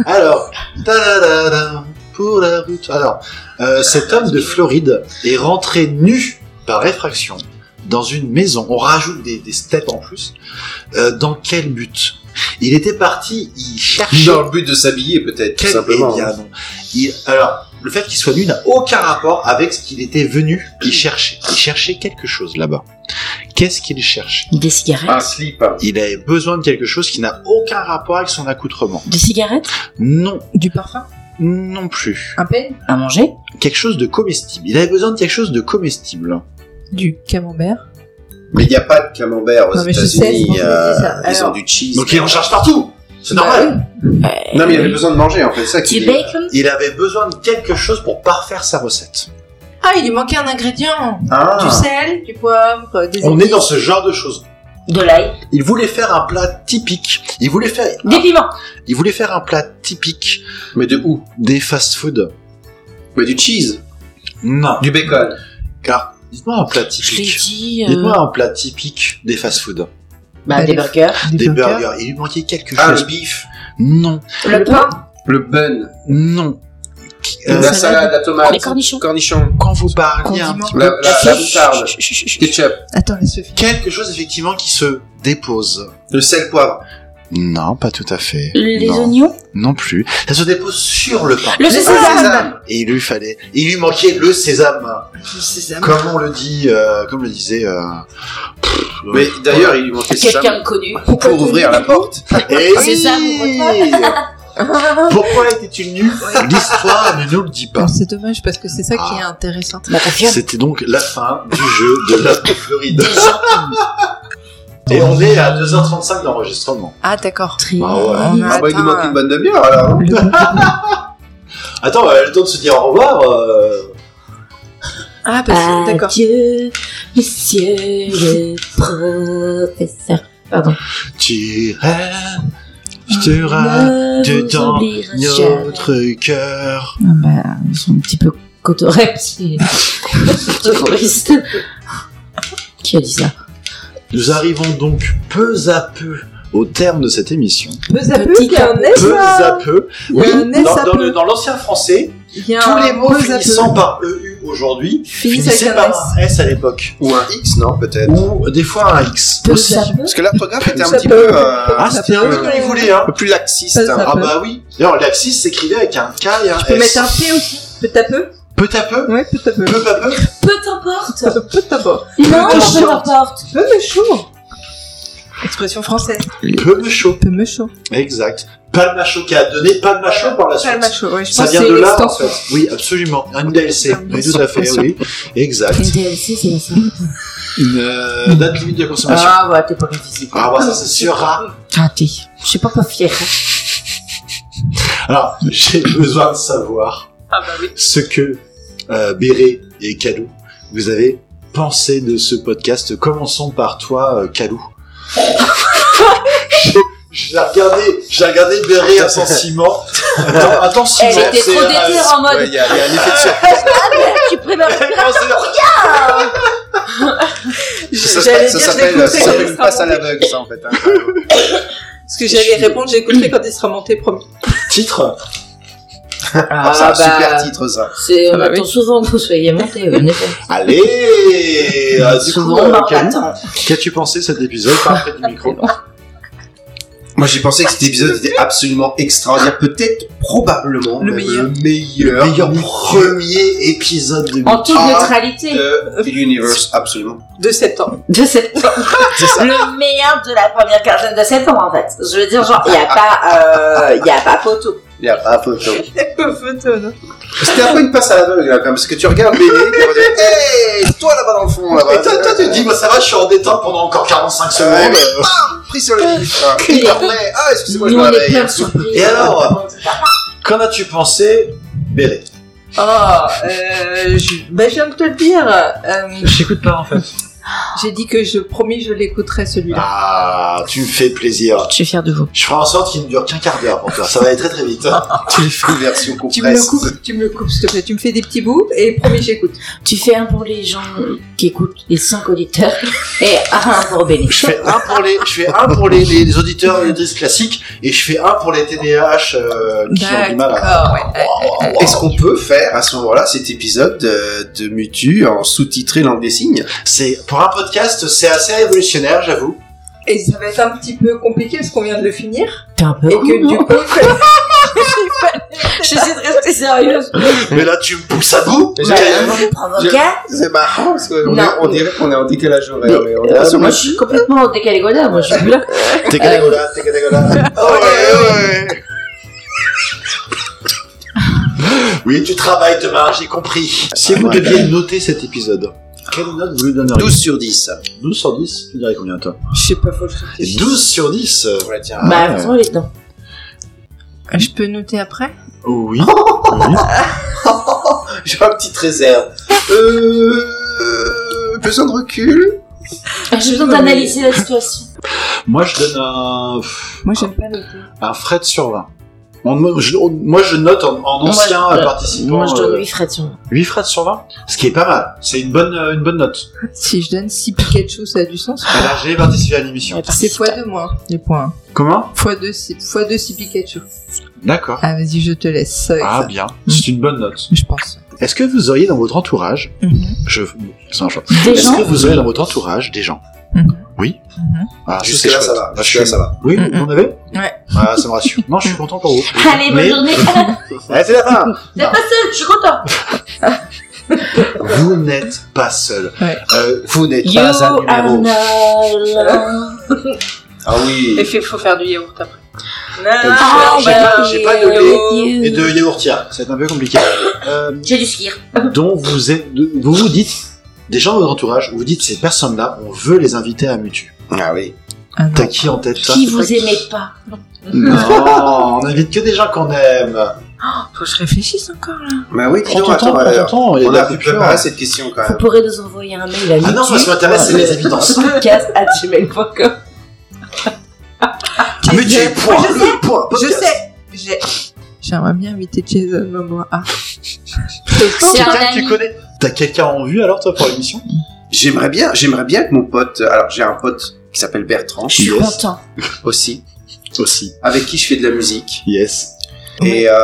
Speaker 1: Alors, tadadada, pour la route. Alors, euh, cet homme de Floride est rentré nu par effraction dans une maison. On rajoute des, des steps en plus. Euh, dans quel but Il était parti, il cherchait
Speaker 4: Dans le but de s'habiller, peut-être, tout
Speaker 1: Quel
Speaker 4: simplement.
Speaker 1: eh bien, non. Il- alors, le fait qu'il soit nu n'a aucun rapport avec ce qu'il était venu y chercher. Il cherchait quelque chose là-bas. Qu'est-ce qu'il cherche
Speaker 3: Des cigarettes.
Speaker 4: Un slip. hein.
Speaker 1: Il avait besoin de quelque chose qui n'a aucun rapport avec son accoutrement.
Speaker 3: Des cigarettes
Speaker 1: Non,
Speaker 2: Du parfum
Speaker 1: non plus.
Speaker 2: Un peigne
Speaker 3: à manger.
Speaker 1: Quelque chose de comestible. Il avait besoin de quelque chose de comestible.
Speaker 2: Du camembert
Speaker 4: Mais il n'y a pas de camembert aux
Speaker 2: Non, mais je sais, c'est pour
Speaker 4: États-Unis.
Speaker 2: ça que je
Speaker 4: euh,
Speaker 2: dis ça.
Speaker 4: Ils ont
Speaker 2: Alors-
Speaker 4: du cheese.
Speaker 1: Donc il en cherche partout C'est
Speaker 2: Bah
Speaker 1: normal
Speaker 4: Non, mais il
Speaker 3: euh,
Speaker 4: avait besoin de manger, en fait. c'est Ça
Speaker 3: Du
Speaker 4: qui est...
Speaker 3: bacon.
Speaker 1: Il avait besoin de quelque chose pour parfaire sa recette.
Speaker 2: Ah, il lui manquait un ingrédient.
Speaker 4: Ah.
Speaker 2: Du sel, du poivre, euh, des
Speaker 1: On est
Speaker 2: épices.
Speaker 1: dans ce genre de choses.
Speaker 3: De l'ail.
Speaker 1: Il voulait faire un plat typique. Il voulait faire, ah,
Speaker 3: Des piments.
Speaker 1: il voulait faire un plat typique
Speaker 4: Mais de où
Speaker 1: des fast-food.
Speaker 4: Mais du cheese.
Speaker 1: Non.
Speaker 4: Du bacon.
Speaker 1: Car, dites-moi un plat
Speaker 3: Je l'ai
Speaker 1: typique.
Speaker 3: dit. euh,
Speaker 1: Dites-moi un plat typique des fast-food.
Speaker 3: Bah, des burgers.
Speaker 1: Des, burgers. Il lui manquait quelque
Speaker 4: Ah, le
Speaker 1: chose.
Speaker 4: beef.
Speaker 1: Non,
Speaker 3: Le pain.
Speaker 4: Le bun.
Speaker 1: non. Euh,
Speaker 4: La salade, la tomate.
Speaker 3: Les cornichons.
Speaker 4: Cornichons.
Speaker 1: quand vous parliez un
Speaker 2: Condiment.
Speaker 1: petit peu,
Speaker 4: La, la, la moutarde.
Speaker 3: Chut, chut, chut, chut.
Speaker 4: Ketchup.
Speaker 2: Attends, laisse le finir.
Speaker 1: quelque chose effectivement qui se dépose.
Speaker 4: Le sel poivre.
Speaker 1: Non, pas tout à fait.
Speaker 3: Les
Speaker 1: non,
Speaker 3: oignons.
Speaker 1: non plus. Ça se dépose sur le pain.
Speaker 3: Le
Speaker 4: Ah,
Speaker 3: sésame.
Speaker 1: Et il lui fallait, il lui manquait le sésame.
Speaker 2: Sésame.
Speaker 1: Comme on le dit, euh, comme le disait. euh, pff,
Speaker 4: Mais d'ailleurs, il lui manquait ça
Speaker 3: Quelqu'un de connu.
Speaker 4: pour ouvrir la porte.
Speaker 1: Et
Speaker 3: Sésame,
Speaker 1: oui (laughs) Pourquoi était-il nu L'histoire ne nous le dit pas.
Speaker 2: Alors, C'est dommage parce que c'est ça qui est intéressant.
Speaker 3: Bah, confirme.
Speaker 1: C'était donc la fin du jeu de la Floride.
Speaker 4: (laughs)
Speaker 3: Des gens
Speaker 1: Et on est à 2h35 d'enregistrement.
Speaker 2: Ah, d'accord.
Speaker 3: tristes.
Speaker 1: Ah ouais.
Speaker 2: On a
Speaker 4: Ah bah, il nous
Speaker 2: atteint,
Speaker 4: manque
Speaker 2: euh,
Speaker 4: une bonne demi-heure, alors. hein.
Speaker 1: Attends, on a le temps de se dire au revoir. euh.
Speaker 2: Ah, parce que- d'accord.
Speaker 3: Adieu, monsieur le professeur. Pardon.
Speaker 1: Tu rêves, je te rêve,
Speaker 3: Ne
Speaker 1: du
Speaker 3: vous
Speaker 1: temps,
Speaker 3: oubliera jamais.
Speaker 1: notre cœur.
Speaker 3: Ah bah, ils sont un petit peu cotorés, (laughs) ces ces choristes. Qui a dit ça
Speaker 1: Nous arrivons donc peu à peu au terme de cette émission.
Speaker 2: Peu à peu,
Speaker 3: Petit
Speaker 2: il y a un S,
Speaker 1: Peu
Speaker 2: là.
Speaker 1: à peu.
Speaker 2: Il y a un
Speaker 1: dans,
Speaker 2: S à
Speaker 1: dans
Speaker 2: peu.
Speaker 1: le- dans l'ancien français,
Speaker 2: Il y a
Speaker 1: tous
Speaker 2: un
Speaker 1: les mots
Speaker 2: peu à peu.
Speaker 1: finissant par EU aujourd'hui
Speaker 2: Finissent avec
Speaker 1: finissaient
Speaker 2: un
Speaker 1: par
Speaker 2: S.
Speaker 1: un S à l'époque.
Speaker 4: Ou un X, non, peut-être.
Speaker 1: Ou des fois un X.
Speaker 3: Peu
Speaker 1: aussi.
Speaker 3: à peu.
Speaker 4: Parce que l'orthographe était un
Speaker 2: Ça
Speaker 4: petit
Speaker 2: peut-
Speaker 4: peu... euh,
Speaker 1: Ah, c'était un peu comme il voulait, hein.
Speaker 4: Un peu plus laxiste.
Speaker 2: Ça,
Speaker 4: hein.
Speaker 2: ça-
Speaker 1: Ah bah oui. D'ailleurs, l'axis s'écrivait avec un K et un
Speaker 2: Tu peux
Speaker 1: S.
Speaker 2: mettre un P aussi. Peu à peu.
Speaker 1: Peu à peu,
Speaker 2: Ouais, peu à peu.
Speaker 1: peu à peu.
Speaker 3: Peu t'importe
Speaker 2: Peu à peu.
Speaker 3: Non, peu
Speaker 1: t'importe.
Speaker 3: t'importe
Speaker 2: Peu me chaud. Expression française.
Speaker 1: Peu de chaud.
Speaker 2: Peu me chaud.
Speaker 1: Exact. Palmacho qui a donné Palmacho par la suite.
Speaker 2: Palmacho, ouais, je
Speaker 1: Ça
Speaker 2: pense
Speaker 1: vient
Speaker 2: que
Speaker 1: de
Speaker 2: c'est
Speaker 1: là, en
Speaker 2: l'extension.
Speaker 1: fait. Oui, absolument. Un DLC. Oui, tout à fait, oui. Exact.
Speaker 3: Une DLC, Ah, c'est Ah, la série.
Speaker 1: Une euh, date limite de consommation.
Speaker 3: ouais, t'es pas révisé.
Speaker 1: Ah, bah ça, c'est sûr. hein.
Speaker 3: Putain, t'es. Je suis pas hein. pas fière. (laughs)
Speaker 1: (laughs) Alors, j'ai besoin de savoir ce que euh, Béré et Calou, vous avez pensé de ce podcast. Commençons par toi,
Speaker 3: (laughs)
Speaker 1: euh, Calou. J'ai- j'ai regardé, j'ai regardé
Speaker 3: (laughs)
Speaker 1: Béré intensément. Attends, intensément.
Speaker 3: Elle était
Speaker 1: C'est,
Speaker 3: trop
Speaker 1: euh,
Speaker 3: déterre en mode.
Speaker 4: Ouais, il y, a il y a un effet de
Speaker 3: (laughs)
Speaker 4: surprise.
Speaker 3: Tu prépares.
Speaker 1: Non, c'est-
Speaker 4: Ça,
Speaker 2: J'allais
Speaker 4: s'appelle- ça
Speaker 2: dire, je
Speaker 4: s'appelle
Speaker 2: l'écoutais
Speaker 4: ça
Speaker 2: quand
Speaker 4: s'appelle
Speaker 2: il
Speaker 4: une
Speaker 2: sera
Speaker 4: passe à
Speaker 2: monté.
Speaker 4: l'aveugle, ça en fait. hein.
Speaker 2: Parce que j'allais répondre, j'écouterai quand il sera monté, promis.
Speaker 1: Titre
Speaker 2: Ah,
Speaker 4: c'est un
Speaker 1: bah.
Speaker 4: super titre ça.
Speaker 3: bah, C'est,
Speaker 2: Ah
Speaker 3: on
Speaker 2: bah oui.
Speaker 3: attend souvent que vous soyez euh, monté, en effet.
Speaker 1: (laughs) Allez euh, Du coup,
Speaker 3: Souvent,
Speaker 1: euh,
Speaker 3: bah,
Speaker 1: Calou,
Speaker 3: attends.
Speaker 1: qu'as-tu pensé de cet épisode Parle près du micro.
Speaker 4: Moi j'ai pensé que cet épisode était absolument extraordinaire, peut-être probablement
Speaker 2: Le
Speaker 4: même
Speaker 2: meilleur.
Speaker 4: le meilleur,
Speaker 1: Meilleur premier épisode de
Speaker 3: En toute
Speaker 4: Ah.
Speaker 3: neutralité.
Speaker 4: de l'univers, absolument.
Speaker 2: De septembre.
Speaker 3: De (laughs) septembre.
Speaker 4: C'est ça.
Speaker 3: Le meilleur de la première quinzaine de septembre, en fait. Je veux dire, genre, il n'y a pas, euh, il y a pas photo.
Speaker 4: Il y a pas photo.
Speaker 2: (laughs) Peu photo, non
Speaker 4: C'était un peu une passe à l'aveugle là, quand même, parce que tu regardes Bébé, tu vas dire, hey, toi là-bas dans le fond, là-bas.
Speaker 1: Et toi, toi, tu te dis, moi ça va, je suis en détente pendant encore 45 secondes.
Speaker 4: Ouais. pris sur le vif. hein.
Speaker 3: Que
Speaker 4: Il
Speaker 3: les-
Speaker 4: dormait. Ah, excusez-moi, je
Speaker 3: Nous, on est
Speaker 4: m'avais.
Speaker 3: plein de surprises. Euh,
Speaker 1: Et alors Qu'en as-tu pensé, Béré
Speaker 2: Oh, euh, je... Bah, je viens de te le dire. Euh,
Speaker 1: J'écoute pas en fait.
Speaker 2: J'ai dit que je promis, je l'écouterai celui-là.
Speaker 1: Ah, tu me fais plaisir.
Speaker 3: Je suis fière de vous.
Speaker 1: Je ferai en sorte qu'il ne dure qu'un quart d'heure pour toi. Ça va aller très très vite. hein.
Speaker 4: Une version
Speaker 2: Tu me le
Speaker 4: compresse.
Speaker 2: coupes, tu me le coupes, s'il te plaît. Tu me fais des petits bouts et promis, j'écoute.
Speaker 3: Tu fais un pour les gens qui écoutent, les 5 auditeurs, et un pour Béné.
Speaker 1: Je fais un pour les, je fais un pour les, les- les auditeurs et les auditrices classiques et je fais un pour les TDAH euh, qui ont du mal à.
Speaker 2: Ah, ouais.
Speaker 4: Est-ce qu'on peut faire à ce moment-là cet épisode de, de Mutu en sous-titré langue des signes
Speaker 1: C'est pour un podcast, c'est assez révolutionnaire, j'avoue.
Speaker 2: Et ça va être un petit peu compliqué parce qu'on vient de le finir.
Speaker 3: T'es un peu
Speaker 2: Et que
Speaker 3: con,
Speaker 2: du
Speaker 3: non
Speaker 2: coup, il fallait-
Speaker 3: J'essaie de rester sérieuse.
Speaker 1: Mais là, tu me pousses à bout.
Speaker 4: Mais
Speaker 1: Parce
Speaker 4: j'ai-
Speaker 1: que-
Speaker 3: Vous me provoquez
Speaker 4: C'est marrant parce qu'on
Speaker 3: Non.
Speaker 4: est- on dirait qu'on est en décalage horaire. mais on est
Speaker 3: Euh,
Speaker 4: sur
Speaker 3: Moi,
Speaker 4: le-
Speaker 3: je suis complètement décalé Godard, moi, je suis là.
Speaker 1: T'es catégola, t'es catégola. ouais, ouais. Oui, tu travailles demain, j'ai compris. Si vous
Speaker 4: Ouais.
Speaker 1: deviez noter cet épisode, quelle note vous lui donneriez
Speaker 4: 12 sur 10.
Speaker 1: 12 sur 10 Tu dirais combien, toi
Speaker 2: Je sais pas, faut que je réfléchisse.
Speaker 1: 12 sur 10 euh,
Speaker 4: Ouais, tiens.
Speaker 3: Bah,
Speaker 1: ouais.
Speaker 3: franchement, il est dedans.
Speaker 2: Ah, Je peux noter après
Speaker 1: Oui.
Speaker 4: J'ai une petite réserve. Euh. Besoin de recul
Speaker 3: Ah, J'ai besoin d'analyser la situation.
Speaker 1: Moi, je donne un,
Speaker 2: Moi, j'aime pas noter.
Speaker 1: un Fred sur 20. On- je- on- moi, je note en, en
Speaker 3: Moi,
Speaker 1: ancien
Speaker 3: je-
Speaker 1: euh, participant.
Speaker 3: Moi, je donne
Speaker 1: euh,
Speaker 3: 8 Fred sur moi.
Speaker 1: 8 Fred sur 20 Ce qui est pas mal. C'est une bonne, euh, une bonne note.
Speaker 2: Si je donne 6 Pikachu, ça a du sens
Speaker 1: Alors, j'ai participé à l'émission.
Speaker 3: Ah.
Speaker 2: C'est x2 moins, les points.
Speaker 1: Comment
Speaker 2: x2, 6, x2, 6 Pikachu.
Speaker 1: D'accord.
Speaker 2: Ah, vas-y, je te laisse avec
Speaker 1: Ah,
Speaker 2: ça.
Speaker 1: bien. C'est une bonne note.
Speaker 2: Je pense.
Speaker 1: Est-ce que vous auriez dans votre entourage,
Speaker 2: Mhm.
Speaker 1: je, c'est un choix.
Speaker 3: Des
Speaker 1: Est-ce
Speaker 3: gens
Speaker 1: que vous auriez dans votre entourage des gens
Speaker 2: Mhm.
Speaker 1: Oui.
Speaker 2: Mhm.
Speaker 1: Ah,
Speaker 4: Jusque-là,
Speaker 1: c'est
Speaker 4: ça
Speaker 1: chouette.
Speaker 4: va.
Speaker 1: Ah, je
Speaker 4: Jusque-là,
Speaker 1: suis-
Speaker 4: ça va.
Speaker 1: Oui,
Speaker 2: Mhm.
Speaker 1: vous en avez
Speaker 2: Ouais.
Speaker 1: Ah, ça me rassure. Non, je suis content pour vous.
Speaker 3: Allez, bonne
Speaker 1: Mais- (laughs)
Speaker 3: journée.
Speaker 1: Allez, c'est la fin.
Speaker 3: T'es pas seule, je suis content.
Speaker 1: Vous n'êtes pas seul.
Speaker 2: Ouais.
Speaker 1: Euh, vous n'êtes
Speaker 3: Yo,
Speaker 1: pas un numéro.
Speaker 3: Arnold.
Speaker 4: Ah
Speaker 2: Et
Speaker 4: oui.
Speaker 2: il faut faire du yaourt après.
Speaker 1: Ah,
Speaker 3: Ah,
Speaker 1: j'ai pas- j'ai pas de
Speaker 3: lait.
Speaker 1: Et de yaourtière, c'est un peu compliqué. Euh,
Speaker 3: J'ai du skir.
Speaker 1: dont vous êtes, de- vous vous dites, des gens de votre entourage, vous vous dites ces personnes-là, on veut les inviter à Mutu.
Speaker 4: Ah oui.
Speaker 2: Ah, non.
Speaker 1: T'as qui en tête toi
Speaker 3: Qui vous aimez pas
Speaker 1: Bah. Non, on invite que des gens qu'on aime.
Speaker 2: Faut que je réfléchisse encore là.
Speaker 4: Bah oui, dis
Speaker 1: Prends
Speaker 4: donc,
Speaker 1: ton temps,
Speaker 4: attends,
Speaker 1: prends ton
Speaker 4: alors,
Speaker 1: temps. il y
Speaker 4: on
Speaker 1: de la
Speaker 4: a pu
Speaker 1: coupure.
Speaker 4: préparer cette question quand
Speaker 3: Vous
Speaker 4: même.
Speaker 3: pourrez nous envoyer un mail à
Speaker 1: Ah non, moi, ce qui m'intéresse, c'est les évidences.
Speaker 3: podcast.gmail.com
Speaker 1: Mais tu
Speaker 2: Moi,
Speaker 1: es point,
Speaker 2: je
Speaker 1: le point,
Speaker 2: Je
Speaker 1: podcast.
Speaker 2: sais J'ai- J'aimerais bien inviter Jason Momoa. Ah.
Speaker 3: C'est un
Speaker 1: Quelqu'un que tu
Speaker 3: ami.
Speaker 1: connais T'as quelqu'un en vue alors toi pour l'émission
Speaker 4: J'aimerais bien, j'aimerais bien que mon pote. Alors, j'ai un pote qui s'appelle Bertrand
Speaker 3: Je suis
Speaker 1: Yes.
Speaker 3: content.
Speaker 4: aussi,
Speaker 1: Aussi.
Speaker 4: avec qui je fais de la musique.
Speaker 1: Yes.
Speaker 4: Et euh,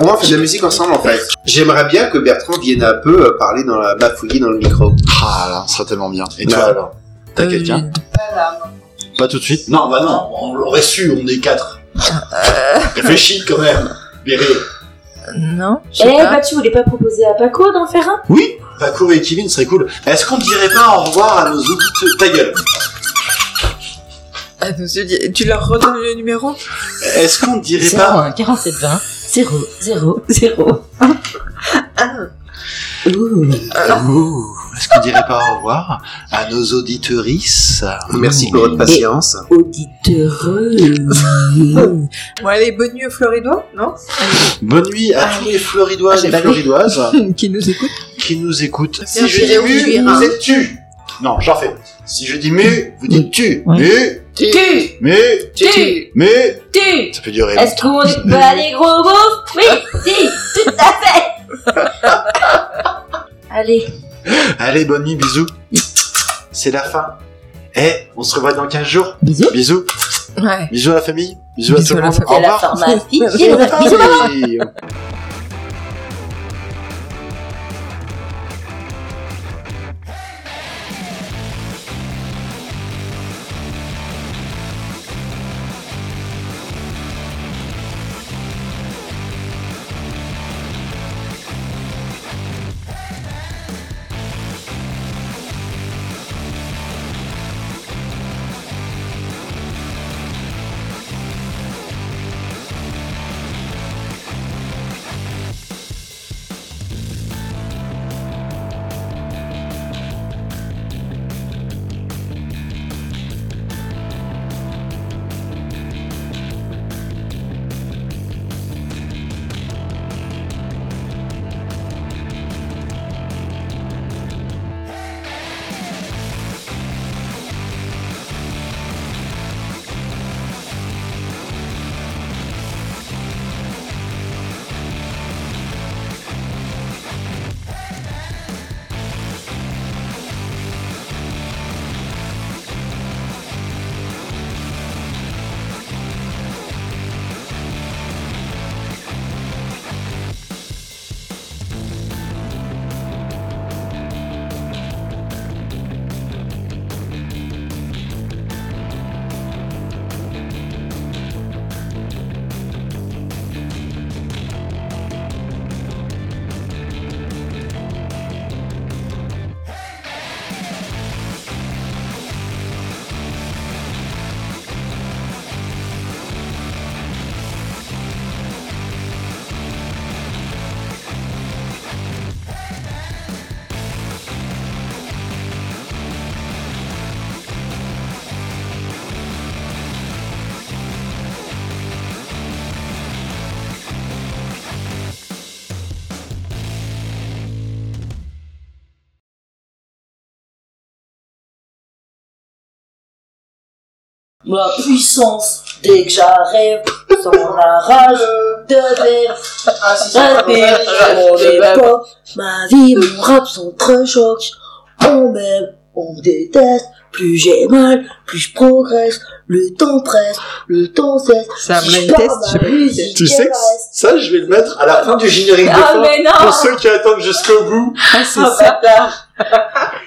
Speaker 4: on fait de la musique ensemble en fait. J'aimerais bien que Bertrand vienne un peu euh, parler dans la bafouiller dans le micro.
Speaker 1: Ah là, ce serait tellement bien. Et
Speaker 4: Bah.
Speaker 1: toi alors T'as
Speaker 2: Euh,
Speaker 1: quelqu'un
Speaker 2: Pas là.
Speaker 1: euh, Pas tout de suite Non, bah non, on l'aurait su, on est quatre.
Speaker 2: Euh.
Speaker 1: Réfléchis quand même, Béré.
Speaker 2: Non. je
Speaker 3: Eh,
Speaker 2: sais pas.
Speaker 3: bah, tu voulais pas proposer à Paco d'en faire un
Speaker 1: Oui Paco et Kevin serait cool. Est-ce qu'on dirait pas au revoir à nos auditeurs Ta gueule
Speaker 2: Ah, donc, je dis- tu leur redonnes le numéro
Speaker 1: Est-ce qu'on dirait
Speaker 3: 0
Speaker 1: pas
Speaker 3: 1 47 20 0 0 0
Speaker 1: Euh, Ouh, Est-ce Est-ce qu'on dirait pas au revoir à nos auditrices
Speaker 4: Merci pour votre patience.
Speaker 3: Auditeureux.
Speaker 2: Bon, allez, bonne nuit aux Floridois, non
Speaker 1: Bonne nuit à tous les floridoises
Speaker 2: Ah,
Speaker 1: et
Speaker 2: j'ai pas vu.
Speaker 1: floridoises
Speaker 2: (laughs) Qui nous écoutent.
Speaker 1: qui nous écoutent.
Speaker 2: Tiens,
Speaker 1: Si
Speaker 2: je
Speaker 1: je
Speaker 2: vais
Speaker 1: dis
Speaker 2: vous
Speaker 1: mu,
Speaker 2: dire,
Speaker 1: vous
Speaker 2: hein.
Speaker 1: êtes tu. Non, j'en fais. Si je dis mu, vous dites tu.
Speaker 3: Ouais.
Speaker 1: Mu,
Speaker 3: tu,
Speaker 1: mu,
Speaker 3: tu,
Speaker 1: mu.
Speaker 3: tu.
Speaker 1: Ça peut durer.
Speaker 3: Est-ce qu'on est pas des gros beaufs Oui, si, tout à fait. Allez,
Speaker 1: Allez, bonne nuit, bisous. C'est la fin. Eh, on se revoit dans 15 jours.
Speaker 3: bisous.
Speaker 1: Bisous.
Speaker 2: Ouais.
Speaker 1: Bisous à la famille. Bisous,
Speaker 2: Bisous
Speaker 1: à tout
Speaker 2: à
Speaker 1: le
Speaker 2: la
Speaker 1: monde.
Speaker 2: famille.
Speaker 1: Au
Speaker 3: C'est la
Speaker 1: revoir.
Speaker 3: pharmacie.
Speaker 1: Bisous,
Speaker 3: Bisous.
Speaker 1: maman.
Speaker 6: Ma puissance, dès que j'arrive, sans la rage de verre.
Speaker 2: Ah,
Speaker 6: Respire, on est pas. Ma vie, mon rap sont très chocs. On m'aime, on me déteste. Plus j'ai mal, plus je progresse. Le temps presse, le temps cesse.
Speaker 2: Ça
Speaker 6: Si
Speaker 2: me
Speaker 6: je
Speaker 2: test,
Speaker 6: pars
Speaker 2: je
Speaker 6: ma
Speaker 2: sais pas.
Speaker 6: musique,
Speaker 1: Tu sais
Speaker 6: elle
Speaker 1: que
Speaker 6: reste.
Speaker 1: ça, je vais le mettre à la fin du générique de
Speaker 6: Ah
Speaker 1: fin
Speaker 6: mais non
Speaker 1: pour ceux qui attendent jusqu'au bout.
Speaker 3: bah,
Speaker 2: Ah, c'est
Speaker 6: Ah,
Speaker 2: ça.
Speaker 6: bâtard.